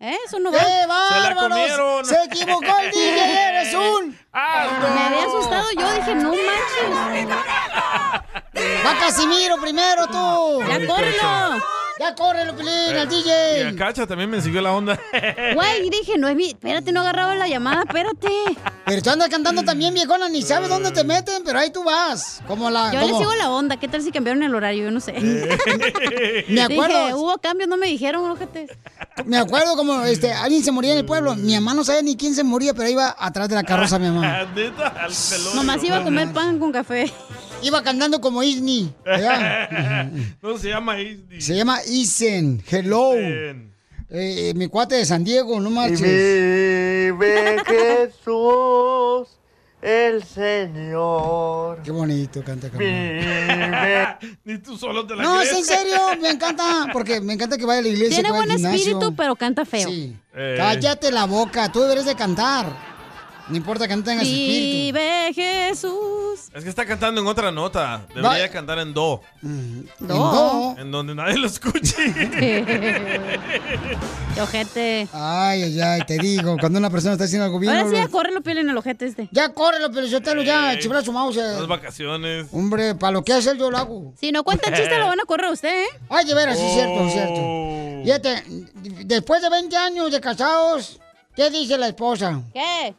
Speaker 5: ¿Eh? Eso no
Speaker 3: ¡Qué
Speaker 5: va.
Speaker 3: bárbaros!
Speaker 4: comieron.
Speaker 3: ¡Se equivocó el DJ! ¡Eres un!
Speaker 5: Me había asustado yo, dije, no manches.
Speaker 3: ¡Va Casimiro primero, tú!
Speaker 5: ¡Ya córrelo!
Speaker 3: ¡Ya córrelo, Pilín,
Speaker 5: Eh,
Speaker 3: al
Speaker 4: Y
Speaker 3: DJ!
Speaker 4: a Eh, Cacha también me siguió la onda.
Speaker 5: Güey, dije, no es mi... Espérate, no agarraba la llamada, espérate.
Speaker 3: Pero tú andas cantando también, viejona, ni sabes dónde te meten, pero ahí tú vas. Como la...
Speaker 5: Yo le
Speaker 3: como-
Speaker 5: sigo la onda, ¿qué tal si cambiaron el horario? Yo no sé.
Speaker 3: Me acuerdo.
Speaker 5: Dije, hubo cambios, no me dijeron, ojete.
Speaker 3: Me acuerdo como este, alguien se moría en el pueblo. Mi mamá no sabía ni quién se moría, pero iba atrás de la carroza, mi mamá.
Speaker 4: Neta, al velorio.
Speaker 5: Nomás iba a comer pan con café.
Speaker 3: Iba cantando como Isni. ¿verdad?
Speaker 4: No se llama Isdi.
Speaker 3: Se llama Isen. Hello. Eh, eh, mi cuate de San Diego, no marches.
Speaker 6: Vive Jesús, el Señor.
Speaker 3: Qué bonito canta, cabrón.
Speaker 6: Vive.
Speaker 4: Ni tú solo te la
Speaker 3: No, es
Speaker 4: crees.
Speaker 3: en serio, me encanta, porque me encanta que vaya a la iglesia.
Speaker 5: Tiene
Speaker 3: que vaya
Speaker 5: buen
Speaker 3: al gimnasio.
Speaker 5: espíritu, pero canta feo.
Speaker 3: Sí.
Speaker 4: Eh.
Speaker 3: Cállate la boca, tú deberes de cantar. No importa que no tengas espíritu.
Speaker 5: Vive Jesús.
Speaker 4: Es que está cantando en otra nota. Debería cantar en do.
Speaker 3: Mm, No.
Speaker 4: En donde nadie lo escuche.
Speaker 5: Qué ojete.
Speaker 3: Ay, ay, ay, te digo, cuando una persona está haciendo algo bien.
Speaker 5: Ahora
Speaker 3: no
Speaker 5: sí,
Speaker 3: lo-
Speaker 5: ya córrelo, piel en el ojete este.
Speaker 3: Ya córrelo, pero yo te lo ya,
Speaker 4: Ey.
Speaker 3: chifla su mouse. eh.
Speaker 4: Las vacaciones.
Speaker 3: Hombre, para lo que hacer yo lo hago.
Speaker 5: Si no cuenta el chiste, lo van a correr a usted, ¿eh?
Speaker 3: Ay, de veras, sí, cierto,
Speaker 4: Oh.
Speaker 3: cierto. Fíjate, después de 20 años de casados, ¿qué dice la esposa?
Speaker 5: ¿Qué?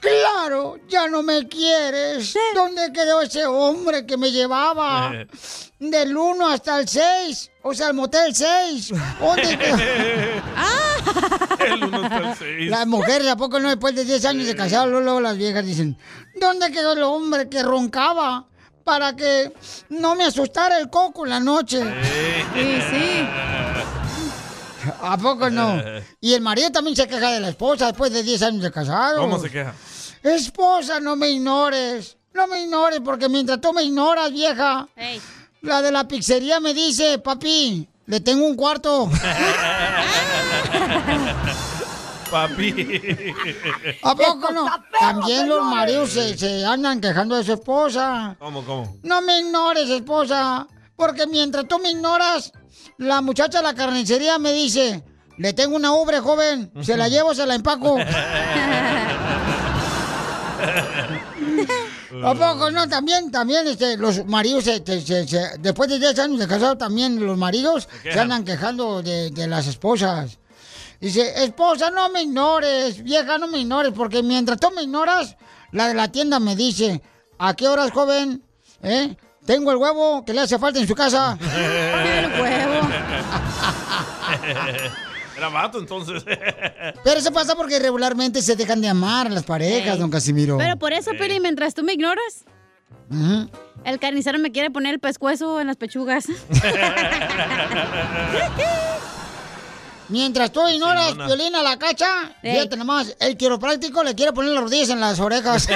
Speaker 3: Claro, ya no me quieres. ¿Dónde quedó ese hombre que me llevaba
Speaker 6: Eh.
Speaker 3: del 1 hasta el 6? O sea, el motel 6. ¿Dónde quedó?
Speaker 4: El uno hasta el seis.
Speaker 3: Las mujeres, ¿a poco no? Después de 10 años de casado, luego, luego las viejas dicen, ¿dónde quedó el hombre que roncaba para que no me asustara el coco en la noche?
Speaker 5: Sí, sí.
Speaker 3: ¿A poco no?
Speaker 4: Eh.
Speaker 3: Y el marido también se queja de la esposa después de 10 años de casado.
Speaker 4: ¿Cómo se queja?
Speaker 3: Esposa, no me ignores. No me ignores, porque mientras tú me ignoras, vieja,
Speaker 5: Ey.
Speaker 3: la de la pizzería me dice, papi, le tengo un cuarto.
Speaker 4: Papi.
Speaker 3: ¿A poco no? También los maridos se, se andan quejando de su esposa.
Speaker 4: ¿Cómo, cómo?
Speaker 3: No me ignores, esposa, porque mientras tú me ignoras, la muchacha de la carnicería me dice, le tengo una ubre, joven, se la llevo, se la empaco. ¿A poco no? También, también, este, los maridos, este, se- se- después de 10 años de casado, también los maridos
Speaker 6: quejan.
Speaker 3: se andan quejando de, de las esposas. Dice, esposa, no me ignores, vieja, no me ignores, porque mientras tú me ignoras, la de la tienda me dice, ¿a qué horas, joven? ¿Eh? Tengo el huevo que le hace falta en su casa.
Speaker 4: El
Speaker 3: huevo.
Speaker 4: Era vato entonces.
Speaker 3: Pero eso pasa porque regularmente se dejan de amar las parejas,
Speaker 5: Ey.
Speaker 3: don Casimiro.
Speaker 5: Pero por eso, Peli, mientras tú me ignoras,
Speaker 3: eh, Ujú.
Speaker 5: el carnicero me quiere poner el pescuezo en las pechugas.
Speaker 3: Mientras tú ignoras,
Speaker 5: Simona.
Speaker 3: Violín, a la cacha,
Speaker 5: Ey.
Speaker 3: fíjate nomás, el quiropráctico le quiere poner las rodillas en las orejas.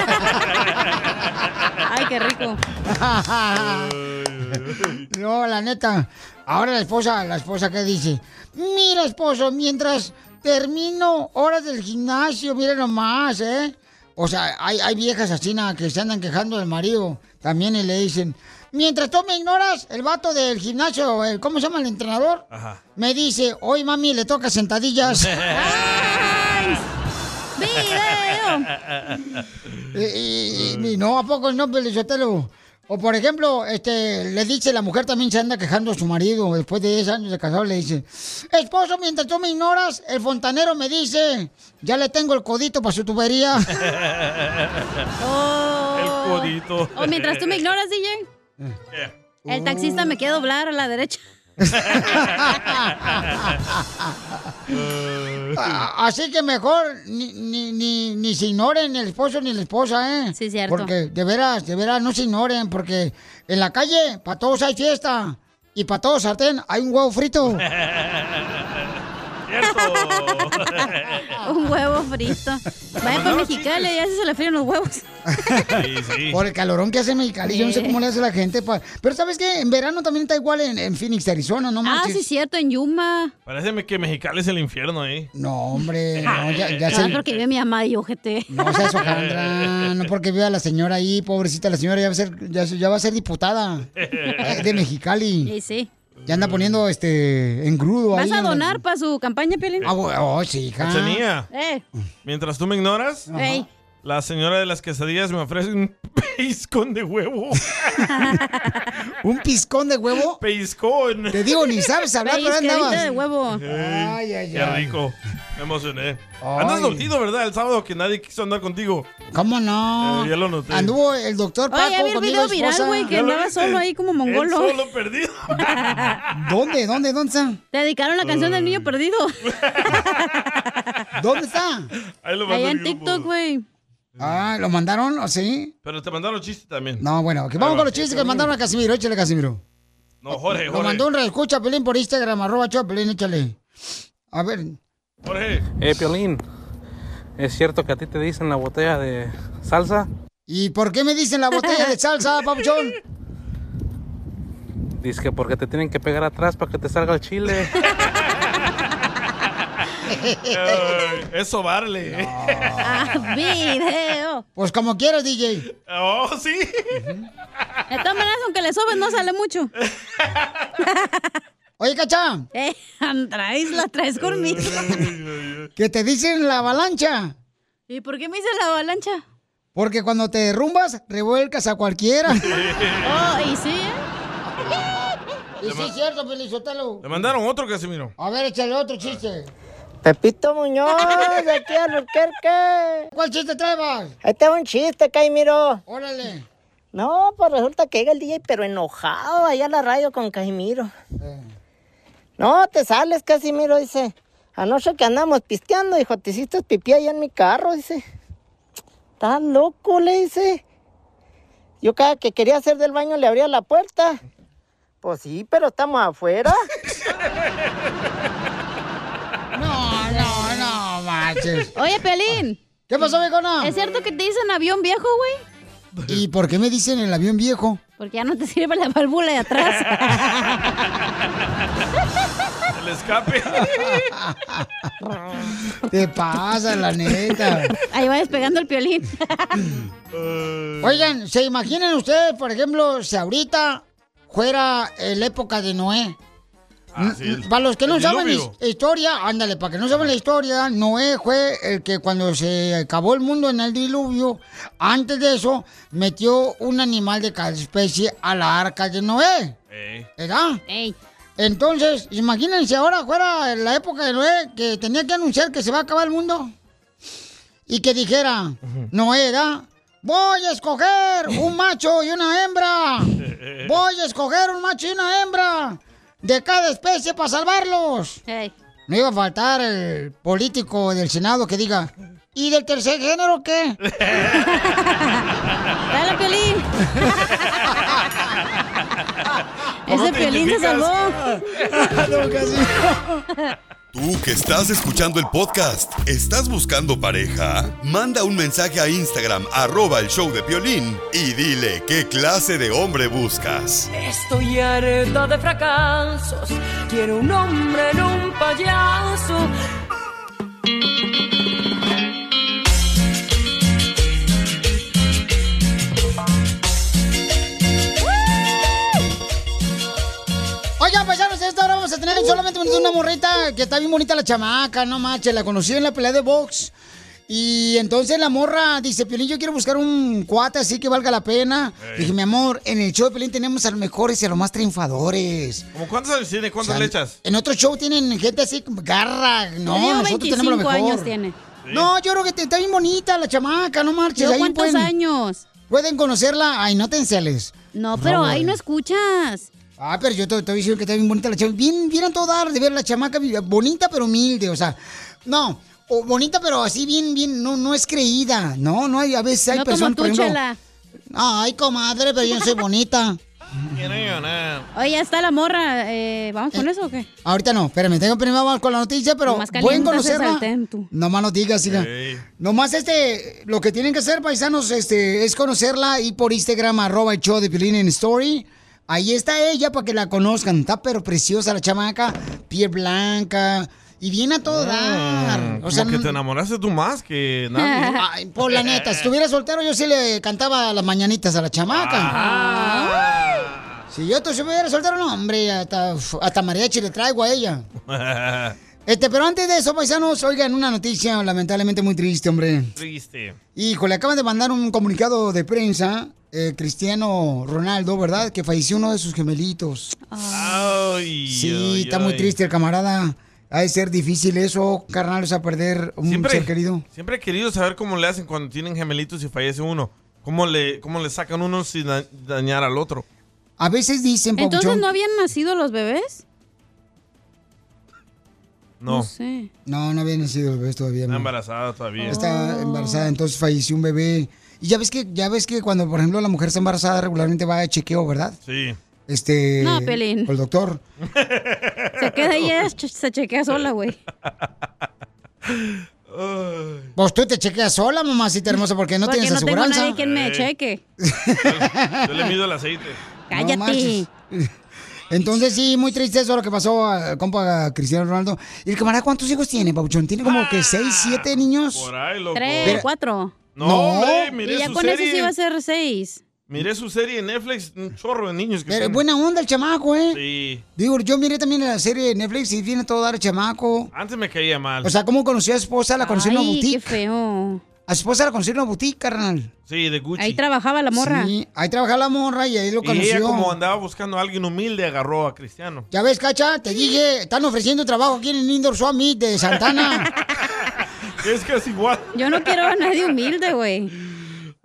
Speaker 5: Ay, qué rico.
Speaker 3: no, la neta. Ahora la esposa, la esposa que dice, mira esposo, mientras termino horas del gimnasio, miren nomás, ¿eh? O sea, hay, hay viejas así nada, que se andan quejando del marido también y le dicen, mientras tú me ignoras, el vato del gimnasio, el- ¿cómo se llama el entrenador?
Speaker 14: Ajá.
Speaker 3: Me dice, hoy mami le toca sentadillas. Y, y- y no, ¿a poco no, pues, Pelizotelo? O por ejemplo, este, le dice, la mujer también se anda quejando a su marido, después de 10 años de casado, le dice, esposo, mientras tú me ignoras, el fontanero me dice, ya le tengo el codito para su tubería.
Speaker 4: El codito.
Speaker 5: Oh. O Oh, mientras tú me ignoras, DJ. El taxista me quiere doblar a la derecha.
Speaker 3: A- Ah, Así que mejor ni, ni, ni, ni se ignoren el esposo ni la esposa, ¿eh? Sí,
Speaker 5: cierto.
Speaker 3: Porque de veras, de veras, no se ignoren, porque en la calle para todos hay fiesta y para todos sartén hay un huevo frito.
Speaker 5: Un huevo frito. Vaya para Mexicali, ya se le fríen los huevos.
Speaker 3: Por el calorón que hace Mexicali, yo no sé
Speaker 5: Sí.
Speaker 3: cómo le hace la gente. pa- Pero ¿sabes qué? En verano también está igual en, en Phoenix, Arizona, ¿no
Speaker 5: Ah,
Speaker 3: manches?
Speaker 5: sí, cierto, en Yuma.
Speaker 4: Parece que Mexicali es el infierno ahí.
Speaker 3: No, hombre, no, ya, Eh, ya
Speaker 5: Ah,
Speaker 3: sé.
Speaker 5: porque vive mi mamá y ojete.
Speaker 3: No seas hojaldra, no porque vea a la señora ahí, pobrecita, la señora ya va a ser, ya, ya va a ser diputada eh, de Mexicali.
Speaker 5: Sí, sí.
Speaker 3: Ya anda poniendo este engrudo
Speaker 5: ¿Vas
Speaker 3: ahí.
Speaker 5: a
Speaker 3: en la-
Speaker 5: donar para su campaña, Pelín?
Speaker 3: Ah, bu- oh, sí, hija.
Speaker 4: Cachanilla.
Speaker 5: Eh,
Speaker 4: Mientras tú me ignoras,
Speaker 5: Ey.
Speaker 4: la señora de las quesadillas me ofrece un piscón de huevo.
Speaker 3: ¿Un piscón de huevo?
Speaker 4: Piscón.
Speaker 3: Te digo, ni sabes hablar, pero
Speaker 5: Pellizcadita
Speaker 3: andabas.
Speaker 5: de huevo.
Speaker 3: Ay, ay,
Speaker 4: Qué
Speaker 3: ay.
Speaker 4: rico. Me emocioné.
Speaker 3: Ay.
Speaker 4: Andas dolido, ¿verdad? El sábado que nadie quiso andar contigo.
Speaker 3: ¿Cómo no?
Speaker 4: Eh, ya lo noté.
Speaker 3: Anduvo el doctor Paco
Speaker 5: Oye, había el
Speaker 3: conmigo,
Speaker 5: video viral,
Speaker 3: esposa.
Speaker 5: güey, que
Speaker 4: ¿Ya lo
Speaker 5: andaba
Speaker 4: viste?
Speaker 5: solo ahí como mongolo.
Speaker 4: Él solo perdido.
Speaker 3: ¿Dónde, dónde, dónde está?
Speaker 5: Te dedicaron la canción del niño perdido.
Speaker 3: ¿Dónde está?
Speaker 4: Ahí lo pues. mandó
Speaker 5: Allá
Speaker 4: el
Speaker 5: en
Speaker 4: grupo.
Speaker 5: TikTok, güey.
Speaker 3: Ah, ¿lo mandaron o sí?
Speaker 4: Pero te mandaron chistes también.
Speaker 3: No, bueno, que vamos con los chistes que mandaron a Casimiro. Échale, Casimiro.
Speaker 4: No, Jorge,
Speaker 3: Lo
Speaker 4: Jorge.
Speaker 3: mandó un reescucha, Pelín, por Instagram, arroba Chopelín, échale. A ver,
Speaker 4: Jorge.
Speaker 19: Eh, Piolín, ¿es cierto que a ti te dicen la botella de salsa?
Speaker 3: ¿y por qué me dicen la botella de salsa, papuchón?
Speaker 19: Dice que porque te tienen que pegar atrás para que te salga el chile.
Speaker 4: Ay, es sobarle.
Speaker 5: Ah, video.
Speaker 3: Pues como quieras, DJ.
Speaker 4: Oh, sí.
Speaker 5: De todas maneras, aunque le sobes, no sale mucho.
Speaker 3: Oye, Cacha.
Speaker 5: Eh, traes, la traes conmigo.
Speaker 3: Que te dicen la avalancha.
Speaker 5: ¿Y por qué me hice la avalancha?
Speaker 3: Porque cuando te derrumbas, revuelcas a cualquiera.
Speaker 5: Oh, y sí, eh?
Speaker 3: y sí, es cierto, Felizotelo.
Speaker 4: Le mandaron otro, Casimiro.
Speaker 3: A ver, échale otro chiste.
Speaker 23: Pepito Muñoz, de aquí a Alburquerque.
Speaker 3: ¿Cuál chiste traebas?
Speaker 23: Ahí te va Este un chiste, Caimiro.
Speaker 3: Órale.
Speaker 23: No, pues resulta que llega el DJ, pero enojado allá a la radio con Caimiro. No, te sales, Casimiro, dice. Anoche que andamos pisteando, dijo, te hiciste pipí allá en mi carro, dice. Estás loco, le dice. Yo cada que quería hacer del baño le abría la puerta. Pues sí, pero estamos afuera.
Speaker 3: No, no, no, manches.
Speaker 5: Oye, Pelín.
Speaker 3: ¿Qué pasó, Becona?
Speaker 5: ¿Es cierto que te dicen avión viejo, güey?
Speaker 3: ¿Y por qué me dicen el avión viejo?
Speaker 5: Porque ya no te sirve la válvula de atrás.
Speaker 4: El escape.
Speaker 3: Te pasa, la neta.
Speaker 5: Ahí va despegando el piolín.
Speaker 3: Oigan, ¿se imaginan ustedes, por ejemplo, si ahorita fuera eh, la época de Noé? Para los que no
Speaker 14: El
Speaker 3: saben
Speaker 14: diluvio.
Speaker 3: la historia, ándale, para que no saben la historia, Noé fue el que cuando se acabó el mundo en el diluvio, antes de eso, metió un animal de cada especie a la arca de Noé.
Speaker 4: Eh.
Speaker 3: ¿Verdad? Entonces, imagínense ahora fuera la época de Noé que tenía que anunciar que se va a acabar el mundo y que dijera, Noé, ¿verdad? Voy a escoger un macho y una hembra. Voy a escoger un macho y una hembra de cada especie para salvarlos. No iba a faltar el político del Senado que diga, ¿y del tercer género qué?
Speaker 5: Dale, Piolín.
Speaker 8: ¿Cómo
Speaker 5: Ese
Speaker 8: te
Speaker 5: Piolín se
Speaker 8: identificas?
Speaker 5: salvó.
Speaker 8: Tú que estás escuchando el podcast, ¿estás buscando pareja? Manda un mensaje a Instagram, arroba el show de violín, y dile qué clase de hombre buscas.
Speaker 17: Estoy harta de fracasos. Quiero un hombre en un payaso.
Speaker 3: Oigan, paisanos, esta hora vamos a tener solamente una morrita que está bien bonita la chamaca, no manches, la conocí en la pelea de box. Y entonces la morra dice, Piolín, yo quiero buscar un cuate así que valga la pena.
Speaker 4: Ey.
Speaker 3: Dije, mi amor, en el show de Piolín tenemos a los mejores y a los más triunfadores.
Speaker 4: ¿Cómo cuántos años tiene? ¿Cuántas
Speaker 3: O sea,
Speaker 4: lechas?
Speaker 3: En otro show tienen gente así, garra. No,
Speaker 5: Yo digo
Speaker 3: nosotros tenemos lo
Speaker 5: 25
Speaker 3: mejor.
Speaker 5: años tiene.
Speaker 3: No, yo creo que te- está bien bonita la chamaca, no marches.
Speaker 5: ¿Yo
Speaker 3: ahí
Speaker 5: cuántos
Speaker 3: pueden-
Speaker 5: años?
Speaker 3: Pueden conocerla. Ay, no te enceles.
Speaker 5: No, pero ahí no
Speaker 3: escuchas. Ah, pero yo te, te voy diciendo que está bien bonita la chamaca. Bien, bien a todo dar de ver la chamaca vi- bonita pero humilde, o sea. No, o bonita pero así bien, bien, no, no es creída. No, no hay, a veces hay
Speaker 5: No como
Speaker 3: personas,
Speaker 5: tú,
Speaker 3: por ejemplo,
Speaker 5: Chela.
Speaker 3: Ay, comadre, pero yo no soy bonita.
Speaker 4: Quiero llorar.
Speaker 5: Oye, ya está la morra. eh, ¿Vamos con eso o qué?
Speaker 3: Ahorita no, espérame, tengo primero vamos con la noticia, pero
Speaker 5: Nomás
Speaker 3: pueden
Speaker 5: calientas el
Speaker 3: conocerla.
Speaker 5: sartén, tú.
Speaker 3: Nomás no digas, hija.
Speaker 4: Ey.
Speaker 3: Nomás este, lo que tienen que hacer, paisanos, este, es conocerla y por Instagram, arroba el show de Piolín en Story. Ahí está ella para que la conozcan. Está pero preciosa la chamaca, piel blanca y viene a todo dar.
Speaker 4: Ah, Mm, Como
Speaker 3: Ah, O sea,
Speaker 4: que
Speaker 3: no-
Speaker 4: te enamoraste tú más que nadie.
Speaker 3: Ay, por la neta, si estuviera soltero yo sí le cantaba las mañanitas a la chamaca.
Speaker 4: Ah.
Speaker 3: Ay. Si yo estuviera soltero, no, hombre, hasta, uf, hasta mariachi le traigo a ella. Este, pero antes de eso, paisanos, oigan una noticia lamentablemente muy triste, hombre.
Speaker 4: Triste.
Speaker 3: Híjole, acaban de mandar un comunicado de prensa, eh, Cristiano Ronaldo, ¿verdad? Que falleció uno de sus gemelitos.
Speaker 4: Ay,
Speaker 3: Sí,
Speaker 4: ay,
Speaker 3: está muy
Speaker 4: ay.
Speaker 3: triste el camarada. Ha de ser difícil eso, carnal, o sea, perder un ser querido.
Speaker 4: Siempre he querido saber cómo le hacen cuando tienen gemelitos y fallece uno. ¿Cómo le, cómo le sacan uno sin da- dañar al otro?
Speaker 3: A veces dicen,
Speaker 5: Entonces,
Speaker 3: Papuchón,
Speaker 5: ¿no habían nacido los bebés?
Speaker 4: No.
Speaker 5: No sé.
Speaker 3: No, no había nacido el bebé todavía.
Speaker 4: Está
Speaker 3: mi amor.
Speaker 4: embarazada todavía.
Speaker 5: Oh.
Speaker 3: Está embarazada, entonces falleció un bebé. Y ya ves que, ya ves que cuando, por ejemplo, la mujer está embarazada, regularmente va a chequeo, ¿verdad?
Speaker 4: Sí.
Speaker 3: Este.
Speaker 5: No, Pelín.
Speaker 3: con El doctor.
Speaker 5: Se queda ahí, ella ch- se chequea sola, güey.
Speaker 3: Pues tú te chequeas sola, mamacita hermosa, porque no
Speaker 5: Mm, Porque
Speaker 3: tienes
Speaker 5: no tengo
Speaker 3: aseguranza.
Speaker 5: nadie quien me
Speaker 4: Ey.
Speaker 5: cheque.
Speaker 4: Yo le mido el aceite.
Speaker 3: No marches. Entonces sí, muy triste eso lo que pasó a compa Cristiano Ronaldo. ¿Y el camarada cuántos hijos tiene, Pauchón? Tiene como que seis, siete niños.
Speaker 4: Por ahí, loco.
Speaker 5: Tres, cuatro.
Speaker 4: No, hombre, miré
Speaker 5: Y ya
Speaker 4: su
Speaker 5: con eso
Speaker 4: serie.
Speaker 5: sí va a ser seis.
Speaker 4: Miré su serie en Netflix, un chorro de niños que
Speaker 3: Pero
Speaker 4: están-
Speaker 3: buena onda el chamaco, ¿eh?
Speaker 4: Sí.
Speaker 3: Digo, yo miré también la serie de Netflix y tiene todo dar el chamaco.
Speaker 4: Antes me caía mal.
Speaker 3: O sea, ¿cómo conoció a su esposa? La conoció en una
Speaker 5: Ay,
Speaker 3: boutique.
Speaker 5: qué feo.
Speaker 3: A su esposa la conoció en una boutique, carnal.
Speaker 4: sí, de Gucci.
Speaker 3: trabajaba
Speaker 5: la morra.
Speaker 3: Sí, ahí trabajaba la morra y ahí lo
Speaker 4: y ella
Speaker 3: conoció.
Speaker 4: como andaba buscando a alguien humilde, agarró a Cristiano.
Speaker 3: Ya ves, Cacha, te dije, están ofreciendo trabajo aquí en el Indoor Summit de Santana.
Speaker 4: Es casi igual.
Speaker 5: Yo no quiero a nadie humilde, güey.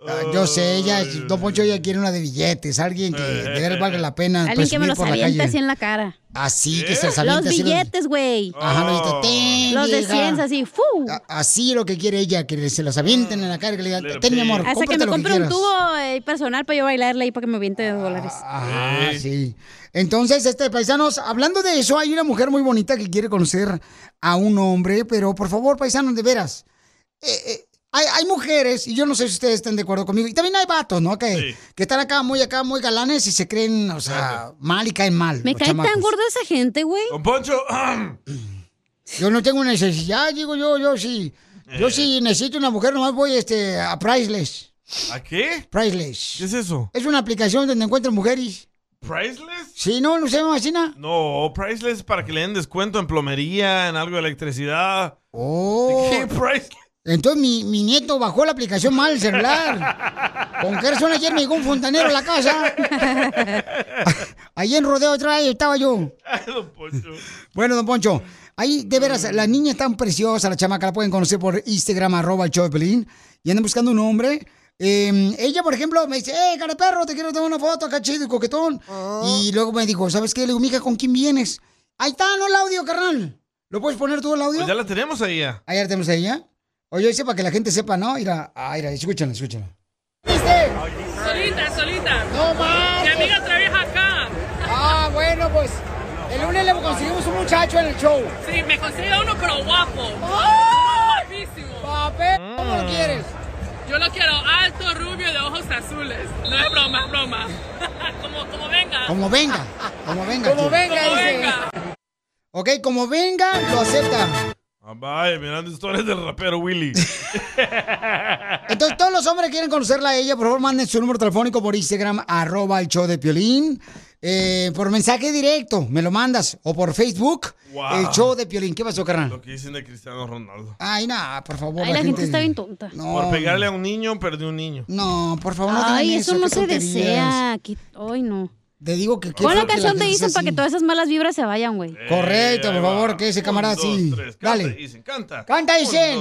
Speaker 3: Ah, Yo sé, ella, Don Poncho ya quiere una de billetes, alguien que de veras valga la pena.
Speaker 5: Alguien que me
Speaker 3: presumir
Speaker 5: los
Speaker 3: Ah, pues por la
Speaker 5: aviente
Speaker 3: calle.
Speaker 5: así en la cara.
Speaker 3: Así que se los
Speaker 5: Los
Speaker 3: aviente así
Speaker 5: billetes, güey.
Speaker 3: Ajá, los
Speaker 4: Oh.
Speaker 3: billetes. "Ten,
Speaker 5: Los de
Speaker 3: vieja". Ah,
Speaker 5: 100, así. ¡Fu!
Speaker 3: Así lo que quiere ella, que se los avienten en la cara, que le digan, ten mi amor,
Speaker 5: Hasta
Speaker 3: cómprate
Speaker 5: que me
Speaker 3: lo que
Speaker 5: compre un
Speaker 3: quieras".
Speaker 5: tubo eh, personal para yo bailarle ahí para que me aviente de dólares.
Speaker 3: Ah, sí. Entonces, este, paisanos, hablando de eso, hay una mujer muy bonita que quiere conocer a un hombre, pero por favor, paisanos, de veras. eh, eh, hay, hay mujeres, y yo no sé si ustedes están de acuerdo conmigo, y también hay vatos, ¿no? Que, que están acá, muy acá, muy galanes y se creen, o sea, mal y caen mal.
Speaker 5: Me
Speaker 3: los
Speaker 5: cae tan
Speaker 3: chamacos.
Speaker 5: gorda esa gente, güey.
Speaker 4: Don Poncho. ah,
Speaker 3: Yo no tengo necesidad, digo yo, yo sí. Yo sí necesito una mujer, nomás voy este, a Priceless.
Speaker 4: ¿A qué?
Speaker 3: Priceless. ¿Qué
Speaker 4: es eso?
Speaker 3: Es una aplicación donde encuentro mujeres.
Speaker 4: ¿Priceless?
Speaker 3: Sí, no, no se me imagina.
Speaker 4: No, Priceless es para que le den descuento en plomería, en algo de electricidad.
Speaker 3: Oh.
Speaker 4: ¿Qué Priceless?
Speaker 3: Entonces mi, mi nieto bajó la aplicación mal el celular. Con que razón ayer me llegó un fontanero a la casa. Ahí en rodeo otra vez estaba yo. Bueno, don Poncho, ahí de veras, la niña está preciosa, la chamaca la pueden conocer por Instagram, arroba el show de Pelín, y andan buscando un hombre. Eh, ella, por ejemplo, me dice, eh, cara de perro, te quiero tomar una foto acá chido y coquetón. Y luego me dijo, ¿sabes qué? Le digo, mija, ¿con quién vienes? Ahí está, no el audio, carnal. ¿Lo puedes poner tú el audio?
Speaker 4: Pues ya la tenemos ahí. ya.
Speaker 3: Ahí la tenemos a ella. Oye, dice para que la gente sepa, ¿no? Mira, ah, mira, escúchala, escúchala.
Speaker 21: Solita, solita.
Speaker 3: No más.
Speaker 21: Mi amiga trabaja acá.
Speaker 3: Ah, bueno, pues el lunes le conseguimos un muchacho en el show.
Speaker 21: Sí, me consigue uno, pero guapo.
Speaker 3: ¡Ay!
Speaker 21: Guapísimo.
Speaker 3: ¡Oh! ¿Cómo lo quieres?
Speaker 21: Yo lo quiero alto, rubio, de ojos azules. No es broma, es broma. como, como venga.
Speaker 3: Como venga, como venga.
Speaker 21: Como
Speaker 3: tú.
Speaker 21: venga, Como dice. venga.
Speaker 3: Ok, como venga, lo acepta.
Speaker 4: Ah, vaya, mirando historias del rapero Willy.
Speaker 3: Entonces, todos los hombres que quieren conocerla a ella, por favor, manden su número telefónico por Instagram, arroba el show de Piolín. eh, por mensaje directo, me lo mandas, o por Facebook,
Speaker 4: Wow.
Speaker 3: el show de Piolín. ¿Qué pasó, carnal?
Speaker 4: Lo que dicen de Cristiano Ronaldo.
Speaker 3: Ay, nada, por favor.
Speaker 5: Ay, la gente está bien tonta.
Speaker 3: No.
Speaker 4: Por pegarle a un niño, perdí un niño.
Speaker 3: No, por favor, no
Speaker 5: Ay,
Speaker 3: digan
Speaker 5: eso,
Speaker 3: eso,
Speaker 5: no
Speaker 3: qué
Speaker 5: se
Speaker 3: tonterías.
Speaker 5: desea. que- Ay, no.
Speaker 3: Te digo que... qué
Speaker 5: Pon la
Speaker 3: feo que
Speaker 5: canción te
Speaker 3: gente sea
Speaker 5: dicen para que
Speaker 3: así.
Speaker 5: todas esas malas vibras se vayan, güey.
Speaker 4: Eh,
Speaker 3: Correcto, por favor, que ese camarada sí. Dale.
Speaker 4: canta.
Speaker 3: Canta, dicen.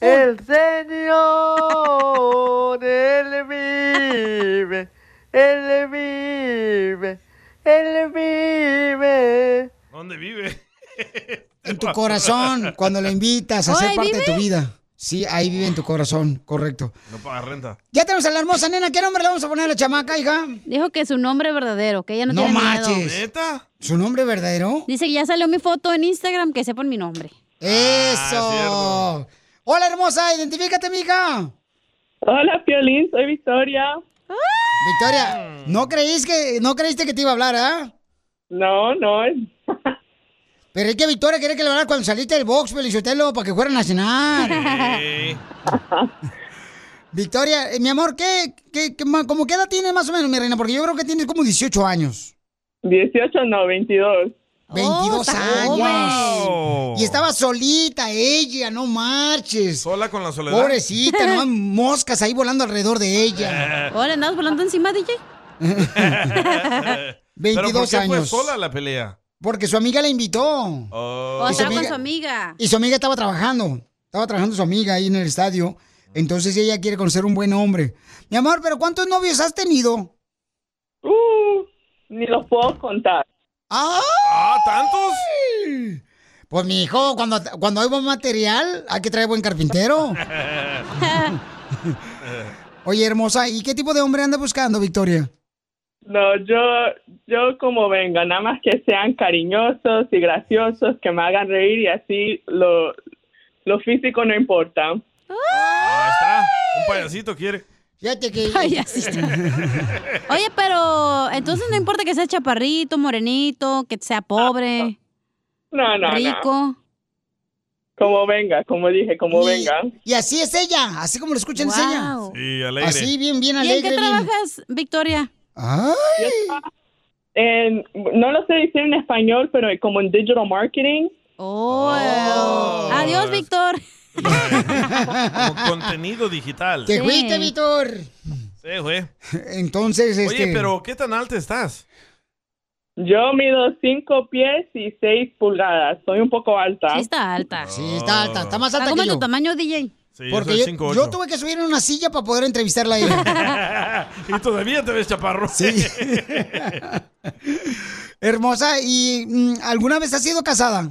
Speaker 6: El Señor, Él vive, Él vive, Él vive.
Speaker 4: ¿Dónde vive?
Speaker 3: En tu corazón, cuando lo invitas a
Speaker 4: Oh,
Speaker 3: ser
Speaker 4: ¿ahí
Speaker 3: parte de
Speaker 4: vive?
Speaker 3: tu vida. Sí, ahí vive en tu corazón, correcto.
Speaker 4: No paga renta.
Speaker 3: Ya tenemos a la hermosa nena. ¿Qué nombre le vamos a poner a la chamaca, hija?
Speaker 5: Dijo que su nombre verdadero, que ella no,
Speaker 3: No
Speaker 5: tiene miedo.
Speaker 3: marches. ¿Su nombre verdadero?
Speaker 5: Dice que ya salió mi foto en Instagram, que sepan mi nombre.
Speaker 3: ¡Eso! Hola, hermosa, identifícate, mija.
Speaker 2: Hola, Piolín, soy Victoria.
Speaker 5: ¡Ah!
Speaker 3: Victoria, ¿no creíste que, no creíste que te iba a hablar, ah?
Speaker 2: No, no.
Speaker 3: Pero es que Victoria quería que le hablara cuando saliste del box, Felicitelo, para que fueran a cenar.
Speaker 4: Eh,
Speaker 3: Victoria, eh, mi amor, ¿qué, qué, qué ma- ¿cómo qué edad tienes más o menos, mi reina? Porque yo creo que tienes como 18 años.
Speaker 2: 18, no, 22.
Speaker 3: 22
Speaker 2: está
Speaker 3: años.
Speaker 4: joven.
Speaker 3: Y estaba solita ella, no marches.
Speaker 4: Sola con la soledad.
Speaker 3: Pobrecita, no moscas ahí volando alrededor de ella.
Speaker 5: Hola, andamos volando encima, DJ.
Speaker 4: ¿Pero por
Speaker 3: 22
Speaker 4: qué fue
Speaker 3: años.
Speaker 4: sola la pelea?
Speaker 3: Porque su amiga la invitó.
Speaker 4: Oh.
Speaker 5: O
Speaker 3: Y su
Speaker 5: estaba con
Speaker 3: amiga-
Speaker 5: su amiga.
Speaker 3: Y su amiga estaba trabajando. Estaba trabajando su amiga ahí en el estadio. Entonces ella quiere conocer un buen hombre. Mi amor, ¿pero cuántos novios has tenido?
Speaker 2: Uh, ni los puedo contar.
Speaker 3: ¡Ah!
Speaker 4: ¿Tantos?
Speaker 3: Pues mi hijo, cuando, cuando hay buen material, hay que traer buen carpintero. Oye, hermosa, ¿y qué tipo de hombre anda buscando, Victoria?
Speaker 2: No, yo, yo como venga, nada más que sean cariñosos y graciosos, que me hagan reír y así lo, lo físico no importa.
Speaker 4: Ahí está. Un payasito quiere.
Speaker 3: Fíjate que.
Speaker 5: Ay, así está. Oye, pero entonces no importa que sea chaparrito, morenito, que sea pobre,
Speaker 2: Ah, No, no, no.
Speaker 5: rico.
Speaker 2: Como venga, como dije, como venga.
Speaker 3: Y así es ella, así como lo escuchan es ella.
Speaker 4: Sí,
Speaker 2: alegre.
Speaker 3: Así, bien, bien
Speaker 5: ¿Y en
Speaker 3: alegre.
Speaker 5: qué
Speaker 3: bien-
Speaker 5: trabajas, Victoria?
Speaker 2: En- no lo sé decir en español, pero como en digital marketing.
Speaker 5: Oh, Adiós, Víctor.
Speaker 4: Como contenido digital.
Speaker 3: Te fuiste, Víctor.
Speaker 4: Sí, güey.
Speaker 3: Entonces, este.
Speaker 4: Oye, pero ¿qué tan alta estás?
Speaker 2: Yo mido 5 pies y 6 pulgadas. Soy un poco alta.
Speaker 5: Sí, está alta.
Speaker 3: Sí, está alta. Está más alta
Speaker 5: como
Speaker 3: que
Speaker 5: en
Speaker 3: yo.
Speaker 5: tu tamaño, DJ.
Speaker 4: Sí,
Speaker 3: Porque
Speaker 4: yo
Speaker 3: yo,
Speaker 4: soy 5'8".
Speaker 3: yo tuve que subir en una silla para poder entrevistarla a ella.
Speaker 4: y todavía te ves chaparro. Sí.
Speaker 3: Hermosa, ¿y mm, alguna vez has sido casada?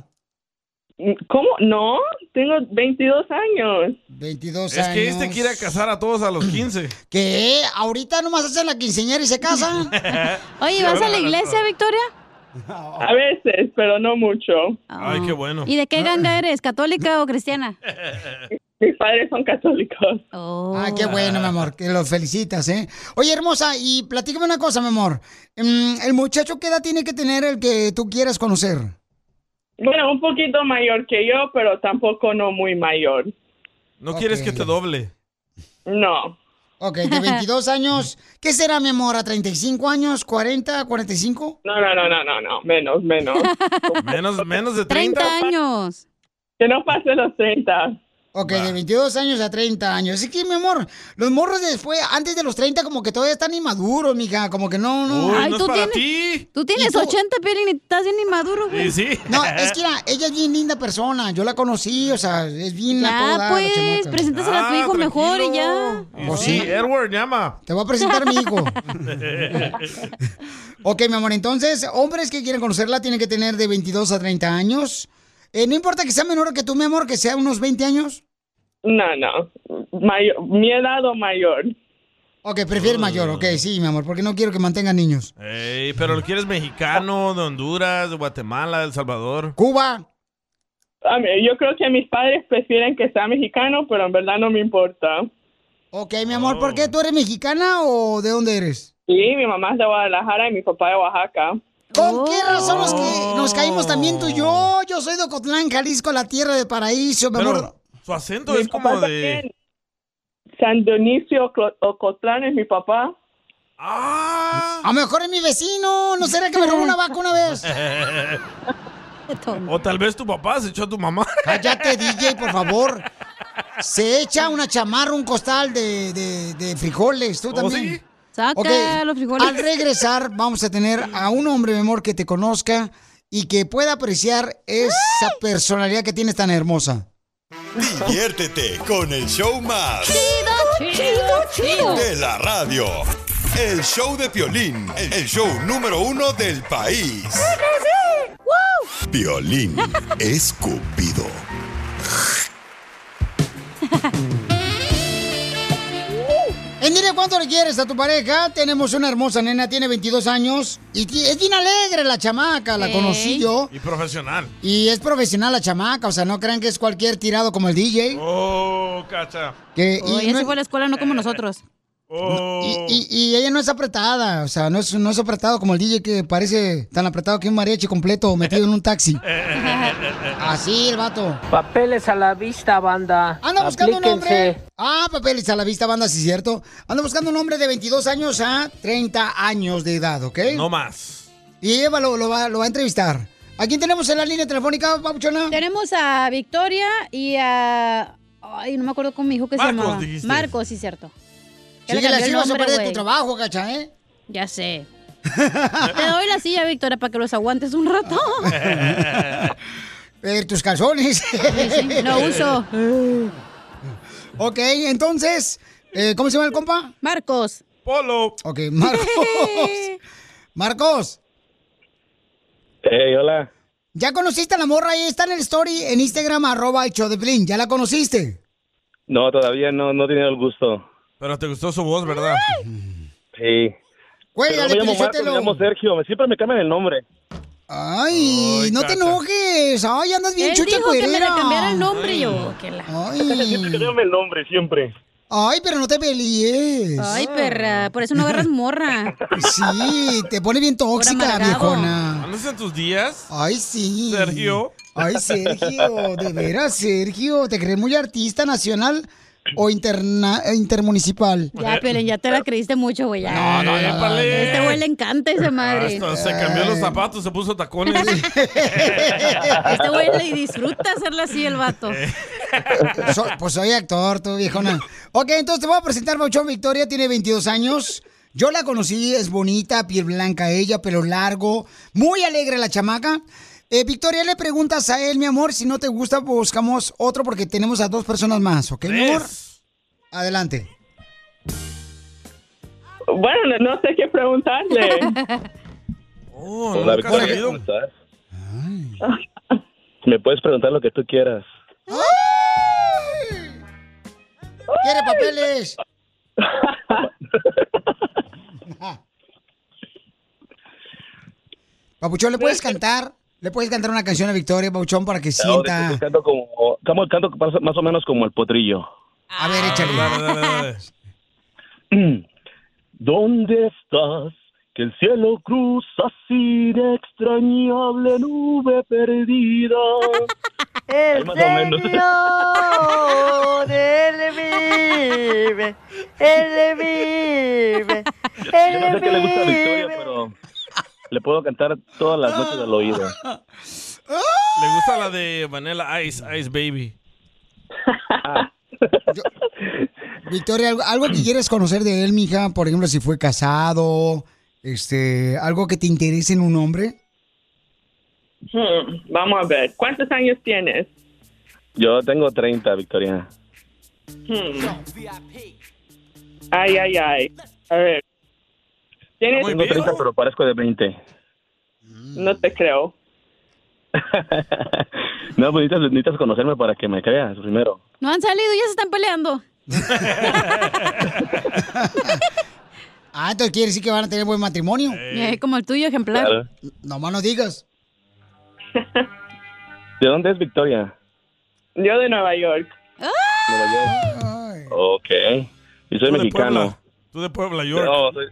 Speaker 2: Mm, ¿Cómo? No, tengo 22 años.
Speaker 3: 22
Speaker 4: es que este quiere casar a todos a los 15.
Speaker 3: ¿Qué? ¿Ahorita nomás hacen la quinceñera y se casan?
Speaker 5: Oye, ¿vas a la iglesia, Victoria?
Speaker 2: A veces, pero no mucho.
Speaker 4: Ay, qué bueno.
Speaker 5: ¿Y de qué ganga eres? ¿Católica o cristiana?
Speaker 2: Mis padres son católicos.
Speaker 5: Oh.
Speaker 3: Ah, qué bueno, mi amor, que los felicitas, ¿eh? Oye, hermosa, y platícame una cosa, mi amor. Mm, ¿El muchacho qué edad tiene que tener el que tú quieras conocer?
Speaker 2: Bueno, un poquito mayor que yo, pero tampoco no muy mayor.
Speaker 4: No quieres que te doble.
Speaker 2: No.
Speaker 3: Ok, de 22 años, ¿qué será, mi amor? ¿A 35 años? ¿40? ¿45?
Speaker 2: No, no, no, no, no, no. Menos, menos.
Speaker 4: menos, menos de
Speaker 2: 30.
Speaker 5: años.
Speaker 2: Que no pase los 30.
Speaker 3: Ok, de 22 años a 30 años. Es que, mi amor, los morros después, antes de los 30, como que todavía están inmaduros, mija. Como que no, Pues no.
Speaker 5: Ay, tú tienes, tú tienes
Speaker 3: ¿Y tú?
Speaker 5: 80, Piolín, y estás bien inmaduro, güey.
Speaker 3: No, es que mira, ella es bien linda persona. Yo la conocí, o sea, es bien
Speaker 5: Ya,
Speaker 3: a toda dar, la
Speaker 5: pues,
Speaker 3: chamaca.
Speaker 5: preséntasela a tu hijo mejor y ya.
Speaker 4: Y
Speaker 3: Pues
Speaker 4: sí,
Speaker 3: sí.
Speaker 4: Edward llama.
Speaker 3: Te voy a presentar a mi hijo. Ok, mi amor, entonces, hombres que quieren conocerla tienen que tener de 22 a 30 años. Eh, no importa que sea menor que tú, mi amor, que sea unos 20 años.
Speaker 2: No, no. Mayor, mi edad o mayor.
Speaker 3: Ok, prefiere mayor, ok, sí, mi amor, porque no quiero que mantengan niños.
Speaker 4: Ey, pero lo quieres mexicano, de Honduras, de Guatemala, de El Salvador.
Speaker 3: Cuba.
Speaker 2: A mí- Ah, yo creo que mis padres prefieren que sea mexicano, pero en verdad no me importa.
Speaker 3: Ok, mi amor, ¿por
Speaker 4: Oh.
Speaker 3: qué tú eres mexicana o de dónde eres?
Speaker 2: Sí, mi mamá es de Guadalajara y mi papá de Oaxaca.
Speaker 3: ¿Con qué razón los que nos caímos también tú y yo? Yo soy de Ocotlán, Jalisco, la tierra de paraíso, mi amor.
Speaker 4: Pero su acento es como de...
Speaker 2: San Dionisio Clo- Ocotlán es mi papá.
Speaker 4: Ah.
Speaker 3: A lo mejor es mi vecino. ¿No será que me robó una vaca una vez?
Speaker 4: o tal vez tu papá se echó a tu mamá.
Speaker 3: Cállate, DJ, por favor. Se echa una chamarra, un costal de, de- de frijoles, tú
Speaker 5: ¿Oh,
Speaker 3: también.
Speaker 5: sí? Saca
Speaker 3: Ok,
Speaker 5: los frijoles.
Speaker 3: Al regresar, vamos a tener a un hombre, mi amor, que te conozca y que pueda apreciar esa personalidad que tienes tan hermosa.
Speaker 8: Diviértete con el show más.
Speaker 14: Chido, chido, chido.
Speaker 8: De la radio. El show de Piolín. El show número uno del país. Piolín escupido.
Speaker 3: En dile cuánto le quieres a tu pareja. Tenemos una hermosa nena, tiene 22 años y ti- es bien alegre la chamaca, la conocí yo.
Speaker 4: Y profesional.
Speaker 3: Y es profesional la chamaca, o sea, no crean que es cualquier tirado como el DJ.
Speaker 4: Oh, cacha.
Speaker 3: Que,
Speaker 5: Oh, ella
Speaker 3: no-
Speaker 5: se fue a la escuela, no como nosotros.
Speaker 4: Oh.
Speaker 3: y- y ella no es apretada, o sea, no es, no es apretado como el DJ que parece tan apretado que un mariachi completo metido en un taxi. Así el vato.
Speaker 7: Papeles a la vista, banda.
Speaker 3: Anda buscando un hombre.
Speaker 7: Aplíquense.
Speaker 3: Ah, papeles a la vista, banda, sí, cierto. Anda buscando un hombre de 22 años a 30 años de edad, ¿ok?
Speaker 4: No más.
Speaker 3: Y Eva lo, lo va, lo va a entrevistar. ¿A quién tenemos en la línea telefónica, Papuchona?
Speaker 5: Tenemos a Victoria y a. Ay, no me acuerdo con mi hijo que se
Speaker 3: Marcos,
Speaker 5: llamaba.
Speaker 3: dijiste.
Speaker 5: Marcos, sí, cierto. Ya
Speaker 3: Sí,
Speaker 5: le
Speaker 3: que
Speaker 5: cambió
Speaker 3: así
Speaker 5: el
Speaker 3: vas a
Speaker 5: nombre,
Speaker 3: perder
Speaker 5: güey.
Speaker 3: tu trabajo, cacha, ¿eh?
Speaker 5: Ya sé. Te doy la silla, Victoria, para que los aguantes un rato.
Speaker 3: Eh, tus calzones.
Speaker 5: sí, no uso.
Speaker 3: ok, entonces, eh, ¿cómo se llama el compa?
Speaker 5: Marcos.
Speaker 4: Polo.
Speaker 3: Ok, Marcos. Marcos,
Speaker 17: Hey, hola.
Speaker 3: ¿ya conociste a la morra? Ahí está en el story en Instagram, arroba el show de Piolín. ¿Ya la conociste?
Speaker 17: No, todavía no, no he tenido el gusto.
Speaker 4: Pero te gustó su voz, ¿verdad?
Speaker 17: Sí.
Speaker 3: Güey,
Speaker 17: Pero no
Speaker 3: dale,
Speaker 17: me llamo Marco,
Speaker 3: Piolichotelo.
Speaker 17: me llamo Sergio. Siempre me cambian el nombre.
Speaker 3: Ay, no te enojes. Ay, andas bien
Speaker 5: Él
Speaker 3: chucha
Speaker 5: dijo que me
Speaker 3: cuerera.
Speaker 5: le cambiara el nombre y yo. que la-
Speaker 17: Siempre cambian el nombre, siempre.
Speaker 3: Ay, pero no te pelees.
Speaker 5: Ay, perra, por eso no agarras morra.
Speaker 3: Sí, te pone bien tóxica,
Speaker 5: amargado.
Speaker 3: viejona.
Speaker 4: ¿Andas en tus días?
Speaker 3: Ay, sí.
Speaker 4: Sergio.
Speaker 3: Ay, Sergio, de veras, Sergio, ¿te crees muy artista nacional o interna- eh, intermunicipal?
Speaker 5: Ya, Piolín, ya te la creíste mucho, güey. ya.
Speaker 3: No, no, Ah, no, no, no.
Speaker 5: Este güey le encanta esa madre.
Speaker 4: Hasta se cambió los zapatos, se puso tacones.
Speaker 5: Este güey le disfruta hacerla así el vato.
Speaker 3: Eh. So- pues soy actor, tú, viejona. Ok, entonces te voy a presentar, Mauchón Victoria, tiene 22 años. Yo la conocí, es bonita, piel blanca ella, pelo largo, muy alegre la chamaca. Eh, Victoria, le preguntas a él, mi amor, si no te gusta, buscamos otro porque tenemos a dos personas más, ¿ok, mi amor? Adelante.
Speaker 2: Bueno, no, no sé qué preguntarle.
Speaker 4: Oh,
Speaker 17: Hola, Victoria, ¿cómo estás? Me puedes preguntar lo que tú quieras.
Speaker 3: ¿Quiere papeles? Papuchón, ¿le puedes cantar? ¿Le puedes cantar una canción a Victoria, Papuchón, para que
Speaker 17: Ahora sí
Speaker 3: sienta?
Speaker 17: que Canto, como, canto, canto más- más o menos como el potrillo.
Speaker 3: A ver, échale.
Speaker 17: ¿Dónde estás? Que el cielo cruza sin extrañable nube perdida. Ahí más o menos.
Speaker 6: Señor, él vive, él vive,
Speaker 17: Yo no sé
Speaker 6: él
Speaker 17: qué le gusta a Victoria,
Speaker 6: vive.
Speaker 17: pero le puedo cantar todas las noches al oído.
Speaker 4: Le gusta la de Vanilla Ice, Ice Baby.
Speaker 17: Ah.
Speaker 3: Victoria, ¿algo, algo que quieres conocer de él, mija? Por ejemplo, si fue casado, este, algo que te interese en un hombre.
Speaker 2: Hmm, vamos a ver, ¿cuántos años tienes?
Speaker 17: Yo tengo 30, Victoria.
Speaker 2: Hmm. Ay, ay, ay. A ver. ¿Tienes...
Speaker 17: Tengo 30, pero parezco de 20.
Speaker 2: No te creo.
Speaker 17: No, pues necesitas, necesitas conocerme para que me creas primero.
Speaker 5: No han salido, ya se están peleando.
Speaker 3: Ah, entonces quiere decir que van a tener buen matrimonio.
Speaker 5: Eh, como el tuyo, ejemplar.
Speaker 17: Claro.
Speaker 3: Nomás no digas.
Speaker 17: ¿De dónde es Victoria?
Speaker 2: Yo de Nueva York.
Speaker 17: Nueva York. Ok. Y soy
Speaker 4: Tú de
Speaker 17: mexicano.
Speaker 4: Tú de Puebla, York.
Speaker 17: No, soy,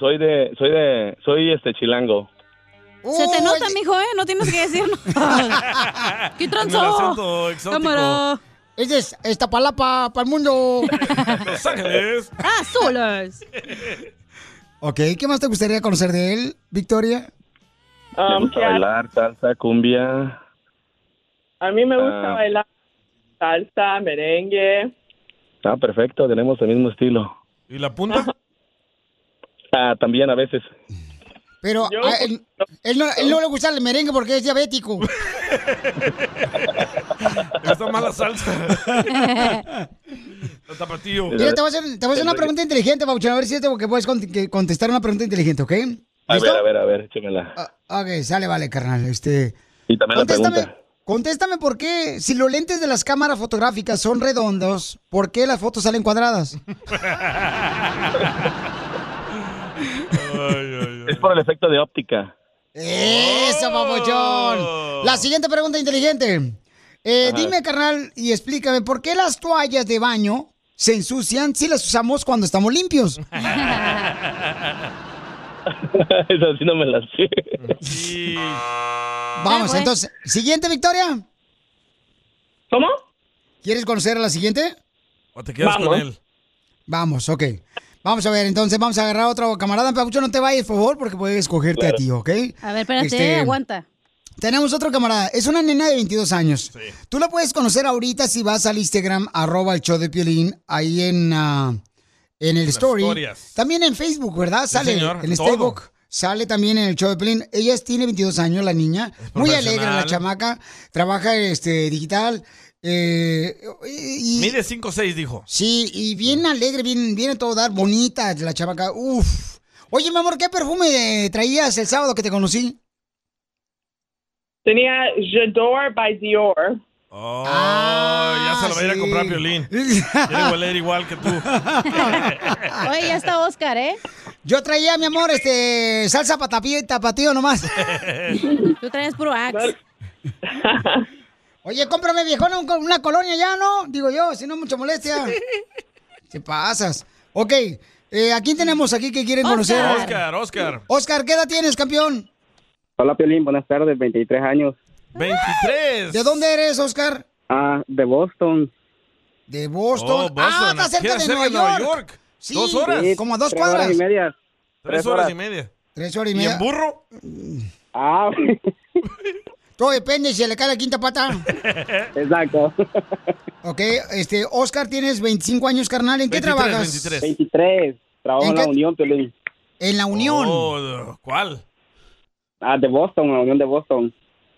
Speaker 17: soy de, soy de, soy este chilango.
Speaker 5: Se te nota, mijo, ¿eh? No tienes que decirnos. ¿Qué
Speaker 17: En el
Speaker 5: tranzó?
Speaker 17: acento exótico.
Speaker 5: Cámara.
Speaker 3: Ese es esta palapa para el mundo.
Speaker 5: Ah,
Speaker 4: Los Ángeles.
Speaker 5: Azules.
Speaker 3: Ok, ¿qué más te gustaría conocer de él, Victoria?
Speaker 2: Um,
Speaker 4: Ah,
Speaker 17: Me gusta
Speaker 2: ¿qué hace?
Speaker 17: bailar, salsa, cumbia.
Speaker 2: A mí me gusta
Speaker 17: Ah.
Speaker 2: bailar salsa, merengue.
Speaker 17: Ah, perfecto, tenemos el mismo estilo.
Speaker 4: ¿Y la punta?
Speaker 17: Ah, también a veces.
Speaker 3: Pero a él, él no, él no le gusta el merengue porque es diabético.
Speaker 4: Está mala salsa. El tapatío.
Speaker 3: Mira, te voy a hacer, te voy a hacer una pregunta inteligente, Bauchón, a ver si es que puedes cont- que contestar una pregunta inteligente, ¿ok?
Speaker 17: A ver, a ver, a ver, échemela.
Speaker 3: Ok, sale, vale, carnal. Este,
Speaker 17: Y también la
Speaker 3: Contéstame.
Speaker 17: pregunta.
Speaker 3: contéstame por qué, si los lentes de las cámaras fotográficas son redondos, ¿por qué las fotos salen cuadradas?
Speaker 17: Es por el efecto de óptica.
Speaker 3: Eso,
Speaker 17: Oh.
Speaker 3: papuchón. La siguiente pregunta inteligente. Eh,
Speaker 17: Ajá.
Speaker 3: dime, carnal, y explícame, ¿por qué las toallas de baño se ensucian si las usamos cuando estamos limpios?
Speaker 17: Esa sí no me la sé. Ah,
Speaker 3: Vamos, entonces, siguiente, Victoria.
Speaker 2: ¿Cómo?
Speaker 3: ¿Quieres conocer a la siguiente?
Speaker 4: ¿O te quedas con
Speaker 3: Vamos.
Speaker 4: él?
Speaker 3: Vamos, ok. Vamos a ver, entonces vamos a agarrar a otro camarada. Papuchón, no te vayas, por favor, porque puedes escogerte a
Speaker 5: Claro.
Speaker 3: ti, ¿ok?
Speaker 5: A ver, espérate,
Speaker 3: Este,
Speaker 5: aguanta.
Speaker 3: Tenemos otro camarada. Es una nena de 22 años. Tú la puedes conocer ahorita si vas al Instagram, arroba el show de Piolín, ahí en, ah, en el
Speaker 4: Las
Speaker 3: story.
Speaker 4: historias.
Speaker 3: También en Facebook, ¿verdad?
Speaker 4: Sí,
Speaker 3: sale
Speaker 4: señor,
Speaker 3: en el
Speaker 4: todo.
Speaker 3: Facebook. Sale también en el show de Piolín. Ella es- tiene 22 años, la niña. Muy alegre la
Speaker 4: profesional.
Speaker 3: chamaca. Trabaja este, digital. eh, y,
Speaker 4: Mide 5 6, dijo.
Speaker 3: sí, y bien alegre, bien, bien a todo dar. Bonita la chamaca. Uf. Oye, mi amor, ¿qué perfume eh, traías el sábado que te conocí?
Speaker 2: Tenía J'adore by Dior.
Speaker 4: Oh,
Speaker 3: Ah,
Speaker 4: ya se lo va a ir a comprar Piolín. Quiere oler igual que tú.
Speaker 3: Oye, ya está Oscar, ¿eh? Yo traía, mi amor, este salsa patapí- tapatío nomás.
Speaker 5: Tú traes puro axe.
Speaker 3: Oye, cómprame, viejona, un- una colonia ya, ¿no? Digo yo, si no, mucha molestia. Te pasas. Ok, eh, ¿a quién tenemos aquí que quieren conocer?
Speaker 4: Oscar, Oscar.
Speaker 3: Oscar, ¿qué edad tienes, campeón?
Speaker 20: Hola, Piolín, buenas tardes, 23 años.
Speaker 4: 23.
Speaker 3: ¿De dónde eres, Oscar?
Speaker 20: Ah, de Boston.
Speaker 3: De Boston.
Speaker 20: Oh, Boston.
Speaker 3: Ah, está
Speaker 20: Queda
Speaker 3: cerca de
Speaker 20: cerca
Speaker 3: Nueva
Speaker 20: de Nueva
Speaker 3: York.
Speaker 4: York.
Speaker 3: Sí,
Speaker 20: Dos horas.
Speaker 3: como a dos
Speaker 20: Tres horas
Speaker 3: cuadras.
Speaker 20: y media.
Speaker 4: Tres
Speaker 20: Tres
Speaker 4: horas
Speaker 20: horas.
Speaker 4: y media.
Speaker 3: Tres horas y
Speaker 4: ¿Y
Speaker 3: media.
Speaker 4: en burro?
Speaker 20: Ah,
Speaker 3: Todo depende si le cae la quinta pata.
Speaker 4: Eh.
Speaker 20: exacto.
Speaker 3: Ok, este, Oscar, tienes 25 años, carnal. ¿En qué trabajas?
Speaker 20: 23. Trabajo
Speaker 3: ¿En
Speaker 20: en la
Speaker 3: qué-
Speaker 20: Unión, Piolín.
Speaker 3: En la Unión.
Speaker 4: Oh, ¿Cuál?
Speaker 20: Ah, de Boston, la Unión de Boston.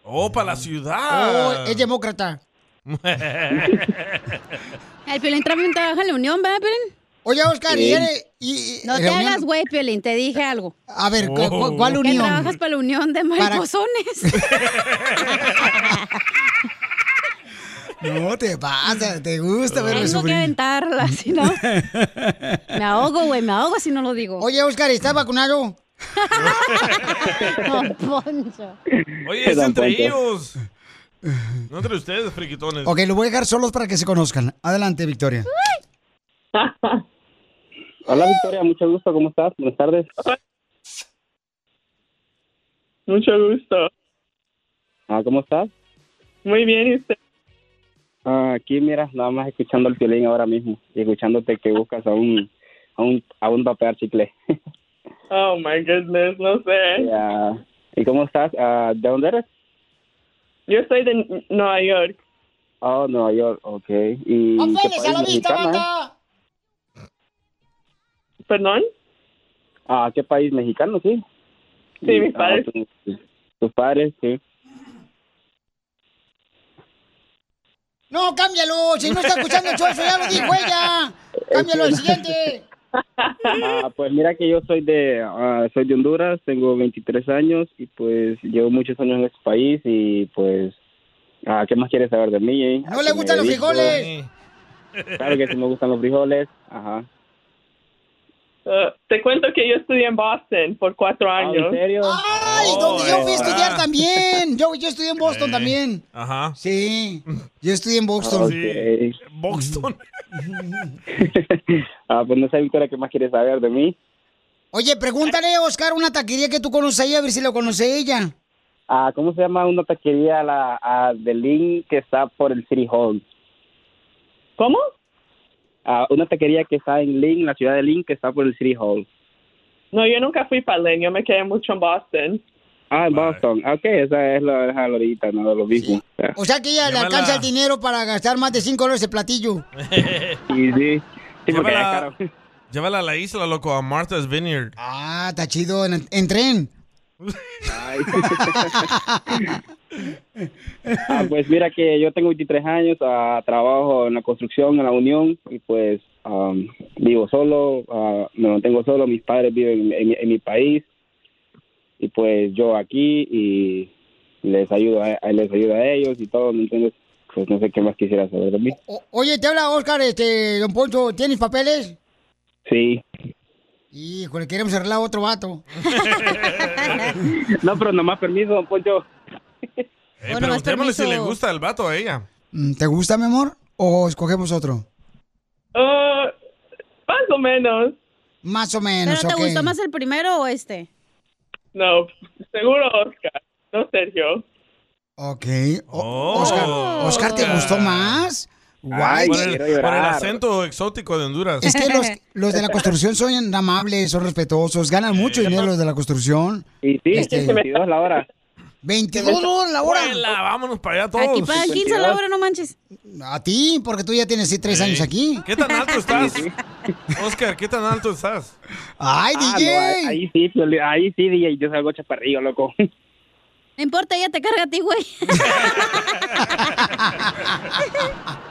Speaker 4: Oh, para la ciudad.
Speaker 3: Oh, es demócrata.
Speaker 5: El Piolín también trabaja en la Unión, ¿verdad, Piolín?
Speaker 3: Oye, Oscar,
Speaker 5: y
Speaker 3: Sí. eres-
Speaker 5: No
Speaker 3: ¿en
Speaker 5: te
Speaker 3: la Unión?
Speaker 5: hagas, güey, Piolín, te dije algo.
Speaker 3: A ver, ¿cu- cu- cuál
Speaker 5: Que
Speaker 3: unión?
Speaker 5: trabajas para la Unión de Mariposones.
Speaker 3: No te pasa, te gusta verme
Speaker 5: Tengo que
Speaker 3: sufrir.
Speaker 5: aventarla, si no. Me ahogo, güey, me ahogo si no lo digo.
Speaker 3: Oye, Oscar, ¿estás vacunado?
Speaker 5: No, Poncho.
Speaker 4: Oye, es
Speaker 3: Don
Speaker 4: entre
Speaker 3: Poncho.
Speaker 4: ellos. No entre ustedes, friquitones.
Speaker 3: Ok, los voy a dejar solos para que se conozcan. Adelante, Victoria.
Speaker 20: Hola, Victoria, mucho gusto. ¿Cómo estás? Buenas tardes.
Speaker 2: Mucho gusto.
Speaker 20: Ah, ¿Cómo estás?
Speaker 2: Muy bien, ¿y usted?
Speaker 20: Ah, aquí, mira, nada más escuchando el Piolín ahora mismo y escuchándote que buscas a un, a un, a un papear
Speaker 2: ¿Eh?
Speaker 20: chicle.
Speaker 2: Oh, my goodness, no sé.
Speaker 20: Ya. ah, ¿Y cómo estás? Ah, ¿De dónde eres?
Speaker 2: Yo soy de Nueva York.
Speaker 20: Oh, Nueva York, ok. ¿Y qué país mexicano, eh?
Speaker 2: ¿Perdón?
Speaker 20: Ah, ¿qué país mexicano, sí?
Speaker 2: Sí, mis
Speaker 20: ah,
Speaker 2: padres.
Speaker 20: tu- Tus, padres, sí.
Speaker 3: No, cámbialo. Si no está escuchando el show, eso ya lo dijo ella. Cámbialo al siguiente.
Speaker 20: Ah, pues mira que yo soy de ah, soy de Honduras, tengo 23 años y pues llevo muchos años en este país y pues ah, ¿qué más quieres saber de mí? eh? ¿A
Speaker 3: No le
Speaker 20: qué me
Speaker 3: gustan los
Speaker 20: dedico?
Speaker 3: frijoles.
Speaker 20: Claro que sí me gustan los frijoles. Ajá.
Speaker 2: Uh, te cuento que yo estudié en Boston por cuatro
Speaker 20: Ah, ¿en
Speaker 2: años.
Speaker 20: serio?
Speaker 3: Ay,
Speaker 4: Oh,
Speaker 3: donde yo fui a estudiar también. Yo, yo estudié en
Speaker 4: Eh,
Speaker 3: Boston también.
Speaker 4: Ajá.
Speaker 3: Sí. Yo estudié en Boston.
Speaker 20: Ah, Ok.
Speaker 4: Boston.
Speaker 20: Ah, pues no sé, Victoria, ¿qué más quieres saber de mí?
Speaker 3: Oye, pregúntale, Oscar, una taquería que tú conoces ahí, a ver si lo conoce ella.
Speaker 20: Ah, ¿Cómo se llama una taquería la, ah, de Lynn que está por el City Hall?
Speaker 2: ¿Cómo?
Speaker 20: Ah, una taquería que está en Lynn, la ciudad de Lynn, que está por el City Hall.
Speaker 2: No, yo nunca fui para Lynn, yo me quedé mucho en Boston.
Speaker 20: Ah, en Boston. Ok, esa es la, esa lorita, no lo mismo. O sea,
Speaker 3: O sea que ella le
Speaker 20: Llámala.
Speaker 3: alcanza el dinero para gastar más de 5 dólares de platillo.
Speaker 20: Y sí,
Speaker 4: Eh,
Speaker 20: sí, porque es
Speaker 4: Llévala,
Speaker 20: caro.
Speaker 4: llévala a la isla, loco, a Martha's Vineyard.
Speaker 3: Ah, está chido, en, en tren.
Speaker 20: Ah, pues mira que yo tengo 23 años, ah, trabajo en la construcción, en la Unión, y pues am, vivo solo, ah, me mantengo solo, mis padres viven en, en mi- en mi país, y pues yo aquí y les ayudo a, a- les ayudo a ellos y todo, ¿me entiendes? Pues no sé qué más quisiera saber de mí.
Speaker 3: O- oye, te habla Oscar, este, don Poncho, ¿tienes papeles?
Speaker 20: Sí.
Speaker 3: Híjole, queremos arreglar a otro vato.
Speaker 20: No, pero nomás permiso, don Poncho.
Speaker 4: Eh,
Speaker 3: Bueno, más
Speaker 4: preguntémosle si
Speaker 3: permiso.
Speaker 4: le gusta el vato a ella.
Speaker 3: Mm, ¿Te gusta, mi amor? ¿O escogemos otro?
Speaker 2: Ah, más o menos.
Speaker 3: Más o
Speaker 5: ¿Pero
Speaker 3: menos,
Speaker 5: te
Speaker 3: ok.
Speaker 5: gustó más el primero o este?
Speaker 2: No, seguro Oscar, no Sergio.
Speaker 3: Ok. O-
Speaker 4: Oh.
Speaker 3: Oscar, Oscar, ¿te
Speaker 4: Oscar.
Speaker 5: Ah.
Speaker 3: gustó más? Guay.
Speaker 4: por, el, por el acento exótico de Honduras.
Speaker 3: Es que los, los de la construcción son amables, son respetuosos, ganan mucho dinero los de la construcción.
Speaker 20: Y sí, 22 la hora.
Speaker 3: 22 dólares la hora.
Speaker 4: Huela, vámonos para allá todos.
Speaker 3: Aquí pagan 15 la hora,
Speaker 5: no manches.
Speaker 3: A ti, porque tú ya tienes sí, tres años aquí.
Speaker 4: ¿Qué tan alto estás? Oscar, ¿qué tan alto estás?
Speaker 3: ¡Ay,
Speaker 20: Ah, no, ahí, ahí sí, Piolín, ahí sí, DJ, yo salgo chaparrillo, loco.
Speaker 5: No importa, ella te carga a ti, güey.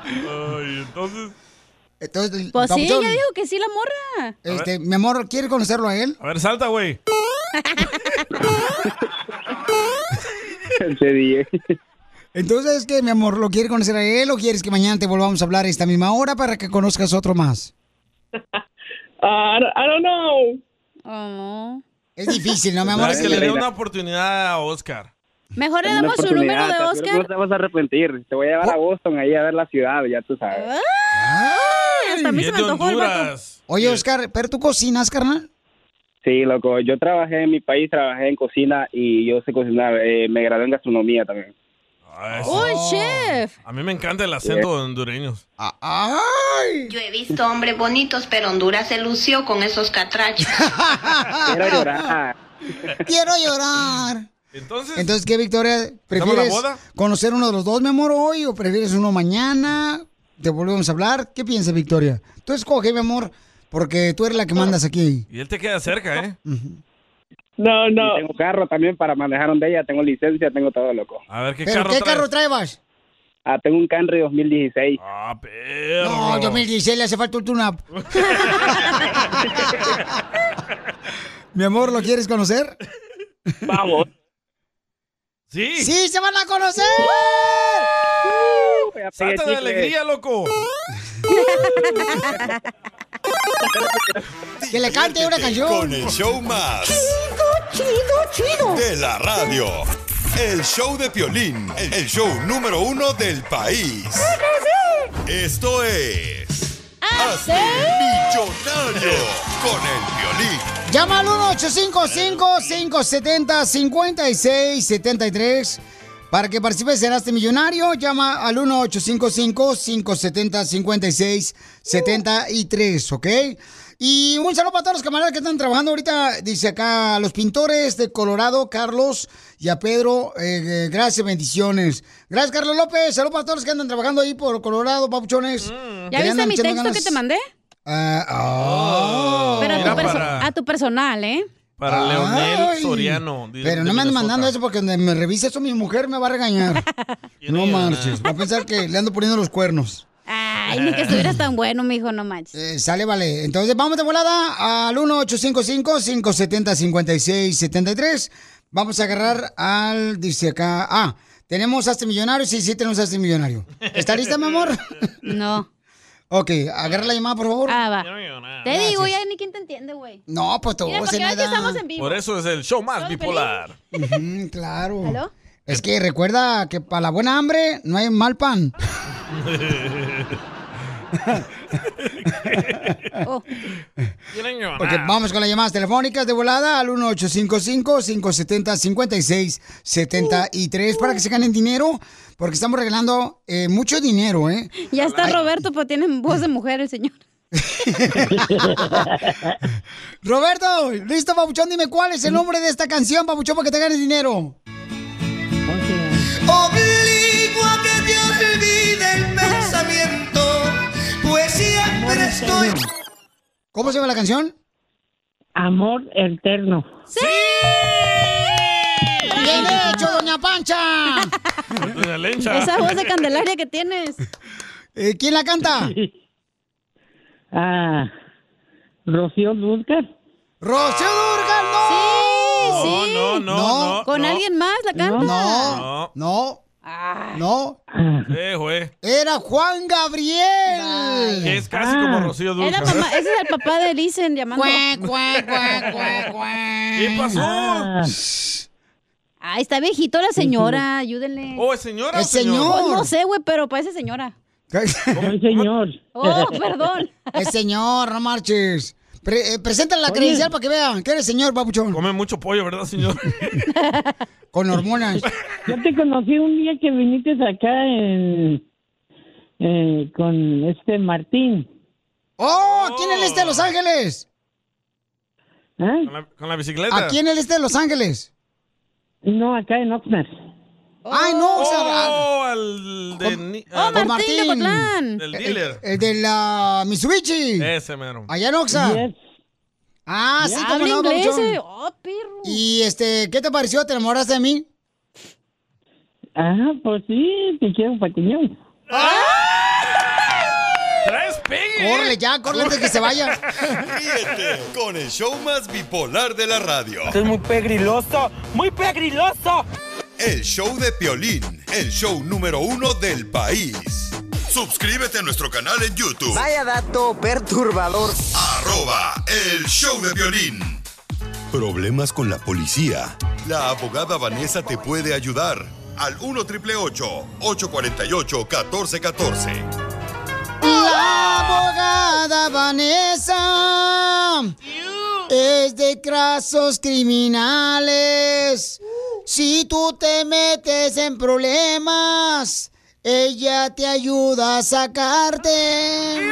Speaker 4: Ay, entonces.
Speaker 3: Entonces,
Speaker 5: Pues sí,
Speaker 3: Papuchón,
Speaker 5: ella dijo que sí, la morra.
Speaker 3: este, mi amor, ¿quiere conocerlo a él?
Speaker 4: A ver, salta, güey.
Speaker 20: Ese DJ.
Speaker 3: Entonces, ¿qué, mi amor? ¿Lo quiere conocer a él o quieres que mañana te volvamos a hablar a esta misma hora para que conozcas otro más?
Speaker 2: Ah, I don't- I don't know.
Speaker 5: Oh.
Speaker 3: Es difícil, ¿no, mi
Speaker 4: Para que le dé una oportunidad a Oscar.
Speaker 5: Mejor le
Speaker 20: Una
Speaker 5: damos su número
Speaker 20: oportunidad,
Speaker 5: de
Speaker 20: Tati,
Speaker 5: Oscar.
Speaker 20: No te vas a arrepentir. Te voy a llevar a Boston ahí a ver la ciudad, ya tú sabes.
Speaker 5: hasta a mí se me antojó el Ah, vato.
Speaker 3: Oye, Oscar, ¿pero tú cocinas, carnal?
Speaker 20: Sí, loco. Yo trabajé en mi país, trabajé en cocina y yo sé cocinar. Eh, me gradué en gastronomía también.
Speaker 5: ¡Uy,
Speaker 3: Oh.
Speaker 5: chef!
Speaker 4: A mí me encanta el acento de hondureños.
Speaker 3: Ah,
Speaker 9: Yo he visto hombres bonitos, pero Honduras se lució con esos catrachos.
Speaker 20: Quiero
Speaker 3: Ah,
Speaker 20: llorar.
Speaker 3: Quiero llorar.
Speaker 4: Entonces,
Speaker 3: ah. Entonces, ¿qué, Victoria?
Speaker 4: ¿Estamos
Speaker 3: ¿Prefieres
Speaker 4: la boda?
Speaker 3: conocer uno de los dos, mi amor, hoy o prefieres uno mañana? Te volvemos a hablar. ¿Qué piensas, Victoria? Tú escoge, mi amor, porque tú eres la que mandas aquí.
Speaker 4: y él te queda cerca, ¿eh?
Speaker 2: No, no.
Speaker 20: tengo carro también para manejar donde ella. Tengo licencia, tengo todo, loco.
Speaker 4: A ver, ¿qué
Speaker 3: ¿Pero
Speaker 4: carro
Speaker 3: qué
Speaker 4: traes?
Speaker 3: carro traebas?
Speaker 20: Ah, tengo un Camry 2016.
Speaker 4: Ah,
Speaker 3: No, 2016 le hace falta un tune-up. mi amor, ¿lo quieres conocer?
Speaker 2: Vamos.
Speaker 4: Sí.
Speaker 3: ¡Sí, se van a conocer!
Speaker 4: Salta de alegría, loco.
Speaker 3: Que le cante una canción.
Speaker 8: Con el show más. Chido, chido, chido. De la radio. El show de Piolín. El show número uno del país. Esto es... Hazte millonario con el Piolín.
Speaker 3: Llama al 1-855-570-5673 para que participes en Hazte Millonario. Llama al 1-855-570-5673, ¿ok? Y un saludo para todos los camaradas que están trabajando ahorita. Dice acá a los pintores de Colorado, Carlos y a Pedro. eh, eh, gracias, bendiciones. Gracias, Carlos López. Saludos para todos los que andan trabajando ahí por Colorado, papuchones.
Speaker 5: Mm. ¿Ya viste mi texto que te mandé?
Speaker 3: Ah,
Speaker 5: Pero a tu, perso- a tu personal, ¿eh?
Speaker 4: Para Leonel
Speaker 3: Ay,
Speaker 4: Soriano. de-
Speaker 3: Pero
Speaker 4: de
Speaker 3: no me andes
Speaker 4: Minnesota.
Speaker 3: mandando eso porque donde me revise eso mi mujer me va a regañar. no marches. Va a pensar que le ando poniendo los cuernos.
Speaker 5: Ay, ni que estuvieras tan bueno, mijo, no manches.
Speaker 3: Eh, sale, vale. Entonces vamos de volada al 1-855-570-5673. Vamos a agarrar al, dice acá, ah, tenemos hasta millonario. Sí, sí, tenemos hasta millonario. ¿Está lista, mi amor?
Speaker 5: No.
Speaker 3: ok, agarra la llamada, por favor.
Speaker 5: Ah, va. Te digo, ya ni quien te entiende, güey.
Speaker 3: No, pues todo
Speaker 5: Mira, para
Speaker 3: se
Speaker 5: que
Speaker 3: me
Speaker 5: veas que
Speaker 3: da.
Speaker 5: estamos en vivo.
Speaker 4: Por eso es el show más bipolar.
Speaker 3: Ujú, claro. Es que recuerda que para la buena hambre no hay mal pan.
Speaker 4: Quieren
Speaker 9: Oh.
Speaker 3: Ok,
Speaker 9: Ah.
Speaker 3: vamos con las llamadas telefónicas de volada al 1855-570-5673 para que se ganen dinero, porque estamos regalando eh, mucho dinero, ¿eh?
Speaker 5: Ya está
Speaker 3: Ay,
Speaker 5: Roberto, pero tiene voz de mujer el señor.
Speaker 3: Roberto, listo, Papuchón, dime cuál es el nombre de esta canción, Papuchón, para que te ganes dinero.
Speaker 14: Obligo a que te olvide el pensamiento, pues siempre estoy.
Speaker 3: ¿Cómo se llama la canción?
Speaker 13: Amor eterno.
Speaker 3: ¡Sí! ¡Bien hecho, doña Pancha!
Speaker 4: Doña Lencha.
Speaker 5: Esa voz de Candelaria que tienes.
Speaker 3: Eh, ¿Quién la canta?
Speaker 13: Ah, Rocío Dúrcal.
Speaker 3: ¡Rocío Durga,
Speaker 5: no! Sí,
Speaker 14: No,
Speaker 5: sí.
Speaker 14: no, no, No. no,
Speaker 5: ¿Con
Speaker 14: no.
Speaker 5: alguien más la canta?
Speaker 3: No, no, no.
Speaker 4: Eh, güey.
Speaker 3: Era Juan Gabriel.
Speaker 4: Que es casi como Rocío Dúrcal.
Speaker 5: Era mamá, ese Ah. es el papá de Listen llamando.
Speaker 3: Cuac, cuac, cuac, cuac, cuac.
Speaker 4: ¿Qué pasó?
Speaker 13: Ah.
Speaker 5: Ay, está viejito la señora, ayúdenle.
Speaker 4: ¿Oh, es señora o
Speaker 5: Es
Speaker 4: señor?
Speaker 5: señor. Oh, no sé, güey, pero parece señora.
Speaker 13: Soy señor.
Speaker 5: Oh, perdón.
Speaker 3: Es señor, no marches. Pre- eh, preséntale la
Speaker 4: Oye.
Speaker 3: credencial para que vean que eres señor, papuchón.
Speaker 4: Come mucho pollo, ¿verdad, señor?
Speaker 3: Con hormonas.
Speaker 13: Yo te conocí un día que viniste acá en, eh, con este Martín.
Speaker 3: ¡Oh! Aquí en el este de Los Ángeles.
Speaker 4: ¿Con la, con la bicicleta?
Speaker 3: Aquí en el este de Los Ángeles.
Speaker 13: No, acá en Oxnard.
Speaker 3: Ay, no, o sea,
Speaker 4: ¡Oh! Al de... Ni-
Speaker 9: Oh,
Speaker 5: Ah. Oh,
Speaker 4: al-
Speaker 3: con Martín.
Speaker 4: Del dealer.
Speaker 3: El,
Speaker 13: Eh,
Speaker 3: el de la Mitsubishi.
Speaker 4: Ese mero.
Speaker 3: Allá en Oxa.
Speaker 4: Yes.
Speaker 3: Ah, sí,
Speaker 5: Ya
Speaker 3: como
Speaker 5: habla
Speaker 3: no,
Speaker 5: inglés,
Speaker 3: papuchón.
Speaker 5: eh. Oh, perro.
Speaker 3: Y este, ¿qué te pareció? ¿Te enamoraste de mí?
Speaker 13: Ah, pues sí, te quiero patiñón.
Speaker 4: ¡Traes pegue!
Speaker 3: Córrele ya, córrele antes que se vaya.
Speaker 8: Ríete con el show más bipolar de la radio.
Speaker 11: Esto Este es muy pegriloso, muy pegriloso.
Speaker 8: El show de Piolín, el show número uno del país. Suscríbete a nuestro canal en YouTube.
Speaker 18: Vaya dato perturbador.
Speaker 8: Arroba el show de Piolín. Problemas con la policía. La abogada Vanessa te puede ayudar. Al 1 848 1414
Speaker 3: La abogada Vanessa es de casos criminales. Si tú te metes en problemas, ella te ayuda a sacarte.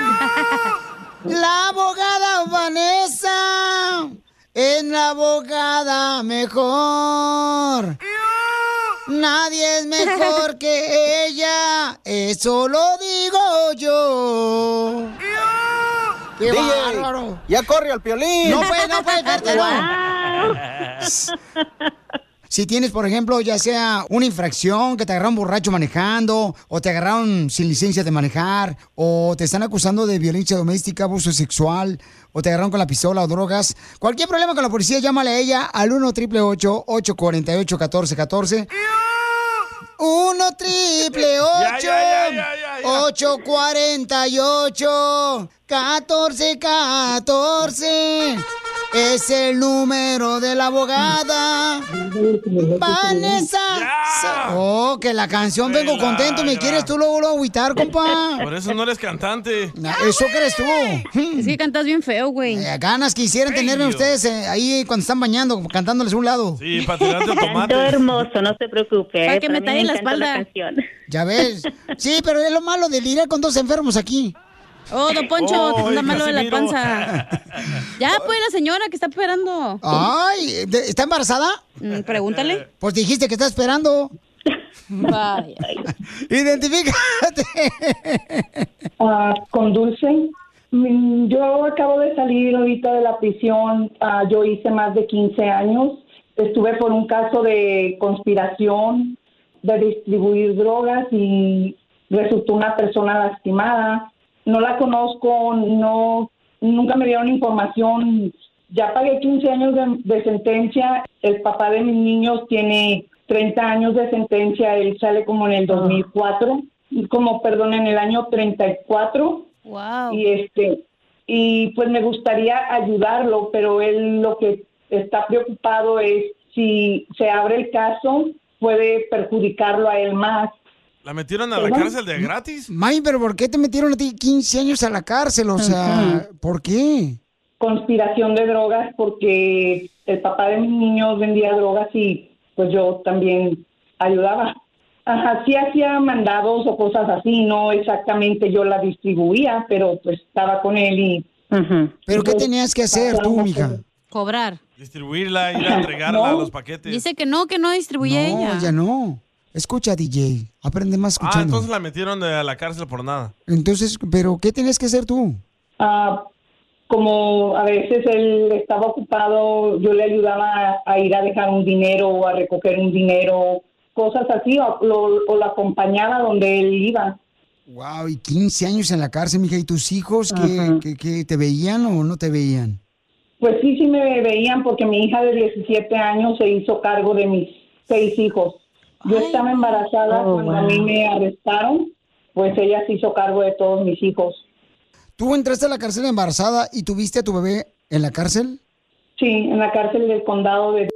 Speaker 3: La abogada Vanessa es la abogada mejor. Nadie es mejor que ella, eso lo digo yo. ¡Qué
Speaker 18: DJ,
Speaker 3: bárbaro!
Speaker 18: Ya corre al piolín.
Speaker 3: No puede, no puede, espérate, no.
Speaker 18: Wow.
Speaker 3: Si tienes, por ejemplo, ya sea una infracción, que te agarraron borracho manejando, o te agarraron sin licencia de manejar, o te están acusando de violencia doméstica, abuso sexual, o te agarraron con la pistola o drogas, cualquier problema con la policía, llámale a ella al 1 888 848 1414 1 triple 8 848 1414 es el número de la abogada Vanessa. Oh, que la canción vengo contento, me quieres tú luego lo agüitar, compa.
Speaker 4: Por eso no eres cantante.
Speaker 3: Na- Eso crees tú. Es que cantas bien feo, güey. ganas quisieran tenerme ustedes eh, ahí cuando están bañando, cantándoles un lado.
Speaker 4: Sí, para tirarte el tomate.
Speaker 3: Canto
Speaker 18: hermoso, no se preocupe.
Speaker 3: Para que me talle la espalda. Ya ves. Sí, pero es lo malo de lidiar con dos enfermos aquí.
Speaker 5: Oh, don Poncho,
Speaker 3: Oh,
Speaker 5: te está
Speaker 3: el
Speaker 5: malo de la
Speaker 3: Casimiro.
Speaker 5: panza. Ya, pues, la señora que está esperando. Mm,
Speaker 3: Ay, ¿de- ¿está embarazada?
Speaker 5: pregúntale.
Speaker 3: Pues dijiste que está esperando.
Speaker 5: Vaya.
Speaker 3: Identifícate.
Speaker 22: Ah, con Dulce. Mm, Yo acabo de salir ahorita de la prisión. Ah, yo hice más de 15 años. Estuve por un caso de conspiración, de distribuir drogas y resultó una persona lastimada. No la conozco, no, nunca me dieron información. Ya pagué 15 años de, de sentencia. El papá de mis niños tiene 30 años de sentencia. Él sale como en el 2004, y como, perdón, en el año 34.
Speaker 5: Wow.
Speaker 22: Y este y pues me gustaría ayudarlo, pero él lo que está preocupado es si se abre el caso puede perjudicarlo a él más.
Speaker 4: ¿La metieron a la cárcel de gratis?
Speaker 3: May, pero ¿por qué te metieron a ti 15 años a la cárcel? O sea, ¿por qué?
Speaker 22: Conspiración de drogas porque el papá de mis niños vendía drogas y pues yo también ayudaba. Ajá, sí hacía mandados o cosas así, no exactamente yo la distribuía, pero pues estaba con él y...
Speaker 3: ¿Pero qué tenías que hacer tú, mija?
Speaker 5: Cobrar.
Speaker 4: Distribuirla, ir a entregarla a los paquetes.
Speaker 5: Dice que no, que no distribuye
Speaker 3: No,
Speaker 5: ella.
Speaker 3: ya no. Escucha, DJ. Aprende más
Speaker 4: Ah,
Speaker 3: escuchando.
Speaker 4: entonces la metieron de- a la cárcel por nada.
Speaker 3: Entonces, ¿pero qué tenías que hacer tú?
Speaker 22: Ah, como a veces él estaba ocupado, yo le ayudaba a, a ir a dejar un dinero o a recoger un dinero, cosas así, o lo, o lo acompañaba donde él iba.
Speaker 3: Wow, y 15 años en la cárcel, mija. ¿Y tus hijos qué, qué- qué, te veían o no te veían?
Speaker 22: Pues sí, sí me veían porque mi hija de 17 años se hizo cargo de mis seis hijos. Yo estaba embarazada
Speaker 3: Oh,
Speaker 22: cuando a mí
Speaker 3: wow.
Speaker 22: me arrestaron, pues ella se hizo cargo de todos mis hijos.
Speaker 3: ¿Tú entraste a la cárcel embarazada y tuviste a tu bebé en la cárcel?
Speaker 22: Sí, en la cárcel del condado de...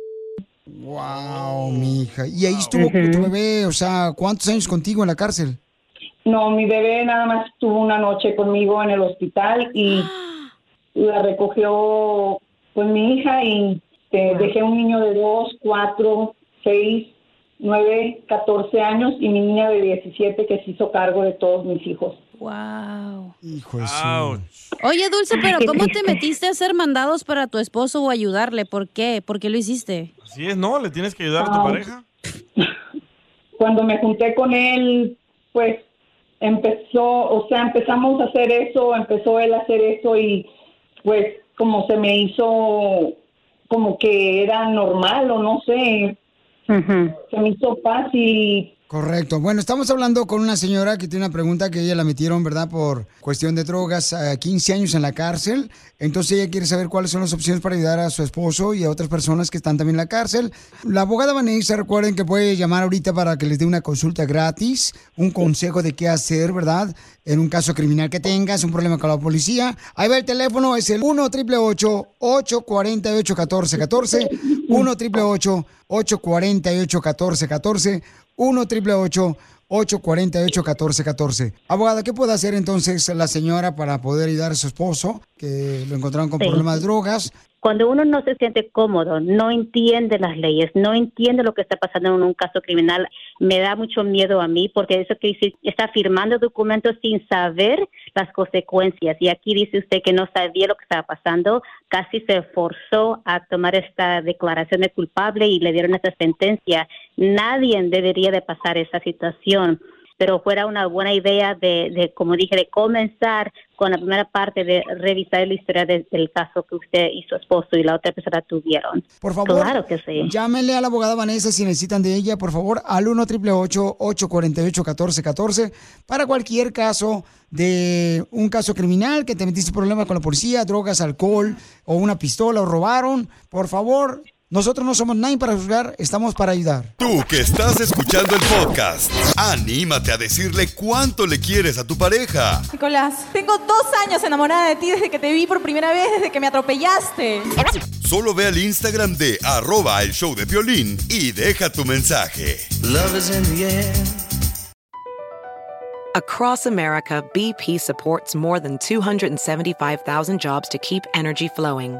Speaker 3: Wow, mija. ¿Y ahí estuvo tu bebé? O sea, ¿cuántos años contigo en la cárcel?
Speaker 22: No, mi bebé nada más estuvo una noche conmigo en el hospital y la recogió pues mi hija y este, dejé un niño de 2, 4, 6, 9, 14 años y mi niña de 17 que se hizo cargo de todos mis hijos.
Speaker 5: Wow.
Speaker 3: Hijo
Speaker 5: Oye, Dulce, pero
Speaker 22: Qué
Speaker 5: ¿cómo te
Speaker 22: triste.
Speaker 5: metiste a hacer mandados para tu esposo o ayudarle? ¿Por qué? ¿Por qué lo hiciste?
Speaker 4: Así es, ¿no? Le tienes que ayudar a tu
Speaker 22: Ah.
Speaker 4: pareja.
Speaker 22: Cuando me junté con él, pues empezó, o sea, empezamos a hacer eso, empezó él a hacer eso y pues como se me hizo como que era normal o no sé, se me hizo fácil.
Speaker 3: Correcto. Bueno, estamos hablando con una señora que tiene una pregunta que ella la metieron, ¿verdad? Por cuestión de drogas, a 15 años en la cárcel. Entonces ella quiere saber cuáles son las opciones para ayudar a su esposo y a otras personas que están también en la cárcel. La abogada Vanessa, recuerden que puede llamar ahorita para que les dé una consulta gratis, un consejo de qué hacer, ¿verdad? En un caso criminal que tengas, un problema con la policía. Ahí va el teléfono, es el 1 848 1414 1 888 848 1414 1 888 848 1414 Abogada, ¿qué puede hacer entonces la señora para poder ayudar a su esposo que lo encontraron con
Speaker 17: Sí.
Speaker 3: problemas de drogas?
Speaker 17: Cuando uno no se siente cómodo, no entiende las leyes, no entiende lo que está pasando en un caso criminal, me da mucho miedo a mí porque eso que dice, está firmando documentos sin saber las consecuencias. Y aquí dice usted que no sabía lo que estaba pasando, casi se forzó a tomar esta declaración de culpable y le dieron esta sentencia. Nadie debería de pasar esa situación pero fuera una buena idea de, de, como dije, de comenzar con la primera parte de revisar la historia de- del caso que usted y su esposo y la otra persona tuvieron.
Speaker 3: Por favor,
Speaker 17: Claro que sí.
Speaker 3: llámenle a la abogada Vanessa si necesitan de ella, por favor, al 1 888 848 1414 para cualquier caso de un caso criminal que te metiste en problemas con la policía, drogas, alcohol o una pistola o robaron. Por favor, nosotros no somos nadie para juzgar, estamos para ayudar.
Speaker 8: Tú que estás escuchando el podcast, anímate a decirle cuánto le quieres a tu pareja.
Speaker 24: Nicolás, tengo dos años enamorada de ti desde que te vi por primera vez, desde que me atropellaste.
Speaker 8: Solo ve al Instagram de arroba el show de violín y deja tu mensaje.
Speaker 1: Across America, BP supports more than 275,000 jobs to keep energy flowing.